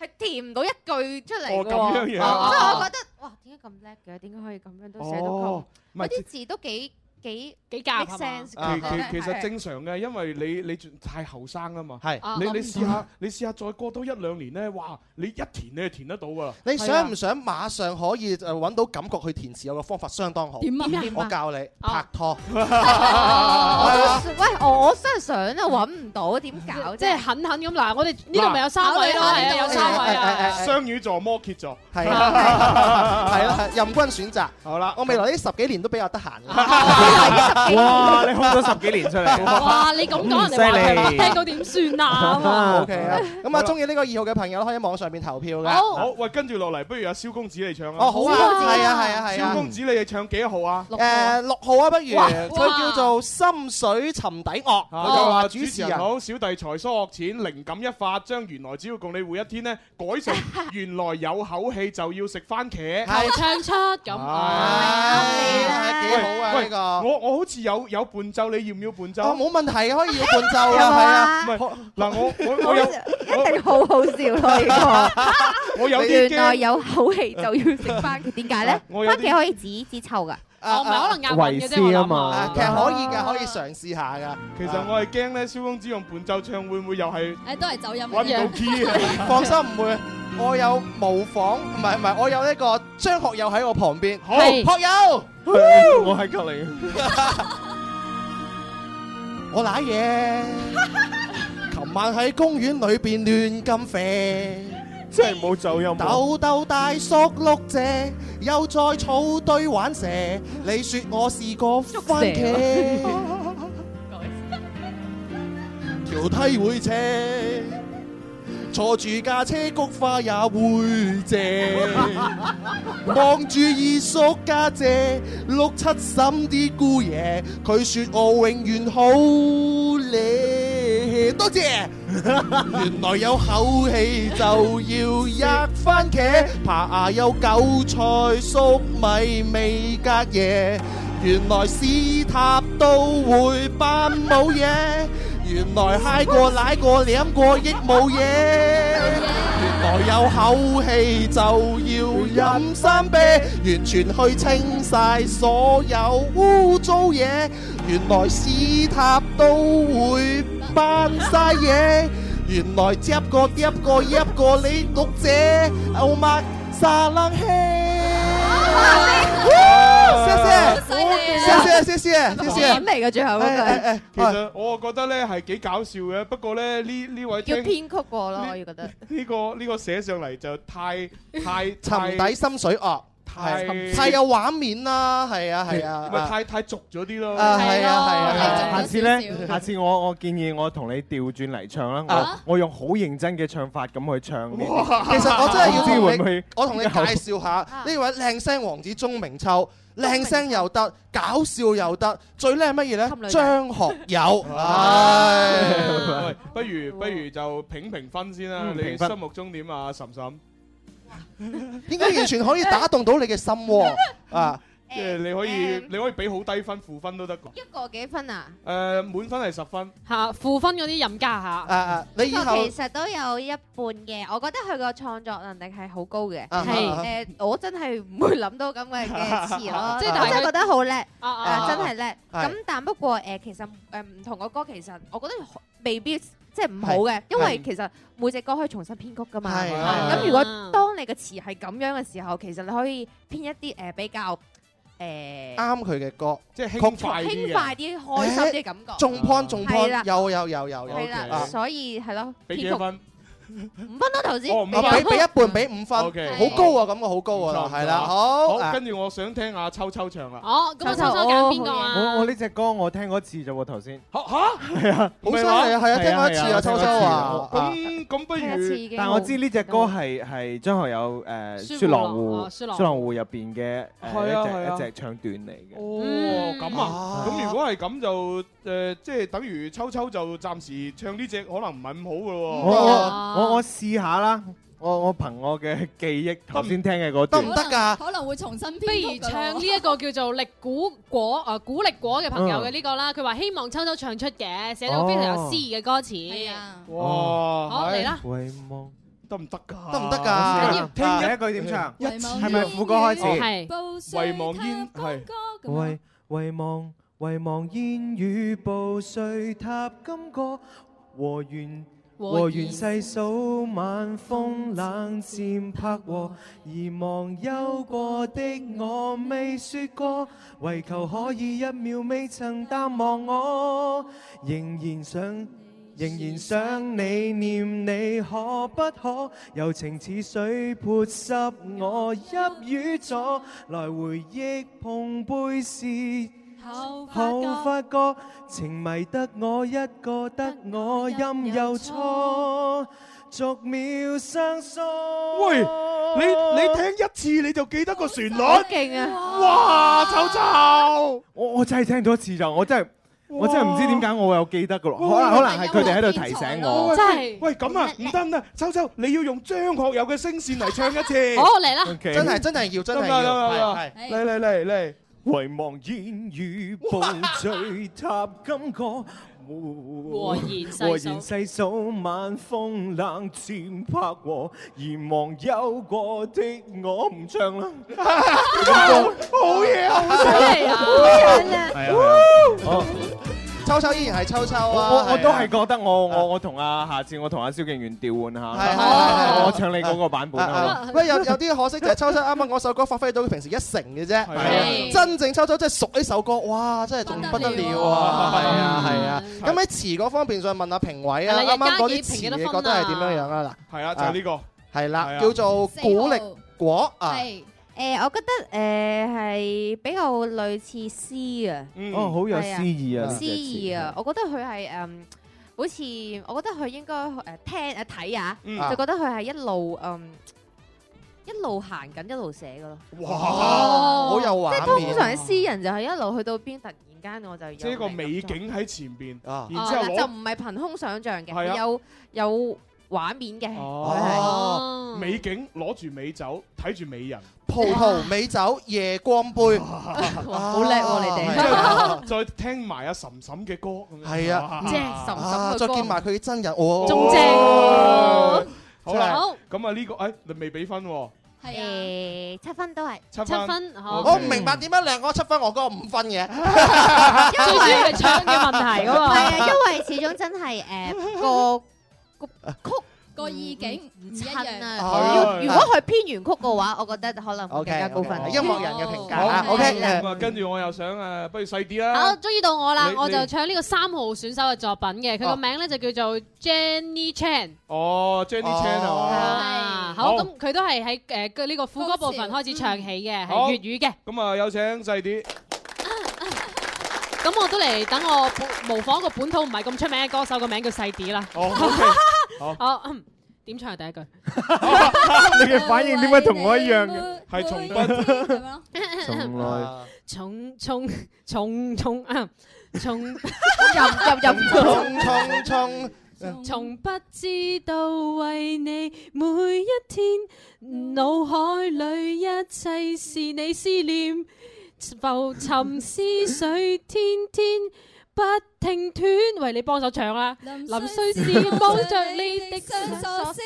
Speaker 22: 係填唔到一句出嚟
Speaker 4: 哦
Speaker 22: 㗎
Speaker 4: 咁
Speaker 22: 喎，
Speaker 4: 樣
Speaker 22: 即
Speaker 4: 樣
Speaker 22: 係我覺得哇，點解咁叻嘅？點解可以咁樣都寫到咁
Speaker 4: 哦？唔係
Speaker 22: 嗰啲字都幾幾
Speaker 6: 幾
Speaker 22: 夾 make
Speaker 6: 係嘛
Speaker 5: 啊
Speaker 22: sense
Speaker 4: 其
Speaker 22: 㗎
Speaker 4: 其其實
Speaker 22: 係
Speaker 4: 正常嘅，因為你你仲太後生啊嘛。
Speaker 5: 係
Speaker 4: 你
Speaker 5: 啊
Speaker 4: 你
Speaker 5: 我唔
Speaker 4: 試下，你試下再過多一兩年咧，哇！你一填你就填得到啊噶啦。
Speaker 5: 你
Speaker 6: 啊
Speaker 5: 想唔想馬上可以誒揾到感覺去填詞？有個方法相當好。
Speaker 22: 點啊點啊
Speaker 5: 我教你
Speaker 6: 哦
Speaker 5: 拍 拖。啊
Speaker 22: 我都喂，我我真係想啊，揾唔到點搞啫？
Speaker 6: 即係狠狠咁嗱，我哋呢度咪有三位咯，
Speaker 22: 嗱
Speaker 6: 係啊，有三位啊。
Speaker 4: 雙魚座、摩羯座，
Speaker 5: 係啊，係啦，任君選擇。
Speaker 4: 好啦，
Speaker 5: 我未來呢十幾年都比較得閒嘅。哦
Speaker 10: 哇！你空咗十幾年出嚟，
Speaker 6: 哇！你咁講人哋話
Speaker 10: 嗯
Speaker 6: 佢
Speaker 10: 犀利
Speaker 6: 聽到點算啊？
Speaker 5: O K 啊，咁啊，中意呢個二號嘅朋友可以喺網上面投票嘅。
Speaker 6: 好
Speaker 4: 好，喂，跟住落嚟，不如阿蕭公子你唱啊。
Speaker 5: 哦好啊好啊係啊係啊係啊
Speaker 4: 蕭公子你唱幾號啊？
Speaker 5: 誒六號啊，不 如
Speaker 4: 哇
Speaker 5: 佢叫做深水沉底樂，
Speaker 4: 啊
Speaker 5: 佢哦就話
Speaker 4: 主
Speaker 5: 主持
Speaker 4: 持人
Speaker 5: 人。
Speaker 4: 好，小弟財疏學淺，靈感一發，將原來只要共你活一天呢，改 成原來有口氣就要食番茄，
Speaker 6: 求唱出咁。
Speaker 4: 啊唉
Speaker 5: 幾好啊
Speaker 4: 喂
Speaker 5: 呢個
Speaker 4: 我我好似有有伴奏，你要唔要伴奏？
Speaker 5: 哦，冇問題嘅，可以要伴 奏
Speaker 4: 有冇
Speaker 5: 啊，
Speaker 4: 啊
Speaker 5: 係啊。
Speaker 4: 嗱，我我我有
Speaker 21: 一定好好笑 咯呢個。
Speaker 4: 我有啲驚啊
Speaker 21: 原來有口氣就要食番 茄，點解咧？
Speaker 4: 我有
Speaker 21: 番
Speaker 4: 啲啊
Speaker 21: 茄可以止止臭㗎。
Speaker 5: 我唔係可能押韻嘅啫
Speaker 4: 維斯啊
Speaker 5: 嘛
Speaker 4: 嘛
Speaker 5: 其實可以嘅，可以嘗試下噶。
Speaker 4: 其實我係驚咧，蕭公子用伴奏唱會唔會又係
Speaker 20: 誒，都係走音
Speaker 4: 揾唔到 key 啊？
Speaker 5: 放心唔會，我有模仿，唔係唔係，我有呢個張學友喺我旁邊。好，學
Speaker 4: 係
Speaker 5: 友，
Speaker 4: 我喺隔離。
Speaker 5: 我揦嘢，琴晚喺公園裏邊亂咁肥。
Speaker 10: 真係冇走音喎。
Speaker 5: 豆豆大叔碌姐又在草堆玩蛇，你說我是個番茄，條梯會斜，坐住架車菊花也會謝。望住二叔家姐六七嬸啲姑爺，佢說我永遠好你，多謝。原來有口氣就要吔番茄，扒牙有韭菜粟米味隔夜。原來屎塔都會扮冇嘢，原來揩過奶過舐過亦 冇嘢。來有口氣就要飲三啤，完全去清晒所有污糟嘢。原來屎塔都會扮晒嘢，原來接個接個接個你讀者牛麥沙冷氣。
Speaker 4: 哦
Speaker 5: 啊
Speaker 21: 啊
Speaker 5: 謝謝，謝謝，謝謝，謝謝。
Speaker 21: 哦嚟嘅最後嗰句。
Speaker 4: 其實我覺得咧係幾搞笑嘅，不過咧呢呢位
Speaker 21: 叫
Speaker 4: 聽
Speaker 21: 編曲過啦，我要覺得。
Speaker 4: 呢個呢個寫上嚟就太 太
Speaker 5: 沉底心水樂，
Speaker 4: 太
Speaker 5: 係太有畫面啦，係啊係啊，
Speaker 4: 咪太太俗咗啲咯。
Speaker 5: 啊係啊係啊
Speaker 4: 係
Speaker 10: 下次咧，下次我我建議我同你調轉嚟唱啦，我我用好認真嘅唱法咁去唱呢
Speaker 5: 哇
Speaker 10: 啲。
Speaker 5: 其實我真係要
Speaker 10: 唔知會唔
Speaker 5: 同你
Speaker 10: 會，
Speaker 5: 我同你介紹下呢位靚聲王子鐘明秋，靚聲又得，搞笑又得，最叻係乜嘢呢？張學 友，唉。
Speaker 4: 喂，不如不如就評評分先啦，
Speaker 5: 嗯
Speaker 4: 你
Speaker 5: 評分
Speaker 4: 心目中點啊，岑岑？
Speaker 5: 應該完全可以打動到你嘅心喎啊！
Speaker 4: 即係你可以你可以俾好低分、負分都得㗎。
Speaker 22: 一個幾分啊？
Speaker 4: 誒，滿分係十分。
Speaker 6: 嚇負分嗰啲任家嚇。
Speaker 5: 啊
Speaker 22: 不過其實都有一半嘅，我覺得佢個創作能力係好高嘅。
Speaker 6: 啊啊。
Speaker 22: 誒，我真係唔會諗到咁嘅嘅詞咯
Speaker 6: 即係但係
Speaker 22: 我真係
Speaker 6: 佢
Speaker 22: 覺得好叻，
Speaker 6: 啊啊
Speaker 22: 啊
Speaker 6: 啊
Speaker 22: 真係叻。
Speaker 6: 係
Speaker 22: 咁但不過誒，其實誒唔同嘅歌其實我覺得未必。即係唔好嘅
Speaker 6: 係，
Speaker 22: 因為
Speaker 6: 係
Speaker 22: 其實每隻歌可以重新編曲噶嘛。
Speaker 6: 係
Speaker 22: 咁
Speaker 6: 係
Speaker 22: 如果當你嘅詞係咁樣嘅時候，其實你可以編一啲誒比較誒
Speaker 5: 啱佢嘅歌，
Speaker 4: 即係
Speaker 5: 輕
Speaker 22: 輕快啲、開心啲嘅感覺。
Speaker 5: 仲 point 仲
Speaker 22: 係啦
Speaker 5: point，有有有有有。
Speaker 22: 係啦，
Speaker 5: 啊
Speaker 22: 所以係咯，
Speaker 5: 俾幾
Speaker 22: 編
Speaker 5: 多
Speaker 22: 曲
Speaker 4: 分？
Speaker 22: 五分咯，頭先。
Speaker 4: 哦五分
Speaker 5: 啊俾俾一半，俾五分，
Speaker 4: OK
Speaker 5: 好高啊！感覺好高
Speaker 4: 唔錯
Speaker 5: 啊，
Speaker 4: 唔錯
Speaker 5: 係啦，好。啊
Speaker 4: 跟住我想聽阿秋秋唱啦。
Speaker 6: 哦，咁我秋秋揀邊個
Speaker 5: 哦
Speaker 6: 啊？
Speaker 10: 我我呢只歌我聽過一次啫喎，頭先。
Speaker 4: 嚇嚇，
Speaker 10: 係啊，
Speaker 5: 好犀利啊係啊聽過一次啊
Speaker 10: 係
Speaker 5: 秋秋啊
Speaker 10: 聽過一次
Speaker 4: 咁咁不
Speaker 10: 但
Speaker 4: 如，
Speaker 10: 但我知呢隻歌係係張學友誒《雪狼湖》哦雪
Speaker 4: 雪狼湖
Speaker 10: 狼湖入邊嘅呃
Speaker 4: 係啊係啊
Speaker 10: 誒一隻一隻唱段嚟嘅。
Speaker 4: 哦，咁啊，咁如果係咁就誒，即係等於秋秋就暫時唱呢只可能唔係咁好嘅喎。
Speaker 10: 我我我我試下啦，我我憑我嘅記憶頭先聽嘅嗰段
Speaker 6: 可能會重新編不如唱呢一個叫做力古果誒古力果嘅朋友嘅呢個啦，佢話希望秋秋唱出嘅，寫
Speaker 4: 哦
Speaker 6: 到非常有詩意嘅歌詞。係啊，
Speaker 4: 哇！
Speaker 6: 好嚟啦，
Speaker 10: 回望
Speaker 4: 得唔得㗎？
Speaker 10: 得
Speaker 5: 唔得㗎
Speaker 10: 聽一句點唱？係咪副歌開始？
Speaker 4: 遺忘煙係。
Speaker 10: 遺遺忘遺忘煙雨暴碎塌金戈，和緣
Speaker 27: 和
Speaker 10: 和
Speaker 27: 弦
Speaker 10: 緣細數晚風冷漸拍和，而忘憂過的我未説過，為求可以一秒未曾淡忘我，仍然想。仍然想你念你可不可？柔情似水潑濕我一語左，來回憶碰杯是
Speaker 27: 後
Speaker 10: 後發覺情迷得我一個，得我任又錯，逐秒生疏。
Speaker 4: 喂，你你聽一次你就記得個旋律，
Speaker 10: 好勁
Speaker 4: 啊！哇，秋秋，
Speaker 10: 我我真係聽咗一次就，我真係我真係唔知點解我有記得噶咯，可
Speaker 4: 哇
Speaker 10: 能可能係佢哋喺度提醒我。
Speaker 4: 真係喂咁啊，唔得唔得，秋秋你要用張學友嘅聲線嚟唱一次。
Speaker 6: 好嚟啦
Speaker 10: OK
Speaker 5: 真係真係要真
Speaker 4: 得
Speaker 5: 係
Speaker 4: 唔得
Speaker 5: 要，
Speaker 4: 得唔得
Speaker 5: 係
Speaker 4: 嚟嚟嚟嚟。
Speaker 10: 遺忘煙雨暴醉塌金戈，和
Speaker 27: 言細數
Speaker 10: 和言細數晚風冷漸拍和，而忘憂過的我唔唱啦。
Speaker 5: 好嘢啊！
Speaker 10: 好犀利啊係啊係啊我
Speaker 5: 秋秋依然係秋秋啊！
Speaker 10: 我我
Speaker 5: 係啊
Speaker 10: 都係覺得我我我同阿下次我同阿蕭敬元調換
Speaker 5: 係係係係啊
Speaker 10: 下，我唱你嗰個版本啊啦。
Speaker 5: 喂，有有啲可惜就係秋秋啱啱嗰首歌發揮到佢平時一成嘅啫，
Speaker 10: 係
Speaker 5: 真正秋秋真係熟呢首歌，哇！真係仲不得了啊！係啊係啊，咁喺詞嗰方面再問下評委
Speaker 4: 係
Speaker 5: 啊，
Speaker 4: 啦
Speaker 5: 啱啱嗰
Speaker 4: 日間
Speaker 5: 啲
Speaker 4: 幾評
Speaker 5: 詞
Speaker 4: 幾
Speaker 5: 你
Speaker 4: 多
Speaker 5: 覺
Speaker 4: 分
Speaker 5: 得
Speaker 4: 啊
Speaker 5: 係點樣樣啊？嗱，
Speaker 4: 係啊就係呢個，
Speaker 5: 係
Speaker 4: 係
Speaker 5: 啦，
Speaker 4: 啊
Speaker 5: 叫做古力果啊，
Speaker 22: 係誒，我覺得誒係比較類似詩啊。
Speaker 10: 哦好有詩意啊
Speaker 22: 係
Speaker 10: 呢隻
Speaker 22: 詩
Speaker 10: 詞
Speaker 22: 意啊！我覺得佢係誒
Speaker 21: 好似我覺得佢應該誒聽誒睇啊，
Speaker 28: 嗯
Speaker 21: 就覺得佢係一路嗯。一路行緊，一路寫噶咯。
Speaker 4: 哇
Speaker 21: 哦
Speaker 4: 好有畫
Speaker 21: 即
Speaker 4: 面
Speaker 21: 係通常啲詩人就係一路去到邊，突然間我就有
Speaker 4: 即係一個美景喺前邊，然
Speaker 21: 哦
Speaker 4: 之後
Speaker 21: 但就
Speaker 4: 攞
Speaker 21: 唔係憑空想像嘅，
Speaker 4: 係啊
Speaker 21: 係有有畫面嘅。
Speaker 4: 哦美景攞住美酒，睇住美人，
Speaker 5: 葡萄美酒夜光杯，好
Speaker 21: 叻喎你哋
Speaker 4: 哋，再聽埋阿岑岑嘅歌，
Speaker 5: 係啊，
Speaker 4: 哇
Speaker 5: 啊再見埋佢真人，哦，
Speaker 4: 仲正
Speaker 5: 哦
Speaker 4: 好啦
Speaker 5: 好，
Speaker 4: 咁啊呢個誒你未俾分喎，
Speaker 21: 誒七分都係
Speaker 4: 七分七分好
Speaker 5: 哦我唔明白點解兩個七分，我嗰個五分嘅。
Speaker 21: 因為
Speaker 5: 最主要係唱嘅問題㗎嘛
Speaker 21: 唔係啊，因為始終真係誒個個曲。
Speaker 26: 個意境
Speaker 21: 唔
Speaker 26: 一樣
Speaker 21: 啊！
Speaker 5: 哦
Speaker 21: 要如果佢編原曲嘅話，我覺得可能會
Speaker 5: OK，
Speaker 21: 更加高分。
Speaker 5: OK，音樂人嘅評價
Speaker 4: 好
Speaker 5: 啊，OK，
Speaker 4: 咁啊跟住我又想誒，不如細啲啦，
Speaker 6: 好，中意到我啦
Speaker 4: 啊你，啊
Speaker 6: 我
Speaker 4: 你
Speaker 6: 就唱呢個三號選手嘅作品嘅，佢個名咧就叫做 Jenny Chan。
Speaker 4: 哦，Jenny Chan 係嘛？
Speaker 6: 啊，
Speaker 4: 好
Speaker 6: 好，咁佢都係喺誒佢呢個副歌部分開始唱起嘅，係粵語嘅。
Speaker 4: 咁啊有請細啲，
Speaker 6: 咁我都嚟等我本模仿一個本土唔係咁出名嘅歌手，個名叫細啲啦。
Speaker 4: 哦
Speaker 6: 好，好，嗯點唱係第一句？
Speaker 12: 你嘅反應點解同我一樣嘅？
Speaker 4: 係 重
Speaker 12: 賓。從來
Speaker 6: 重重重重啊！重入入
Speaker 5: 入重重
Speaker 6: 重，從不知道為你每一天，腦海裏一切是你思念，浮沉思緒，天天不停斷。喂，你幫手唱啦，林須是抱着你的雙手思。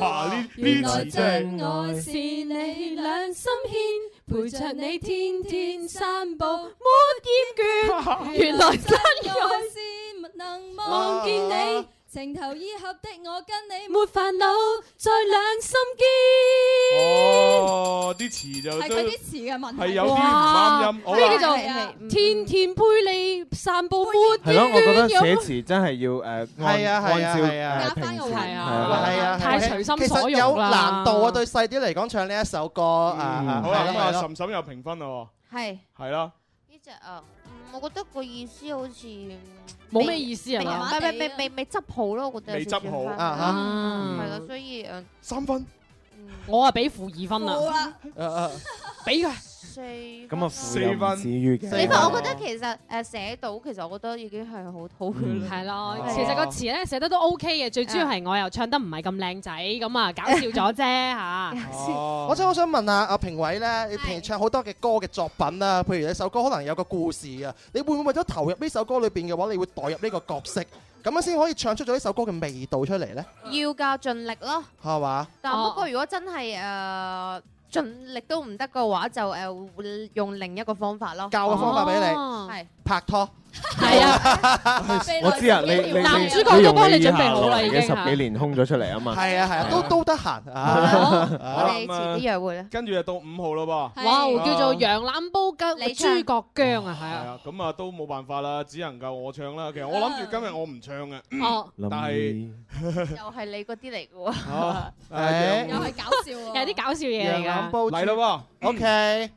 Speaker 4: 哇呢呢
Speaker 6: 原來
Speaker 4: 啲真
Speaker 6: 真愛是你兩心牽，陪着你天天散步沒厭倦。原來真愛是
Speaker 26: 能
Speaker 6: 望
Speaker 26: 望
Speaker 6: 見
Speaker 26: 見
Speaker 6: 你
Speaker 26: 你，情投意合的我跟你
Speaker 6: 沒煩惱，在兩心堅。
Speaker 4: 哦啲詞就
Speaker 26: 係佢啲詞嘅問題，
Speaker 4: 係有啲唔
Speaker 6: À,
Speaker 4: 啱音好啦
Speaker 6: 呢叫做天天陪你散步沒
Speaker 12: 係咯，
Speaker 6: 厭
Speaker 5: 嗯
Speaker 12: 我覺得
Speaker 6: 倦。
Speaker 12: 寫
Speaker 6: 有
Speaker 12: 詞真係要誒按
Speaker 5: 係啊係啊
Speaker 12: 按照
Speaker 5: 係
Speaker 12: 誒
Speaker 5: 啊
Speaker 12: 平時
Speaker 5: 係
Speaker 12: 啊
Speaker 5: 係啊，
Speaker 6: 太隨心所
Speaker 5: 其實有
Speaker 6: 欲啦
Speaker 5: 難度啊，對細啲嚟講唱呢一首歌啊，
Speaker 4: 好啦咁啊
Speaker 5: 係咯
Speaker 4: 岑岑有評分啦喎，
Speaker 21: 係
Speaker 4: 係啦，
Speaker 21: 呢只啊，嗯我覺得個意思好似
Speaker 6: 冇咩意思啊
Speaker 21: 未
Speaker 6: 嘛
Speaker 21: 未未未未未執好咯，我覺得有
Speaker 6: 未
Speaker 21: 少少
Speaker 6: 執好
Speaker 21: 分
Speaker 6: 啊哈
Speaker 21: 係啦，所以誒
Speaker 4: 三分，
Speaker 6: 我啊俾負二分啦，俾佢
Speaker 21: 四
Speaker 12: 咁啊，
Speaker 21: 四
Speaker 12: 負又唔至於嘅。
Speaker 21: 四分，我覺得其實誒寫到，其實我覺得已經係好好嘅
Speaker 6: 係
Speaker 21: 啦。
Speaker 6: 咯其實個詞咧寫得都 OK 嘅，最主要係我又唱得唔係咁靚仔，咁啊搞笑咗啫嚇。
Speaker 5: 我真係好想問下阿評委咧，你平時唱好多嘅歌嘅作品啦，譬如你首歌可能有個故事啊，你會唔會為咗投入呢首歌裏邊嘅話，你會代入呢個角色，咁樣先可以唱出咗呢首歌嘅味道出嚟咧？
Speaker 21: 要㗎，盡力咯。
Speaker 5: 係嘛？
Speaker 21: 但不過如果真係誒盡力都唔得嘅話，就誒會用另一個方法咯。
Speaker 5: 教個方法俾你
Speaker 21: 係
Speaker 5: 拍拖。
Speaker 12: 我知啊，你你你
Speaker 5: 男主角都幫你準備好啦已經
Speaker 12: 你用你以下落嚟嘅十幾年空咗出嚟啊嘛。
Speaker 5: 係啊係啊，都都得閒啊。
Speaker 21: 我哋遲啲約會啦。
Speaker 4: 跟住就到五號啦噃，
Speaker 6: 哇，叫做
Speaker 4: 啊
Speaker 6: 羊腩煲姜豬角姜啊，係
Speaker 4: 係
Speaker 6: 啊。
Speaker 4: 啊，咁啊都冇辦法啦，只能夠我唱啦。其實我諗住今日我唔唱嘅，
Speaker 6: 哦
Speaker 4: 但係
Speaker 21: 又係你嗰啲嚟 嘅
Speaker 4: 啊
Speaker 21: 喎，
Speaker 4: 誒又係
Speaker 21: 搞笑喎，
Speaker 6: 有啲搞笑
Speaker 21: Dạ,
Speaker 4: Dạ,
Speaker 6: 嘢嚟㗎。
Speaker 4: 嚟啦喎
Speaker 5: ，OK。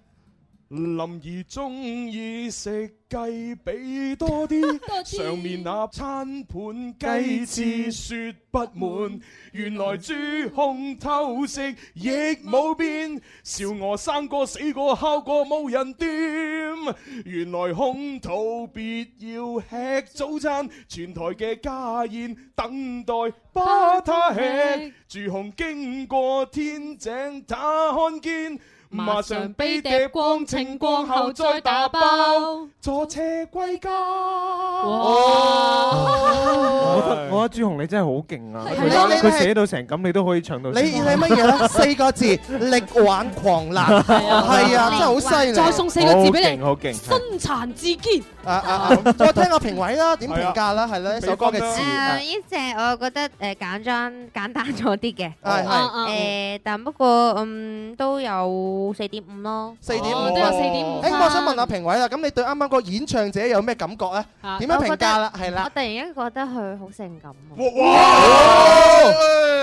Speaker 4: 林兒中意食雞髀多啲，上面那餐盤雞翅説不滿，原來豬控偷食亦冇變，笑我生過死過烤過冇人掂，原來控肚別要吃早餐，全台嘅家宴等待把他吃，住控經過天井他看見。馬上被碟光清光後再打包，坐車歸家。
Speaker 12: 我覺得我覺得朱紅你真係好勁啊！
Speaker 5: 哦係咯你
Speaker 12: 佢寫到成咁，你都可以唱到。
Speaker 5: 你你乜嘢咧？四個字，力挽狂瀾，係啊，真係好犀利。
Speaker 6: 再送四個字俾你
Speaker 12: 好勁，好勁！
Speaker 6: 身殘志堅。
Speaker 5: 啊啊啊！再聽個評委啦，點評價啦，係啦，呢首歌嘅詞。
Speaker 21: 誒
Speaker 5: 啊
Speaker 21: 呢只我覺得誒 簡單簡單咗啲嘅，
Speaker 5: 係係
Speaker 21: 誒但不過嗯都有到四點五咯。
Speaker 5: 四點
Speaker 21: 我
Speaker 5: 五
Speaker 21: 都有4.5
Speaker 5: 誒，
Speaker 21: 分
Speaker 5: 我想問下評委啦，咁你對啱啱個演唱者有咩感覺咧？
Speaker 21: 啊
Speaker 5: 點樣評價啦？
Speaker 21: 我覺得
Speaker 5: 係
Speaker 21: 我
Speaker 5: 啦，
Speaker 21: 突然間覺得佢好性感啊。
Speaker 5: 哇！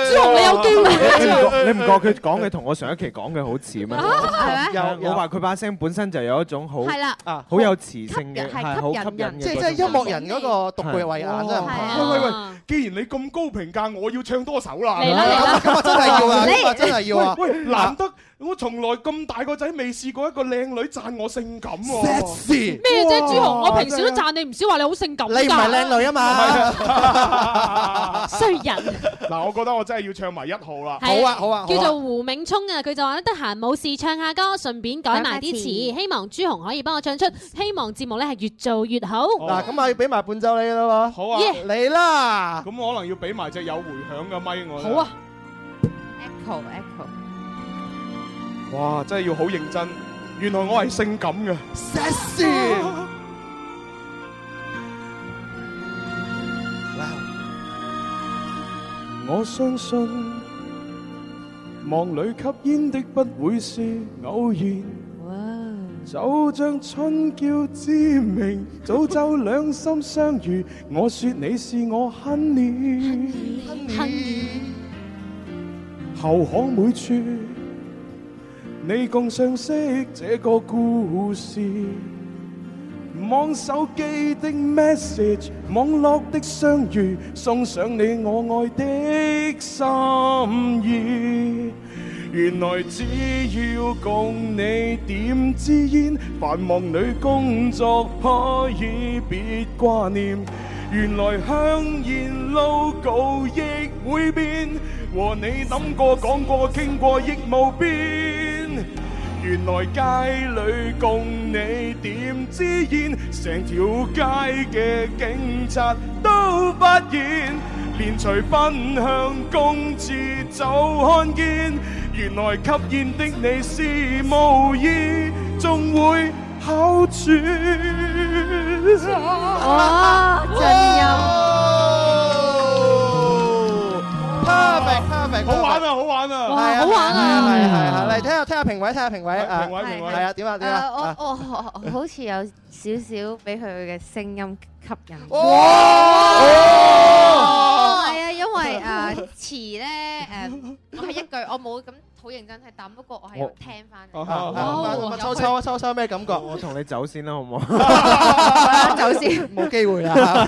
Speaker 21: 朱紅你有機會
Speaker 12: 哦你唔
Speaker 21: 啦，
Speaker 12: 覺你唔覺佢講嘅同我上一期講嘅好似咩？
Speaker 5: 啊係咩
Speaker 12: 有我話佢把聲本身就有一種好
Speaker 5: 係啦
Speaker 12: 啊好有磁性嘅，
Speaker 5: 吸
Speaker 12: 係
Speaker 5: 引
Speaker 12: 好吸引嘅，
Speaker 5: 即係即係音樂人嗰個獨具慧眼真係
Speaker 12: 係
Speaker 5: 唔同。
Speaker 12: 喂喂
Speaker 4: 既然你咁高評價，我要唱多首啦。
Speaker 5: 嚟啦嚟啦咁啊咁啊真係要啊嚟咁啊真係要啊
Speaker 4: 喂，喂難得我從來咁大個仔未試過一個靚女讚我性感喎。
Speaker 6: 咩啫，朱紅？
Speaker 4: 哇
Speaker 6: 我平時都讚你唔少，話你好性感㗎。
Speaker 4: 你唔係靚女啊
Speaker 6: 嘛衰人。
Speaker 4: 嗱，我覺得我真係要唱埋一號啦。
Speaker 6: 係
Speaker 5: 啊
Speaker 6: 叫做胡銘聰啊，佢就話得閒冇事唱下歌，順便改埋啲詞，
Speaker 5: 改下詞
Speaker 6: 希望朱紅可以幫我唱出，希望節目咧係越做越好。
Speaker 5: 嗱，咁啊要俾埋伴奏你啦喎。
Speaker 4: 好啊
Speaker 5: Yeah 你啦。
Speaker 4: 咁可能要俾埋隻有回響嘅咪我。
Speaker 5: 好啊。
Speaker 21: Echo Echo，
Speaker 4: 哇！真係要好認真，原來我係性感嘅。
Speaker 12: 我相信望裏吸煙的不會是偶然，就像春嬌之名，早就兩心相遇。我說你是我 honey，後巷每處你共相識這個故事。望手機的 message，網絡的相遇，送上你我愛的心意。原來只要共你點支煙，繁忙裏工作可以別掛念。原來香煙 logo 亦會變，和你諗過講過傾過亦無變。原來街裏共你點支煙，成條街嘅警察都發現，連隨奔向公廁就看見，原來吸煙的你是無意，仲會口轉。
Speaker 21: 哇！
Speaker 5: Perfect perfect，
Speaker 4: 好玩啊好玩啊哇好玩啊
Speaker 5: 係係係係嚟聽下聽下評委，聽下評委啊，評
Speaker 4: 委評委
Speaker 5: 係啊，點啊
Speaker 21: 誒
Speaker 5: 點
Speaker 21: 我
Speaker 5: 啊，
Speaker 21: 我我好似有少少俾佢嘅聲音吸引。
Speaker 5: 哇
Speaker 21: 係啊，因為誒詞咧誒，我係一句我冇咁好認真睇，但不過我係有聽翻。
Speaker 12: 我
Speaker 5: 啊啊秋秋秋秋咩感覺？
Speaker 12: 我同你走先啦，好唔好？
Speaker 5: 哦走先， 冇機 會 啦。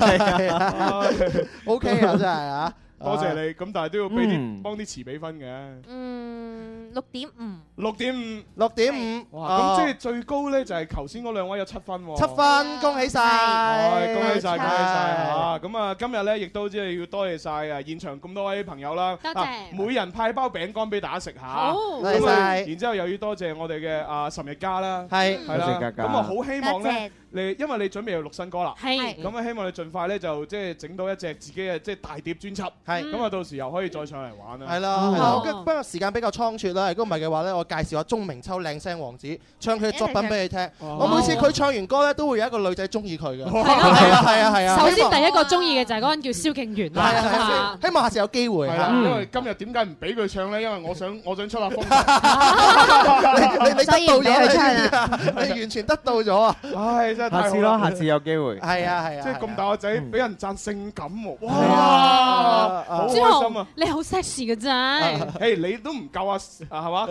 Speaker 5: OK 啊，真係啊，
Speaker 4: 多謝你，咁但係都要俾啲
Speaker 12: 嗯
Speaker 4: 幫啲詞俾分嘅。
Speaker 21: 嗯，六點五。
Speaker 4: 六點五，
Speaker 5: 六點五，哦
Speaker 4: 哇！咁即係最高咧，就係頭先嗰兩位有七分喎。
Speaker 5: 七分，恭喜晒，
Speaker 4: 係恭喜晒，恭喜晒嚇！咁啊，今日咧亦都即係要多謝晒啊現場咁多位朋友啦，
Speaker 6: 多謝
Speaker 4: 啊每人派包餅乾俾大家食下。
Speaker 6: 好
Speaker 4: 咁啊
Speaker 5: 多謝晒
Speaker 4: 然之後又要多謝我哋嘅啊岑日嘉啦，
Speaker 5: 係
Speaker 4: 係
Speaker 12: 多
Speaker 4: 啦
Speaker 12: 謝嘉，嘉
Speaker 4: 咁啊好希
Speaker 12: 多
Speaker 4: 望
Speaker 12: 謝
Speaker 4: 咧，你因為你準備要錄新歌啦，
Speaker 12: 係
Speaker 4: 咁啊希望你盡快咧就即係整到一隻自己嘅即係大碟專輯，
Speaker 5: 係
Speaker 4: 咁啊到時又可以再上嚟玩啦。
Speaker 5: 係啦，係啦，咁不過時間比較倉促啦。如果唔係嘅話咧，我介紹下鐘明秋靚聲王子唱佢嘅作品俾你聽。我每次佢唱完歌咧，都會有一個女仔中意佢嘅。係啊，係啊，係啊。
Speaker 6: 首
Speaker 5: 希
Speaker 6: 先
Speaker 5: 望
Speaker 6: 第一個中意嘅就係嗰個人叫蕭敬元
Speaker 5: 係啊係
Speaker 6: 啦
Speaker 5: 啊。希望下次有機會
Speaker 4: 係
Speaker 5: 嚇
Speaker 4: 啦，因為今日點解唔俾佢唱咧？因為我想 我想出下風
Speaker 5: 你你你得
Speaker 4: 頭。
Speaker 5: 到咗， 你完全得到咗啊！
Speaker 4: 唉，真
Speaker 12: 下
Speaker 4: 係太好
Speaker 12: 次
Speaker 4: 啦
Speaker 12: 咯，下次有機會。
Speaker 5: 係啊係啊，
Speaker 4: 即係咁大個仔俾人讚性感喎，
Speaker 5: 啊
Speaker 4: 哇！好
Speaker 6: 朱
Speaker 4: 開心
Speaker 6: 紅
Speaker 4: 啊！，
Speaker 6: 你好 sexy 嘅啫。
Speaker 4: 誒，你都唔夠啊，啊 係嘛？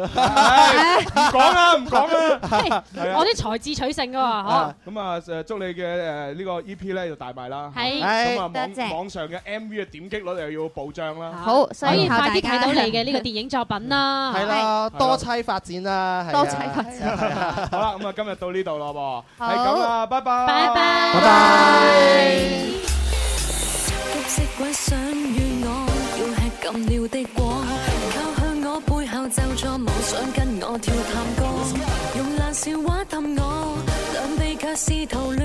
Speaker 4: 唉唔講啦，唔 講啦，係啊
Speaker 6: 我啲才智取勝噶嘛，
Speaker 4: 咁啊，誒祝你嘅誒呢個 E.P. 咧就大賣啦，
Speaker 6: 係
Speaker 4: 咁啊
Speaker 6: 多
Speaker 4: 網
Speaker 6: 謝
Speaker 4: 網上嘅 M.V. 嘅點擊率又要暴漲啦，
Speaker 21: 好所
Speaker 6: 可以快啲
Speaker 21: 大
Speaker 6: 睇
Speaker 21: 家
Speaker 6: 到你嘅呢個電影作品啦。
Speaker 5: 係啦，多妻發展啦，係啊
Speaker 6: 多妻發展
Speaker 5: 係 啊
Speaker 4: 好啦，咁啊今日到呢度咯噃，
Speaker 5: 好
Speaker 4: 係咁啦，拜拜，
Speaker 6: 拜拜拜
Speaker 5: 拜。
Speaker 13: 吸色鬼想與我，要吃禁了的果，靠向我背後就坐，妄想跟我跳探戈，用爛笑話氹我，兩臂卻是徒勞，